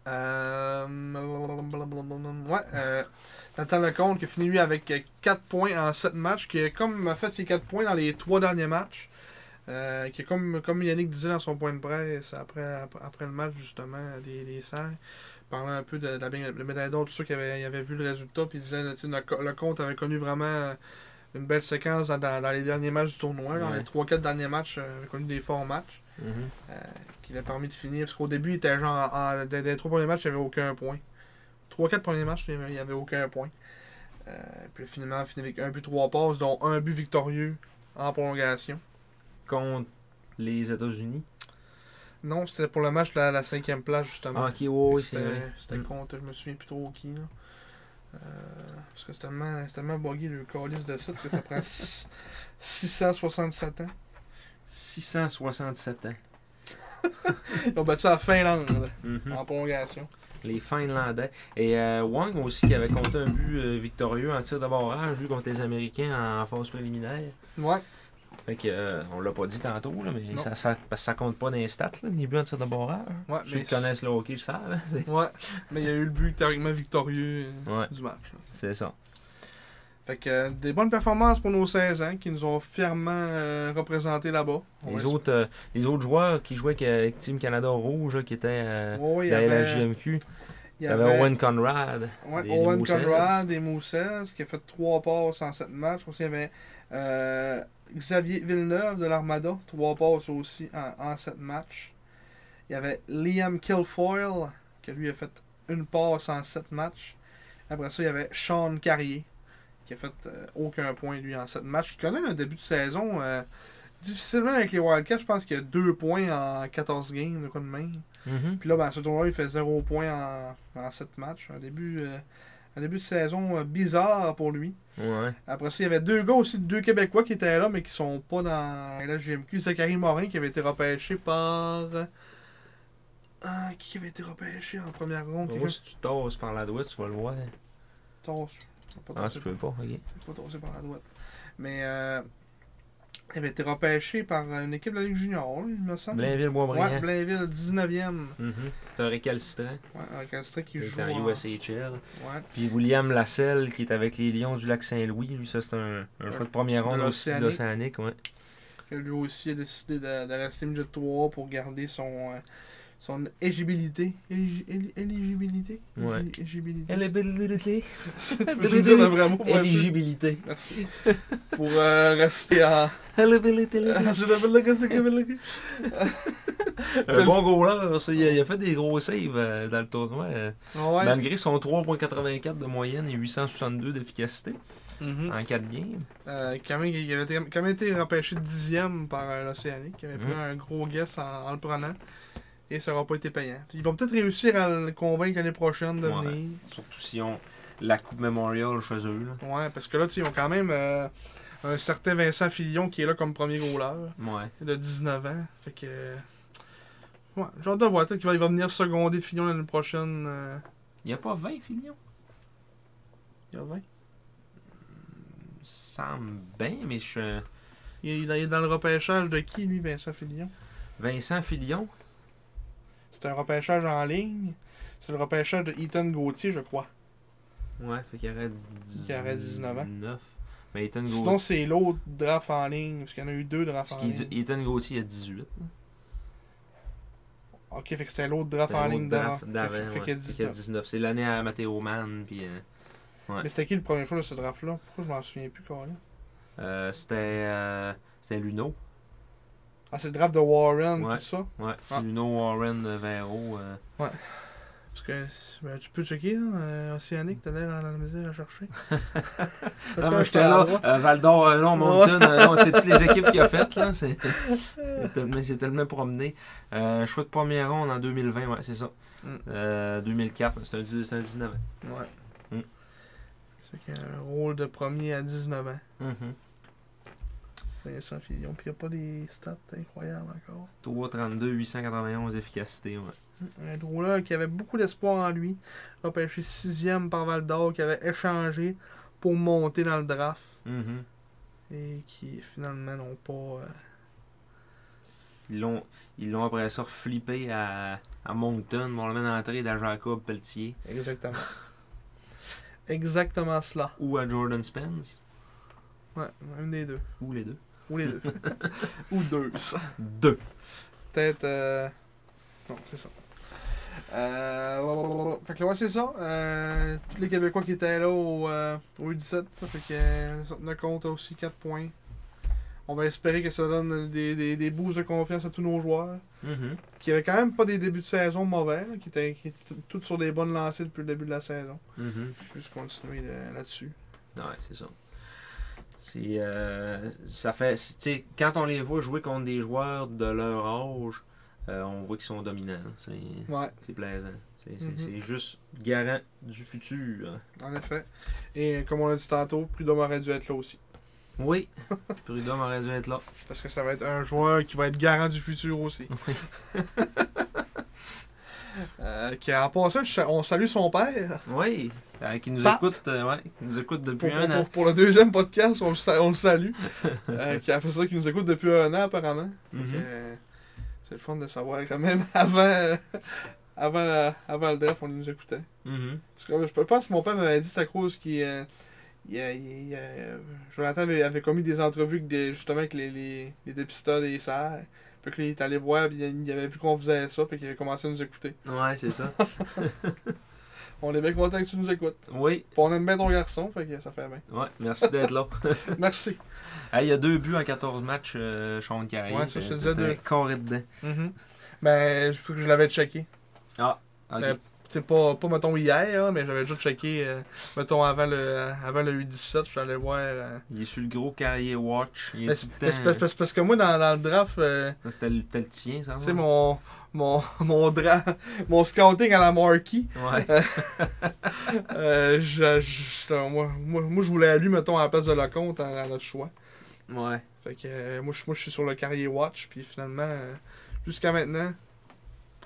Euh, blablabla, ouais, euh, Nathan Lecomte qui a fini lui avec euh, 4 points en 7 matchs, qui a comme a fait ses 4 points dans les 3 derniers matchs. Euh, qui a comme, comme Yannick disait dans son point de presse après, après, après le match justement des, des Serres, parlant un peu de, de la bing- de médaille d'or, tout ça, qu'il avait, il avait vu le résultat, puis il disait tu sais, Leco- Lecomte avait connu vraiment euh, une belle séquence dans, dans- dans les derniers matchs du tournoi, dans Ouais. les 3-4 derniers matchs, euh, il avait connu des forts matchs Mhm. qui l'a permis de finir. Parce qu'au début, il était genre. En, dans les trois premiers matchs, il n'y avait aucun point. Trois, quatre premiers matchs, il n'y avait aucun point. Euh, puis finalement, il finit avec un but, trois passes, dont un but victorieux en prolongation. Contre les États-Unis. Non, c'était pour le match de la, la cinquième place, justement. Ah, ok, ouais, ouais, c'est c'était vrai. c'était Mm. contre, je me souviens plus trop qui. Là. Euh, parce que c'est tellement, c'est tellement bogué le calice de ça que ça prend six- 667 ans. 667 ans. Ils ont battu la Finlande Mhm. en prolongation. Les Finlandais. Et euh, Wang aussi qui avait compté un but euh, victorieux en tir de barrage, lui, contre les Américains en phase préliminaire. Ouais. Fait que, euh, on l'a pas dit tantôt, là, mais Non. ça, ça, parce que ça compte pas dans les stats, là, les buts en tir de barrage. ouais Ceux qui connaissent le hockey le savent. hein, c'est- Ouais, mais il y a eu le but théoriquement victorieux euh, Ouais. du match. là. C'est ça. Fait que euh, des bonnes performances pour nos 16 ans qui nous ont fièrement euh, représentés là-bas. On Les va- autres, euh, les autres joueurs qui jouaient avec, euh, avec Team Canada Rouge, là, qui étaient euh, Ouais, ouais, il y derrière la avait, JMQ, il il y y avait avait- Owen Conrad. ouais, des- des Owen Mousses. Conrad des Mousses qui a fait 3 passes en 7 matchs. Aussi, il y avait euh, Xavier Villeneuve de l'Armada, 3 passes aussi en, 7 matchs. Il y avait Liam Kilfoyle qui lui a fait une passe en 7 matchs. Après ça, il y avait Sean Carrier, qui a fait euh, aucun point, lui, en 7 matchs. Il connaît un début de saison euh, difficilement avec les Wildcats. Je pense qu'il y a 2 points en 14 games, de quoi de même. Mhm. Puis là, ben, ce tournoi, il fait 0 point en, en 7 matchs. Un début, euh, un début de saison euh, bizarre pour lui. Ouais. Après ça, il y avait deux gars aussi, deux Québécois qui étaient là, mais qui sont pas dans la GMQ. Zachary Morin, qui avait été repêché par... euh, Ah, qui avait été repêché en première ronde? Moi, si tu tosses par la droite, tu vas le voir. Tosse. Pas Ah, tossé tu peux pas, ok. pas tossé par la droite. Mais euh, il avait été repêché par une équipe de la Ligue Junior, là, il me semble. Blainville-Boisbriand. Ouais, Blainville, 19e. Mhm. C'est un récalcitrant. Ouais, un castré qui Il joue. est en en- USHL. Ouais, Puis William Lasselle, qui est avec les Lions du lac Saint-Louis. Lui, ça, c'est un, un choix de première De ronde aussi de l'Océanique. l'Océanique. Ouais. que lui aussi a décidé de, de rester milieu de 3 pour garder son, euh, son éligibilité. Éligi- éli- Éligibilité Ouais. Éli- Éligibilité. Éligibilité. tu peux me dire le vrai mot pour là-dessus? Éligibilité. Merci. Pour euh, rester en. Éligibilité. Je l'appelle le gars, c'est que le gars. Un bon goaler, ça, il, a, il a fait des gros saves euh, dans le tournoi. euh, Ouais. Malgré son 3.84 de moyenne et 862 d'efficacité Mhm. en 4 games. Euh, quand, même, il avait été, quand même été repêché dixième par euh, l'Océanique. Il avait Mhm. pris un gros guess en, en le prenant. Et ça n'aura pas été payant. Ils vont peut-être réussir à le convaincre l'année prochaine de Ouais. venir. Surtout si on la Coupe Memorial chez eux. Là. Ouais, parce que là, tu sais, ils ont quand même euh, un certain Vincent Fillon qui est là comme premier goaler Ouais. de 19 ans. Fait que. euh, Ouais, j'ai hâte de voir. Peut-être qu'il va, il va venir seconder Fillon l'année prochaine. euh, Il n'y a pas 20 filions. il, a 20. Il me semble bien, mais je suis. Il est dans- il est dans le repêchage de qui, lui, Vincent Fillon Vincent Filion. C'est un repêchage en ligne. C'est le repêchage de Ethan Gauthier, je crois. Ouais, fait qu'il aurait 19, Il aurait 19 ans. Mais Ethan Sinon, Gauthier. c'est l'autre draft en ligne, parce qu'il y en a eu deux drafts en parce qu'il ligne. dit- Ethan Gauthier, il a hein. 18. Ok, fait que c'était l'autre draft en L'autre ligne d'avant. draft Fait, fait- d'avant, fait ouais. qu'il y a Fait qu'il a 19. 19. C'est l'année à Matteo Mann. Puis, euh, ouais. Mais c'était qui le premier choix de ce draft-là Pourquoi je m'en souviens plus, quand euh, c'était. euh, c'était Luno. Ah, c'est le draft de Warren, Ouais. tout ça. Ouais. Ah. Luno, Warren, euh, Vero. euh, Parce que ben, tu peux checker, là, euh, Océanique, t'as l'air à la misère à chercher. Ah, moi, j'étais là, euh, Val d'Or, euh, non, Moncton, euh, non, c'est toutes les équipes qu'il a faites, là. C'est c'est tellement, c'est tellement promené. Euh, choix de première ronde en 2020, ouais, c'est ça. Mm. Euh, 2004, c'est un, dix- c'est un 19 ans. Ouais. Mm. Tu sais, qui a un rôle de premier à 19 ans. Mhm. Vincent Fillon. Puis il n'y a pas des stats incroyables encore. 332, 891 efficacité, ouais. Un drôleur qui avait beaucoup d'espoir en lui, repêché sixième par Val d'Or, qui avait échangé pour monter dans le draft Mhm. et qui finalement n'ont pas. euh, Ils l'ont, ils l'ont après ça flippé à, à Moncton. Bon, on l'amène à l'entrée d'à Jacob Pelletier exactement. exactement cela. ou à Jordan Spence. Ouais, une des deux. Ou les deux. Ou les deux. Ou deux. ça. Deux. Peut-être. euh, Non, c'est ça. Euh, blablabla. Fait que ouais, c'est ça. Euh, tous les Québécois qui étaient là au, euh, au U17, ça fait que euh, le compte a aussi 4 points. On va espérer que ça donne des, des, des boosts de confiance à tous nos joueurs. Mhm. Qui avaient quand même pas des débuts de saison mauvais, là, qui étaient qui étaient toutes sur des bonnes lancées depuis le début de la saison. Mhm. Juste continuer là- là-dessus. Ouais, c'est ça. C'est, euh, ça fait, tu sais, quand on les voit jouer contre des joueurs de leur âge, euh, on voit qu'ils sont dominants. C'est, Ouais, c'est plaisant. C'est, c'est- Mhm. c'est juste garant du futur. hein. en effet. Et euh, comme on l'a dit tantôt, Prudhomme aurait dû être là aussi. Oui, Prudhomme aurait dû être là. Parce que ça va être un joueur qui va être garant du futur aussi. Euh, qui en passant, je- on salue son père. Oui, euh, qui nous Pat. écoute, euh, ouais, qui nous écoute depuis Pour, un pour- an. pour- pour le deuxième podcast, on le, sa- on le salue. Euh, qui a fait ça, qui nous écoute depuis un an apparemment. Mhm. Euh, C'est le fun de savoir quand même. Avant, euh, avant, la- avant le draft, on nous écoutait. Mhm. Parce que je pense que mon père m'avait dit c'est à cause qu'il. euh, il a- il a- euh, Jonathan avait, avait commis des entrevues avec des, justement avec les, les, les dépisteurs des serres. Fait que là, il est allé voir, puis il, il avait vu qu'on faisait ça, fait qu'il avait commencé à nous écouter. Ouais, c'est ça. On est bien content que tu nous écoutes. Oui, Puis on aime bien ton garçon, fait que ça fait bien. ouais, merci d'être là. Merci. Hey, il y a deux buts en 14 matchs, euh, Sean Carrier. Ouais, ça, je te C'est- disais c'est deux. un carré dedans. Mhm. Ben, je crois que je l'avais checké. Ok. Euh, C'est pas, pas, mettons, hier, hein, mais j'avais déjà checké, euh, mettons, avant le, avant le U17, je suis allé voir. euh, Il est sur le gros Carrier Watch. Il est mais tout c'est- le mais c'est parce, temps- parce- parce que moi, dans, dans le draft, euh, Ça, C'était le, c'était le tien, ça. Tu sais, Ah ouais? mon, mon, mon, dra- mon scouting à la marquee, Ouais. euh, je, je- euh, moi, moi, moi, je voulais à lui, mettons, à la place de Lecomte, à, à notre choix. ouais. Fait que euh, moi, je, moi, je suis sur le carrier Watch, puis finalement, euh, jusqu'à maintenant,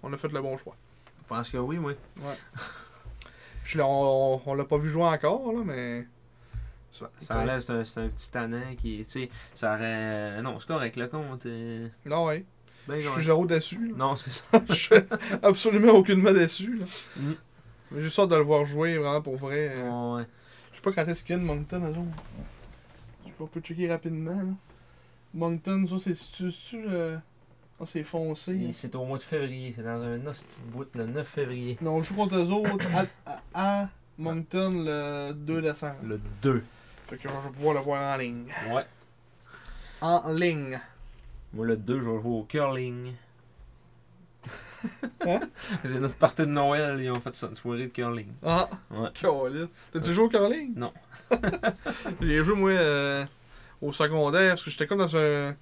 on a fait le bon choix. Je pense que oui, oui. Puis là, on, on- on l'a pas vu jouer encore, là, mais. Ça, ça enlève, c'est un, c'est un petit tannant qui est. Tu sais, ça aurait. euh, Non, c'est correct, le compte. euh, Non, ouais. Ben, je correct. suis zéro déçu. là. Non, c'est ça. Je suis absolument aucunement déçu. Là. Mm. Mais j'ai juste hâte de le voir jouer, vraiment, pour vrai. euh. Ouais. Je sais pas quand est-ce qu'il y a de Moncton, eux autres. Je sais pas, on peut checker rapidement. Là. Moncton, ça, c'est c'est- c'est-tu le. Ah, c'est foncé. C'est- hein. C'est au mois de février. C'est dans un hostie de bout le 9 février. Non, on joue contre eux autres à, à- à Moncton le 2 décembre. Le 2. Fait que je vais pouvoir le voir en ligne. Ouais. En ligne. Moi, le 2, je vais jouer au curling. Hein? J'ai notre partie de Noël, ils ont fait ça, une soirée de curling. Ah, Ouais. Euh, câlisse. T'as-tu joué au curling? Non. J'ai joué, moi, euh, au secondaire, parce que j'étais comme dans un.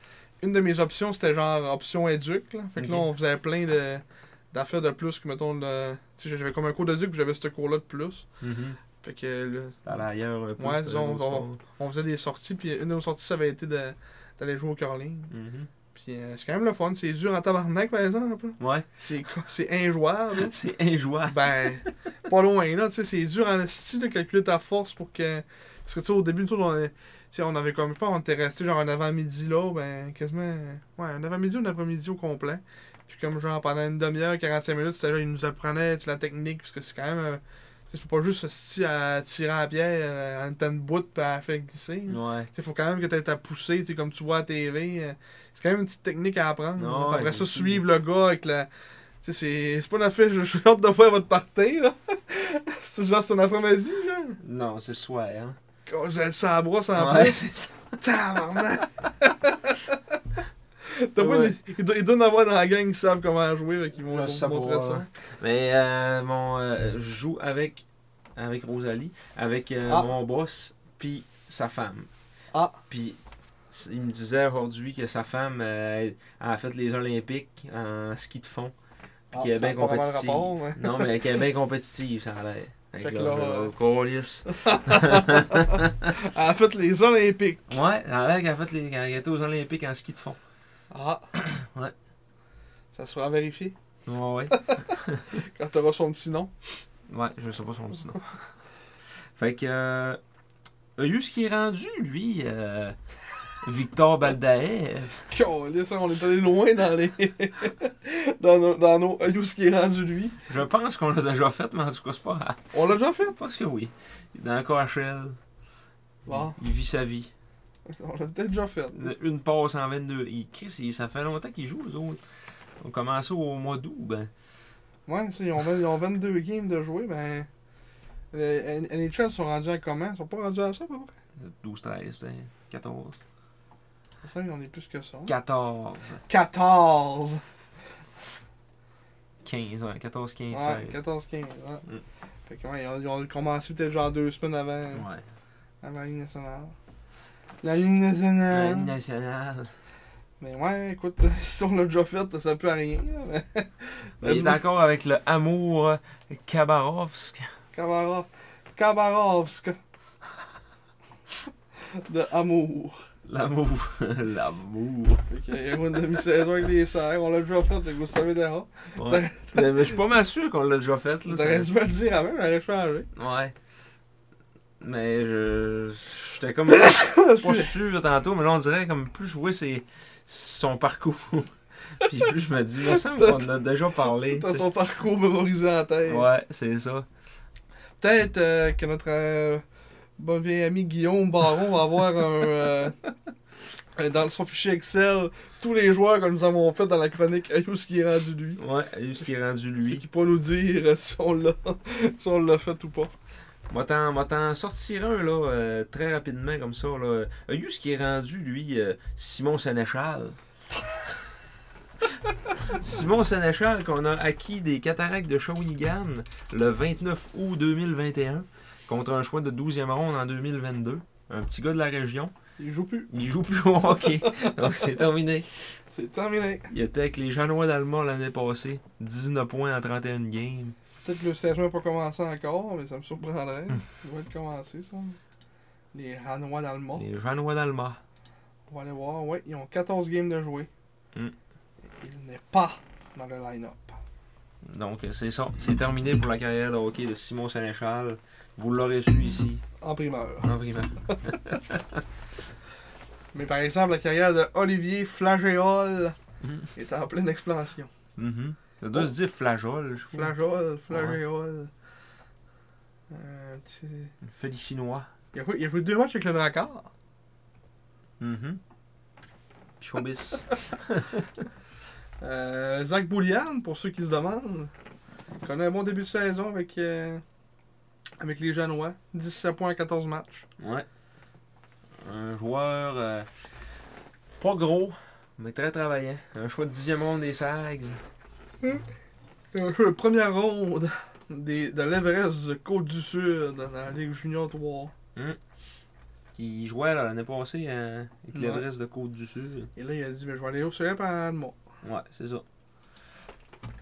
Une de mes options, c'était genre option éduc. Là. Fait que là, Ok. on faisait plein de d'affaires de plus que, mettons, le... tu sais, j'avais comme un cours d'éduc, puis j'avais ce cours-là de plus. Fait que le- À l'ailleurs, un peu. Mm-hmm. Ouais, euh, disons, au sport. on faisait des sorties, puis une de nos sorties, ça avait été de- d'aller jouer au curling. Mhm. Puis euh, c'est quand même le fun, c'est dur en tabarnak, par exemple. là. Ouais, C'est co- c'est injouable. là. c'est injouable. Ben, pas loin, là, tu sais, c'est dur en esti de calculer ta force pour que... Parce que, tu sais, au début, nous autres, on, est- tu sais, on avait comme pas, on était resté genre un avant-midi, là, ben, quasiment... Ouais, un avant-midi ou un après-midi au complet. Puis comme, genre, pendant une demi-heure, 45 minutes, c'était là, ils nous apprenaient, tu sais, la technique, parce que c'est quand même... euh, tu sais, c'est pas juste esti à tirer à la pierre euh, en temps de bout puis à la faire glisser. là. Ouais. Tu sais, faut quand même que t'aies ta poussée, tu sais, comme tu vois à la TV. euh, C'est quand même une petite technique à apprendre. Ah là. ouais, Après ça, aussi. suivre le gars avec la. Tu sais, c'est- c'est pas une affaire, je je suis hâte de faire votre partie, là. c'est genre, c'est un après-midi, genre. Non, c'est le soir, hein. Quand vous êtes sans bras, sans Ouais, plus. c'est ça. Tabarnak! T'as pas Ouais. une- Il doit il doit y en avoir dans la gang qui savent comment jouer, fait qu'ils vont Ouais, vous ça montrer pour, ça. ouais. Mais euh, mon, euh, je joue avec, avec Rosalie, avec euh, Ah. mon boss, puis sa femme. Ah. Puis c- il me disait aujourd'hui que sa femme euh, a fait les Olympiques en ski de fond. Puis Ah, qu'elle est ça a bien pas vraiment de compétitive. rapport, mais- non, mais qu'elle est bien compétitive, ça a l'air. Avec Fait que leur- là, leur euh, colis. Ah, En fait, les Olympiques. Ouais, elle a l'air qu'elle a fait les, qu'elle était aux Olympiques en ski de fond. Ah. Ouais. Ça sera vérifié Ouais, ouais. quand t'auras son petit nom. Ouais, je sais pas son petit nom. fait que. Euh, Eus qui est rendu, lui, euh, Victor Baldaev. Câlisse, on est allé loin dans les. dans nos. Dans nos... Ayou, ce qui est rendu lui. Je pense qu'on l'a déjà fait, mais en tout cas, c'est pas grave. On l'a déjà fait. Je pense que oui. Il est Dans la KHL, Bon, il vit sa vie. on l'a peut-être déjà fait. Une passe en 22. Il, Chris, il- ça fait longtemps qu'il joue, eux autres. On a commencé au mois d'août, ben. Ouais, tu sais, ils ont, vingt- ils ont 22 games de jouer, ben. Les N- NHL sont rendus à comment Ils sont pas rendus à ça, à peu près. 12, 13, peut-être. 14. C'est ça, ils en est plus que ça. 14. 14 15, ouais. 14, 15, Ouais, 16. 14-15. Ouais. Mm. Fait que, ouais, ils ont, ils ont commencé peut-être genre deux semaines avant, Ouais. avant la Ligue nationale. La Ligue La nationale. Ligue nationale. Euh, Mais ouais, écoute, si on l'a déjà fait, ça peut à rien. là, mais- Mais il est encore avec le amour euh, Kabarovsk. Kabara- Kabarovsk. De amour. L'amour. L'amour. Fait qu'il y a une demi-saison avec les serres, on l'a déjà fait, fait que vous savez déjà. Ouais. mais, mais je suis pas mal sûr qu'on l'a déjà fait. Là, hein? T'aurais ça- dû me le dire avant, j'aurais changé. Ouais. Mais je. J'étais comme. pas Excusez. sûr tantôt, mais là on dirait comme plus je vois ses... son parcours. Puis plus je me dis, il me semble qu'on en a déjà parlé. Tout à tu sais. son parcours mémorisé en tête. Ouais, c'est ça. Peut-être euh, que notre euh, bon vieil ami Guillaume Baron va avoir un. euh, euh, dans son fichier Excel, tous les joueurs que nous avons fait dans la chronique Ayou ce qui est rendu lui. Ouais, eu ce qui est rendu Puis lui. qui pourra nous dire euh, si on l'a si on l'a fait ou pas. Moi, t'en, moi, t'en sortir un là, euh, très rapidement comme ça. Là. Eu ce qui est rendu, lui, euh, Simon Sénéchal. Simon Sénéchal, qu'on a acquis des cataractes de Shawinigan le 29 août 2021, contre un choix de 12e ronde en 2022. Un petit gars de la région. Il joue plus. Il joue plus au hockey. Donc, c'est terminé. C'est terminé. Il était avec les Janois d'Alma l'année passée. 19 points en 31 games. Peut-être que le saison n'a pas commencé encore, mais ça me surprendrait. Il va être commencé, ça. Les Hanois d'Allemand. Les Janois d'Alma. On va aller voir. Ouais, ils ont 14 games de jouer. Mm. Il n'est pas dans le line-up. Donc, euh, c'est ça. C'est terminé pour la carrière de hockey de Simon Sénéchal. Vous l'aurez su ici, En primeur. en primaire. Mais par exemple, la carrière de Olivier Flagéol Mhm. est en pleine expansion. Mm-hmm. Mhm. Ça doit se dire flageole, je crois. Flagéol, Flagéol. Euh, petit- Félicinois. il, a joué, il a joué deux matchs avec le Drakkar. Mm-hmm. Mhm. Showbiz. Euh, Zach Boulian, pour ceux qui se demandent, connaît un bon début de saison avec, euh, avec les Janois. 17 points en 14 matchs. Ouais. Un joueur euh, pas gros, mais très travaillant. Un choix de 10e ronde des Sags. Euh, la première ronde des, de l'Everest de Côte-du-Sud dans la Ligue Junior 3. Qui jouait là, l'année passée euh, avec Ouais. l'adresse de Côte-du-Sud. Et là, il a dit, mais je vais aller au Cégep à moi. Ouais, c'est ça.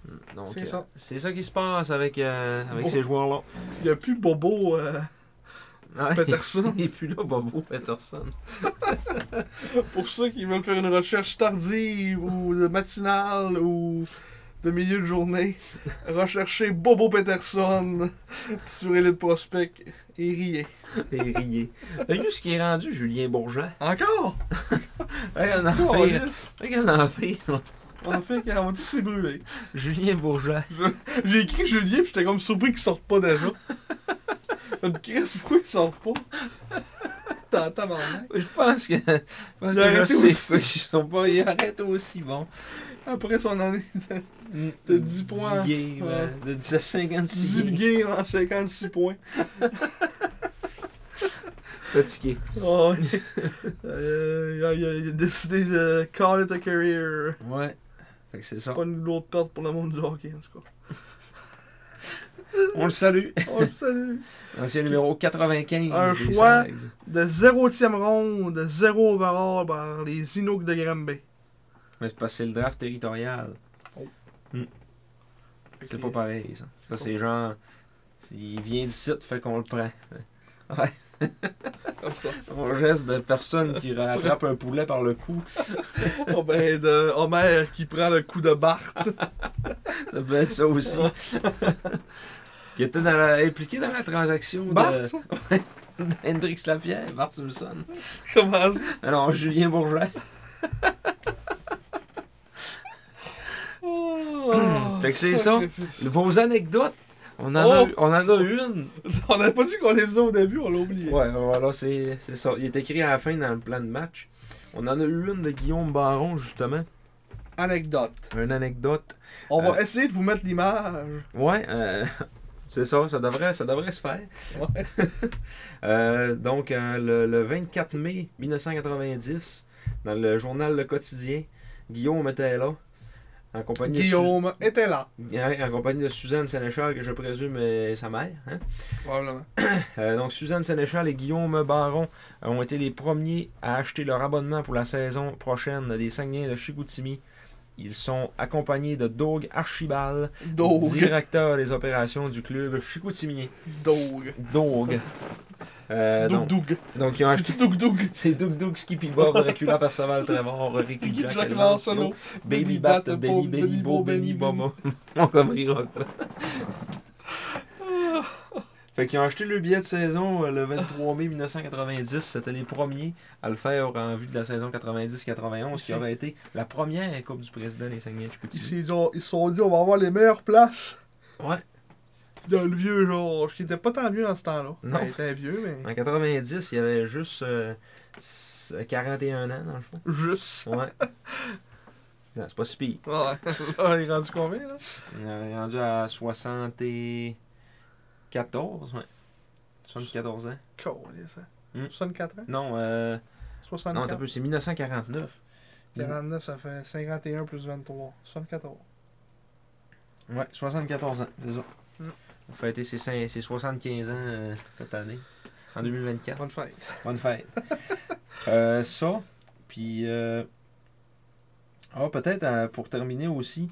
Mm. Donc, C'est euh, ça. c'est ça qui se passe avec, euh, avec Bon. ces joueurs-là. Il n'y a plus Bobo euh, Ouais. Peterson. Il est plus là, Bobo Peterson. Pour ceux qui veulent faire une recherche tardive ou de matinale ou de milieu de journée, recherchez Bobo Peterson sur Elite Prospect et riez. Et riez. T'as vu ce qui est rendu, Julien Bourgeat? Encore? Regarde en Oh, fait. yes. Regarde en fait. En fait, quand on va tous s'est brûlé. Julien Bourgeat. J'ai écrit Julien, puis j'étais comme surpris qu'il sorte pas déjà. Une crise, pourquoi il sort pas? T'as tabarnak. Je pense que. Je pense Il a que je arrêté sais aussi. quoi qu'ils sont pas. Ils arrêtent aussi bon. Après son année de De 10 points. games, Ouais. euh, De 10 à 56. 18 games. games en 56 points. Fatigué. Oh, euh, il, a, il a- il a décidé de call it a career. Ouais. Fait que c'est ça. Pas une lourde perte pour le monde du hockey, en tout cas. On le salue. On le salue. Ancien numéro 95. Un des choix. Sags. De 0e ronde, 0 overall par les Inuk de Granby. Mais c'est parce que c'est le draft territorial. C'est pas pareil, ça. Ça, c'est genre. Il vient du site, fait qu'on le prend. Ouais. comme ça. On reste de personne qui rattrape un poulet par le cou. Oh ben, de Homer qui prend le coup de Bart. Ça peut être ça aussi. qui était dans la- impliqué dans la transaction Bart, de ça? Hendrix Lapierre, Bart Simpson. Comment ça? Alors, Julien Bourget. Oh, Fait que c'est ça. Vos anecdotes, on en, a, Oh! on en a une. On n'a pas dit qu'on les faisait au début, on l'a oublié. Ouais, voilà, c'est c'est ça. Il est écrit à la fin dans le plan de match. On en a eu une de Guillaume Baron, justement. Anecdote. Une anecdote. On Euh. va essayer de vous mettre l'image. Ouais, euh, c'est ça, ça devrait, ça devrait se faire. Ouais. Euh, donc, euh, le, le 24 mai 1990, dans le journal Le Quotidien, Guillaume était là. En compagnie, de Su- Guillaume était là, Ouais, en compagnie de Suzanne Sénéchal, que je présume est sa mère. hein. probablement. Euh, donc, Suzanne Sénéchal et Guillaume Baron ont été les premiers à acheter leur abonnement pour la saison prochaine des Saguenay de Chicoutimi. Ils sont accompagnés de Doug Archibald, Dog. directeur des opérations du club Chicoutimi. Dog. Doug. Euh, Doug donc, Doug. donc, ils ont acheté- C'est Doug Doug. C'est Doug Doug, Skippy Bob, Dracula, Perceval, Trevor, Ricky Guy Jack, Jack Elvance, Lancelot. Baby Bat, Bat, Benny, Bob, Benny, Benny, Bo, Bo, Benny, Benny, Bobo. Montgomery Rock. Fait qu'ils ont acheté le billet de saison euh, le 23 mai 1990. C'était les premiers à le faire en vue de la saison 90-91, qui Ici. aurait été la première Coupe du Président des Saguenay de Ils Chicoutimi. se sont- ils se sont dit, on va avoir les meilleures places. Ouais. Dans le vieux, genre, qui était pas tant vieux dans ce temps-là. Non. Il était vieux, mais En 90, il y avait juste euh, s- 41 ans, dans le fond. juste. Ouais. Non, c'est pas si pire. Ouais. Là, il est rendu combien, là? On est rendu à 74, ouais. 74 ans. Câlisse, hein. Hmm. 64 ans? Non, euh, non, t'as 64? peu, c'est 1949. 49, ça fait 51 plus 23. 74. Ouais, 74 ans, c'est ça. Mm. On fêtait ses, cin- ses 75 ans euh, cette année, en 2024. Bonne fête. Bonne fête. Euh, ça, puis... euh, Ah, peut-être euh, pour terminer aussi,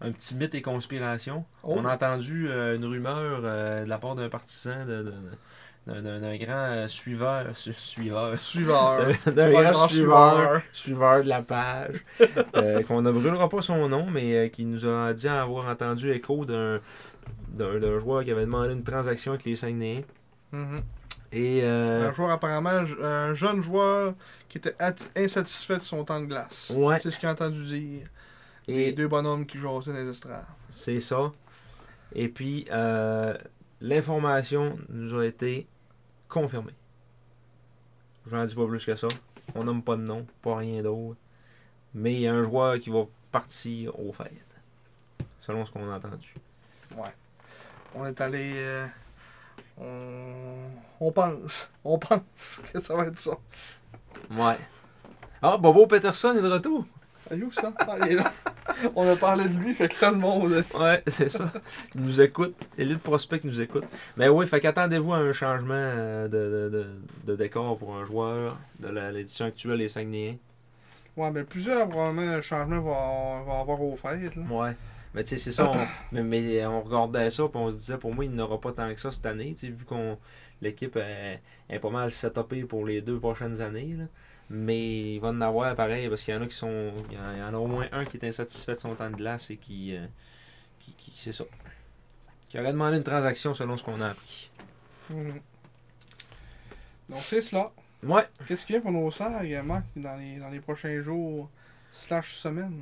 un petit mythe et conspiration. Oh. On a entendu euh, une rumeur euh, de la part d'un partisan, de- de- de- d'un d'un- d'un grand euh, suiveur, su- suiveur, Suiveur. d'un d'un Ouais, grand grand suiveur, suiveur suiveur. de la page, euh, qu'on ne brûlera pas son nom, mais euh, qui nous a dit avoir entendu écho d'un d'un d'un joueur qui avait demandé une transaction avec les Saguenayens. Mhm. Et euh, Un joueur apparemment, j- un jeune joueur qui était ati- insatisfait de son temps de glace. Ouais. C'est ce qu'il a entendu dire. Les et deux bonhommes qui jasaient dans les estrades. c'est ça. Et puis euh, l'information nous a été confirmée. J'en dis pas plus que ça. On nomme pas de nom, pas rien d'autre. Mais il y a un joueur qui va partir aux fêtes. Selon ce qu'on a entendu. Ouais. On est allé. euh, on... on pense. On pense que ça va être ça. Ouais. Ah, Bobo Peterson est de retour. Aïe, où ça? Ah, il est là. On a parlé de lui, fait que là, le monde. Ouais, c'est ça. Il nous écoute. Elite Prospect nous écoute. Mais oui, fait qu'attendez-vous à un changement euh, de, de- de- de décor pour un joueur de la- l'édition actuelle des Saguenayens. Ouais, mais plusieurs, probablement, changements vont, vont avoir aux fêtes. Là. Ouais. Mais tu sais, c'est ça. On, mais, mais euh, on regardait ça puis on se disait, pour moi, il n'aura pas tant que ça cette année. tu sais, vu qu'on l'équipe est, est pas mal setupée pour les deux prochaines années. là. Mais il va en avoir pareil parce qu'il y en a qui sont. Il y en- il y en a au moins un qui est insatisfait de son temps de glace et qui. euh, qui, qui- c'est ça. Qui aurait demandé une transaction selon ce qu'on a appris. Mhm. Donc, c'est cela. Ouais, Qu'est-ce qu'il y a pour nos sœurs, Marc, dans les, dans les prochains jours, slash semaines?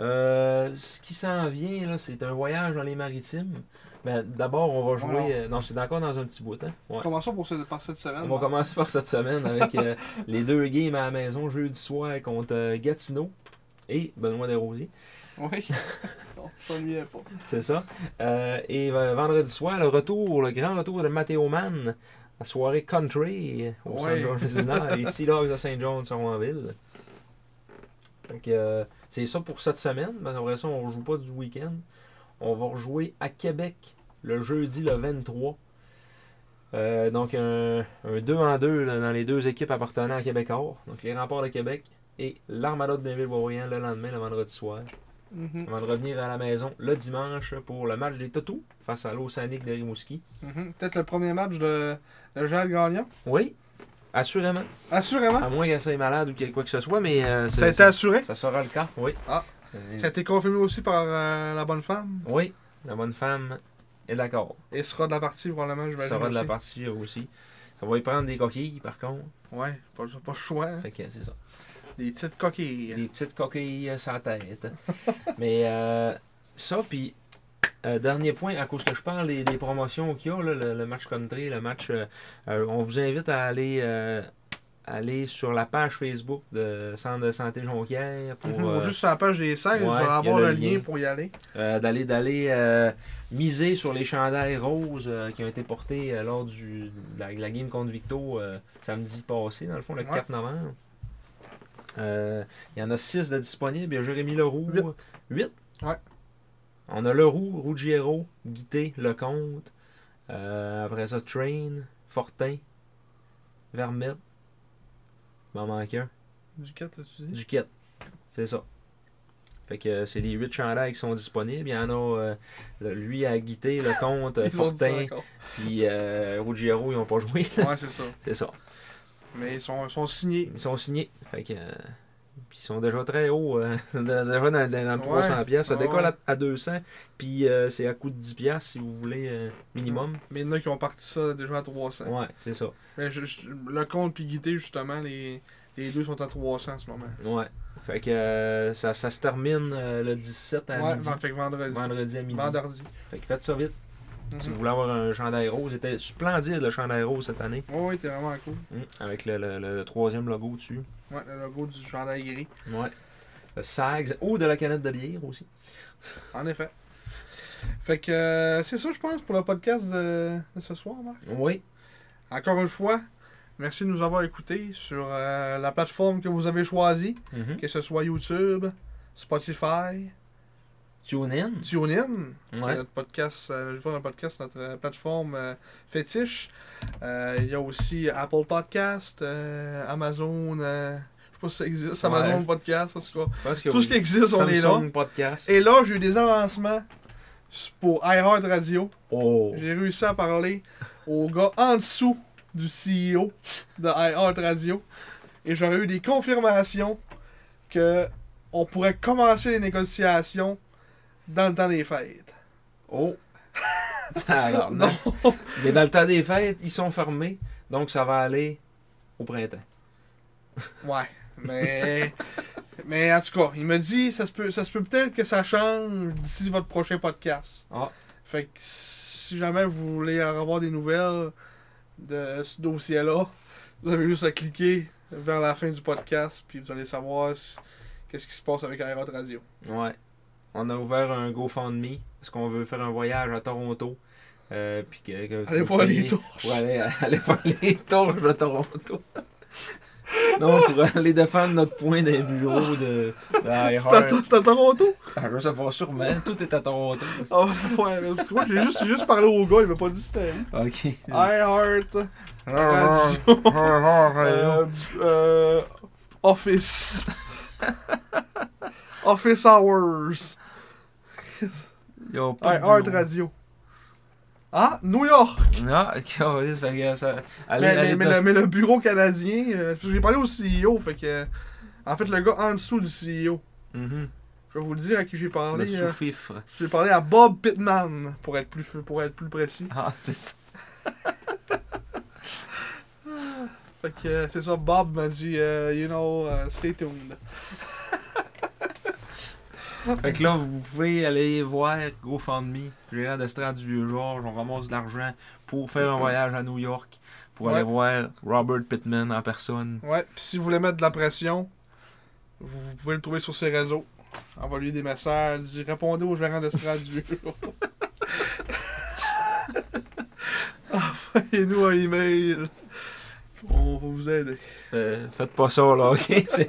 euh, ce qui s'en vient, là, c'est un voyage dans les maritimes. Ben, D'abord, on va jouer. Wow. euh, non, c'est encore dans un petit bout. Hein? Ouais. Commençons pour cette, par cette semaine. On va commencer par cette semaine avec euh, les deux games à la maison jeudi soir contre euh, Gatineau et Benoît Desrosiers. Oui. on s'ennuyait pas. C'est ça. Euh, et euh, vendredi soir, le retour, le grand retour de Matteo Mann, la soirée country euh, au Ouais. Saint John Les Seahawks de Saint John sont en ville. Donc, euh, c'est ça pour cette semaine. Mais après ça, on ne joue pas du week-end. On va rejouer à Québec le jeudi le 23. Euh, donc, un 2 en 2 dans les deux équipes appartenant à Québecor. Donc, les remparts de Québec et l'Armada de Blainville-Boisbriand le lendemain, le vendredi soir. Mhm. avant de revenir à la maison le dimanche pour le match des Totous face à l'Océanique de Rimouski. Mhm. Peut-être le premier match de, de Gilles Gagnon. Oui, assurément. Assurément. À moins qu'elle soit malade ou qu'il y ait quoi que ce soit, mais euh, Ah. ça a c'est- été assuré. ça sera le cas, oui. Ah. Euh, Ça a été confirmé aussi par euh, la bonne femme. oui, la bonne femme est d'accord. Et sera de la partie probablement, je vais Ça sera de la partie euh, aussi. Ça va y prendre des coquilles, par contre. Ouais, pas, pas le choix. hein. Fait que c'est ça. Des petites coquilles. Des petites coquilles euh, sans tête. Mais euh, ça, puis euh, dernier point, à cause que je parle des, des promotions qu'il y a, là, le, le match country, le match. euh, euh, on vous invite à aller, euh, aller sur la page Facebook de Centre de santé Jonquière pour. Mhm, Ou euh, juste sur la page des salles, ouais, vous allez il y a avoir le le lien lien. pour y aller. Euh, d'aller d'aller euh, miser sur les chandails roses euh, qui ont été portés euh, lors du, de la, de la game contre Victo euh, samedi passé, dans le fond, le Ouais. 4 novembre. Euh, Il y en a 6 de disponibles. Il y a Jérémy Leroux. Huit. 8 Ouais. On a Leroux, Ruggiero, Guité, Lecomte. Euh, après ça, Train, Fortin, Vermette. Il m'en manque un. Du 4, tu dis Duquette. C'est ça. Fait que euh, c'est les 8 chandails qui sont disponibles. Il y en a, euh, le- lui à Guité, le comte, euh, Ils ont dit ça Fortin, encore. puis euh, Ruggiero, ils n'ont pas joué. Ouais, c'est ça. c'est ça. Mais ils sont, ils sont signés. Ils sont signés. Fait que, euh, puis ils sont déjà très hauts. euh, de- déjà dans, dans le Ouais. 300 pièces. Ça Ouais, décolle ouais. à, à 200. Puis euh, c'est à coût de 10 pièces si vous voulez, euh, minimum. Mais il y en a qui ont parti ça déjà à 300. Ouais, c'est ça. Mais je- je- le compte puis Guité, justement, les, les deux sont à 300 en ce moment. Ouais. Fait que euh, ça, ça se termine euh, le 17 à ouais, midi. ven- fait que vendredi. Vendredi à midi. Vendredi. Fait que faites ça vite. Si vous Mhm. voulez avoir un chandail rose, c'était splendide le chandail rose cette année, Ouais, ouais, t'es vraiment cool. avec le, le- le- le troisième logo dessus. Ouais, le logo du chandail gris. Ouais. Le SAGS ou de la canette de bière aussi. En effet. Fait que euh, c'est ça, je pense, pour le podcast de, de ce soir, Marc. Oui, Encore une fois, merci de nous avoir écoutés sur euh, la plateforme que vous avez choisie, Mm-hmm. que ce soit YouTube, Spotify, Tune in. TuneIn, qui est Ouais. notre podcast, euh, je vais faire un podcast, notre euh, plateforme euh, fétiche. Euh, Il y a aussi Apple Podcast, euh, Amazon, euh, je sais pas si ça existe, Ouais. Amazon Podcast, en tout cas. Je pense que Tout ce qui existe, on est là. Samsung podcast. Et là, j'ai eu des avancements pour iHeart Radio. Oh. J'ai réussi à parler au gars en dessous du CEO de iHeart Radio. Et j'aurais eu des confirmations que on pourrait commencer les négociations dans le temps des fêtes. Oh. Alors, non. Non. Mais dans le temps des fêtes, ils sont fermés, donc ça va aller au printemps. Ouais. Mais. Mais en tout cas, il me dit ça se peut ça se peut peut-être que ça change d'ici votre prochain podcast. Ah. Fait que si jamais vous voulez en avoir des nouvelles de ce dossier-là, vous avez juste à cliquer vers la fin du podcast, puis vous allez savoir si- qu'est-ce qui se passe avec Aérod Radio. Ouais. On a ouvert un GoFundMe parce qu'on veut faire un voyage à Toronto. Euh, puis que, que- Allez faut voir les payer- torches. Pour aller, aller voir les torches de Toronto. non, pour aller défendre notre point des bureaux de, de C'est à, iHeart. c'est à Toronto? Ah, Je sais pas sûrement, tout est à Toronto. Ah ouais, mais tu vois, j'ai juste, j'ai juste parlé au gars, il m'a pas dit c'était hein. Ok. iHeart Radio. Radio. euh, euh, Office. office Hours. Ils ont pas de iHeart bureau. Radio. Ah, New York! Non, Ah, Caroline, fait que ça. Allez, mais, allez, mais- mais le, mais le bureau canadien, euh, parce que j'ai parlé au CEO, fait que. euh, En fait, le gars en dessous du CEO. Mhm. Je vais vous le dire à qui j'ai Le parlé. euh, sous-fifre. j'ai parlé à Bob Pittman, pour être plus, pour être plus précis. Ah, c'est ça. Fait que euh, c'est ça, Bob m'a dit, euh, you know, euh, stay tuned. Ah, Fait que là, vous pouvez aller voir GoFundMe, Gérard d'Estrade du Vieux-Georges. On ramasse de l'argent pour faire un voyage à New York, pour Mm-hmm. Ouais. aller voir Robert Pittman en personne. Ouais, pis si vous voulez mettre de la pression, vous, vous pouvez le trouver sur ses réseaux. Envoyez des messages, dis, répondez au gérant d'estrade du bureau. Envoyez-nous un email. On va vous aider. Euh, faites pas ça, là, OK? C'est-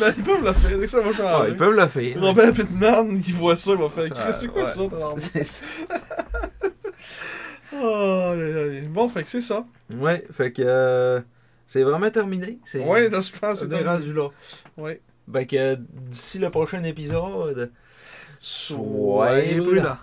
Ben, ils peuvent le faire, dès que ça va changer. Ouais, Ah, ils peuvent le faire. Robert Pittman, il voit ça, il va faire Ça, Christ, C'est quoi ouais. ça, t'as l'air- C'est ça. Oh, aïe, aïe, aïe. Bon, fait que c'est ça. Ouais, fait que euh, c'est vraiment terminé. C'est Ouais, là, je pense que on c'est est terminé. rendu là. Ouais. Ben que d'ici le prochain épisode, Soyez prudents.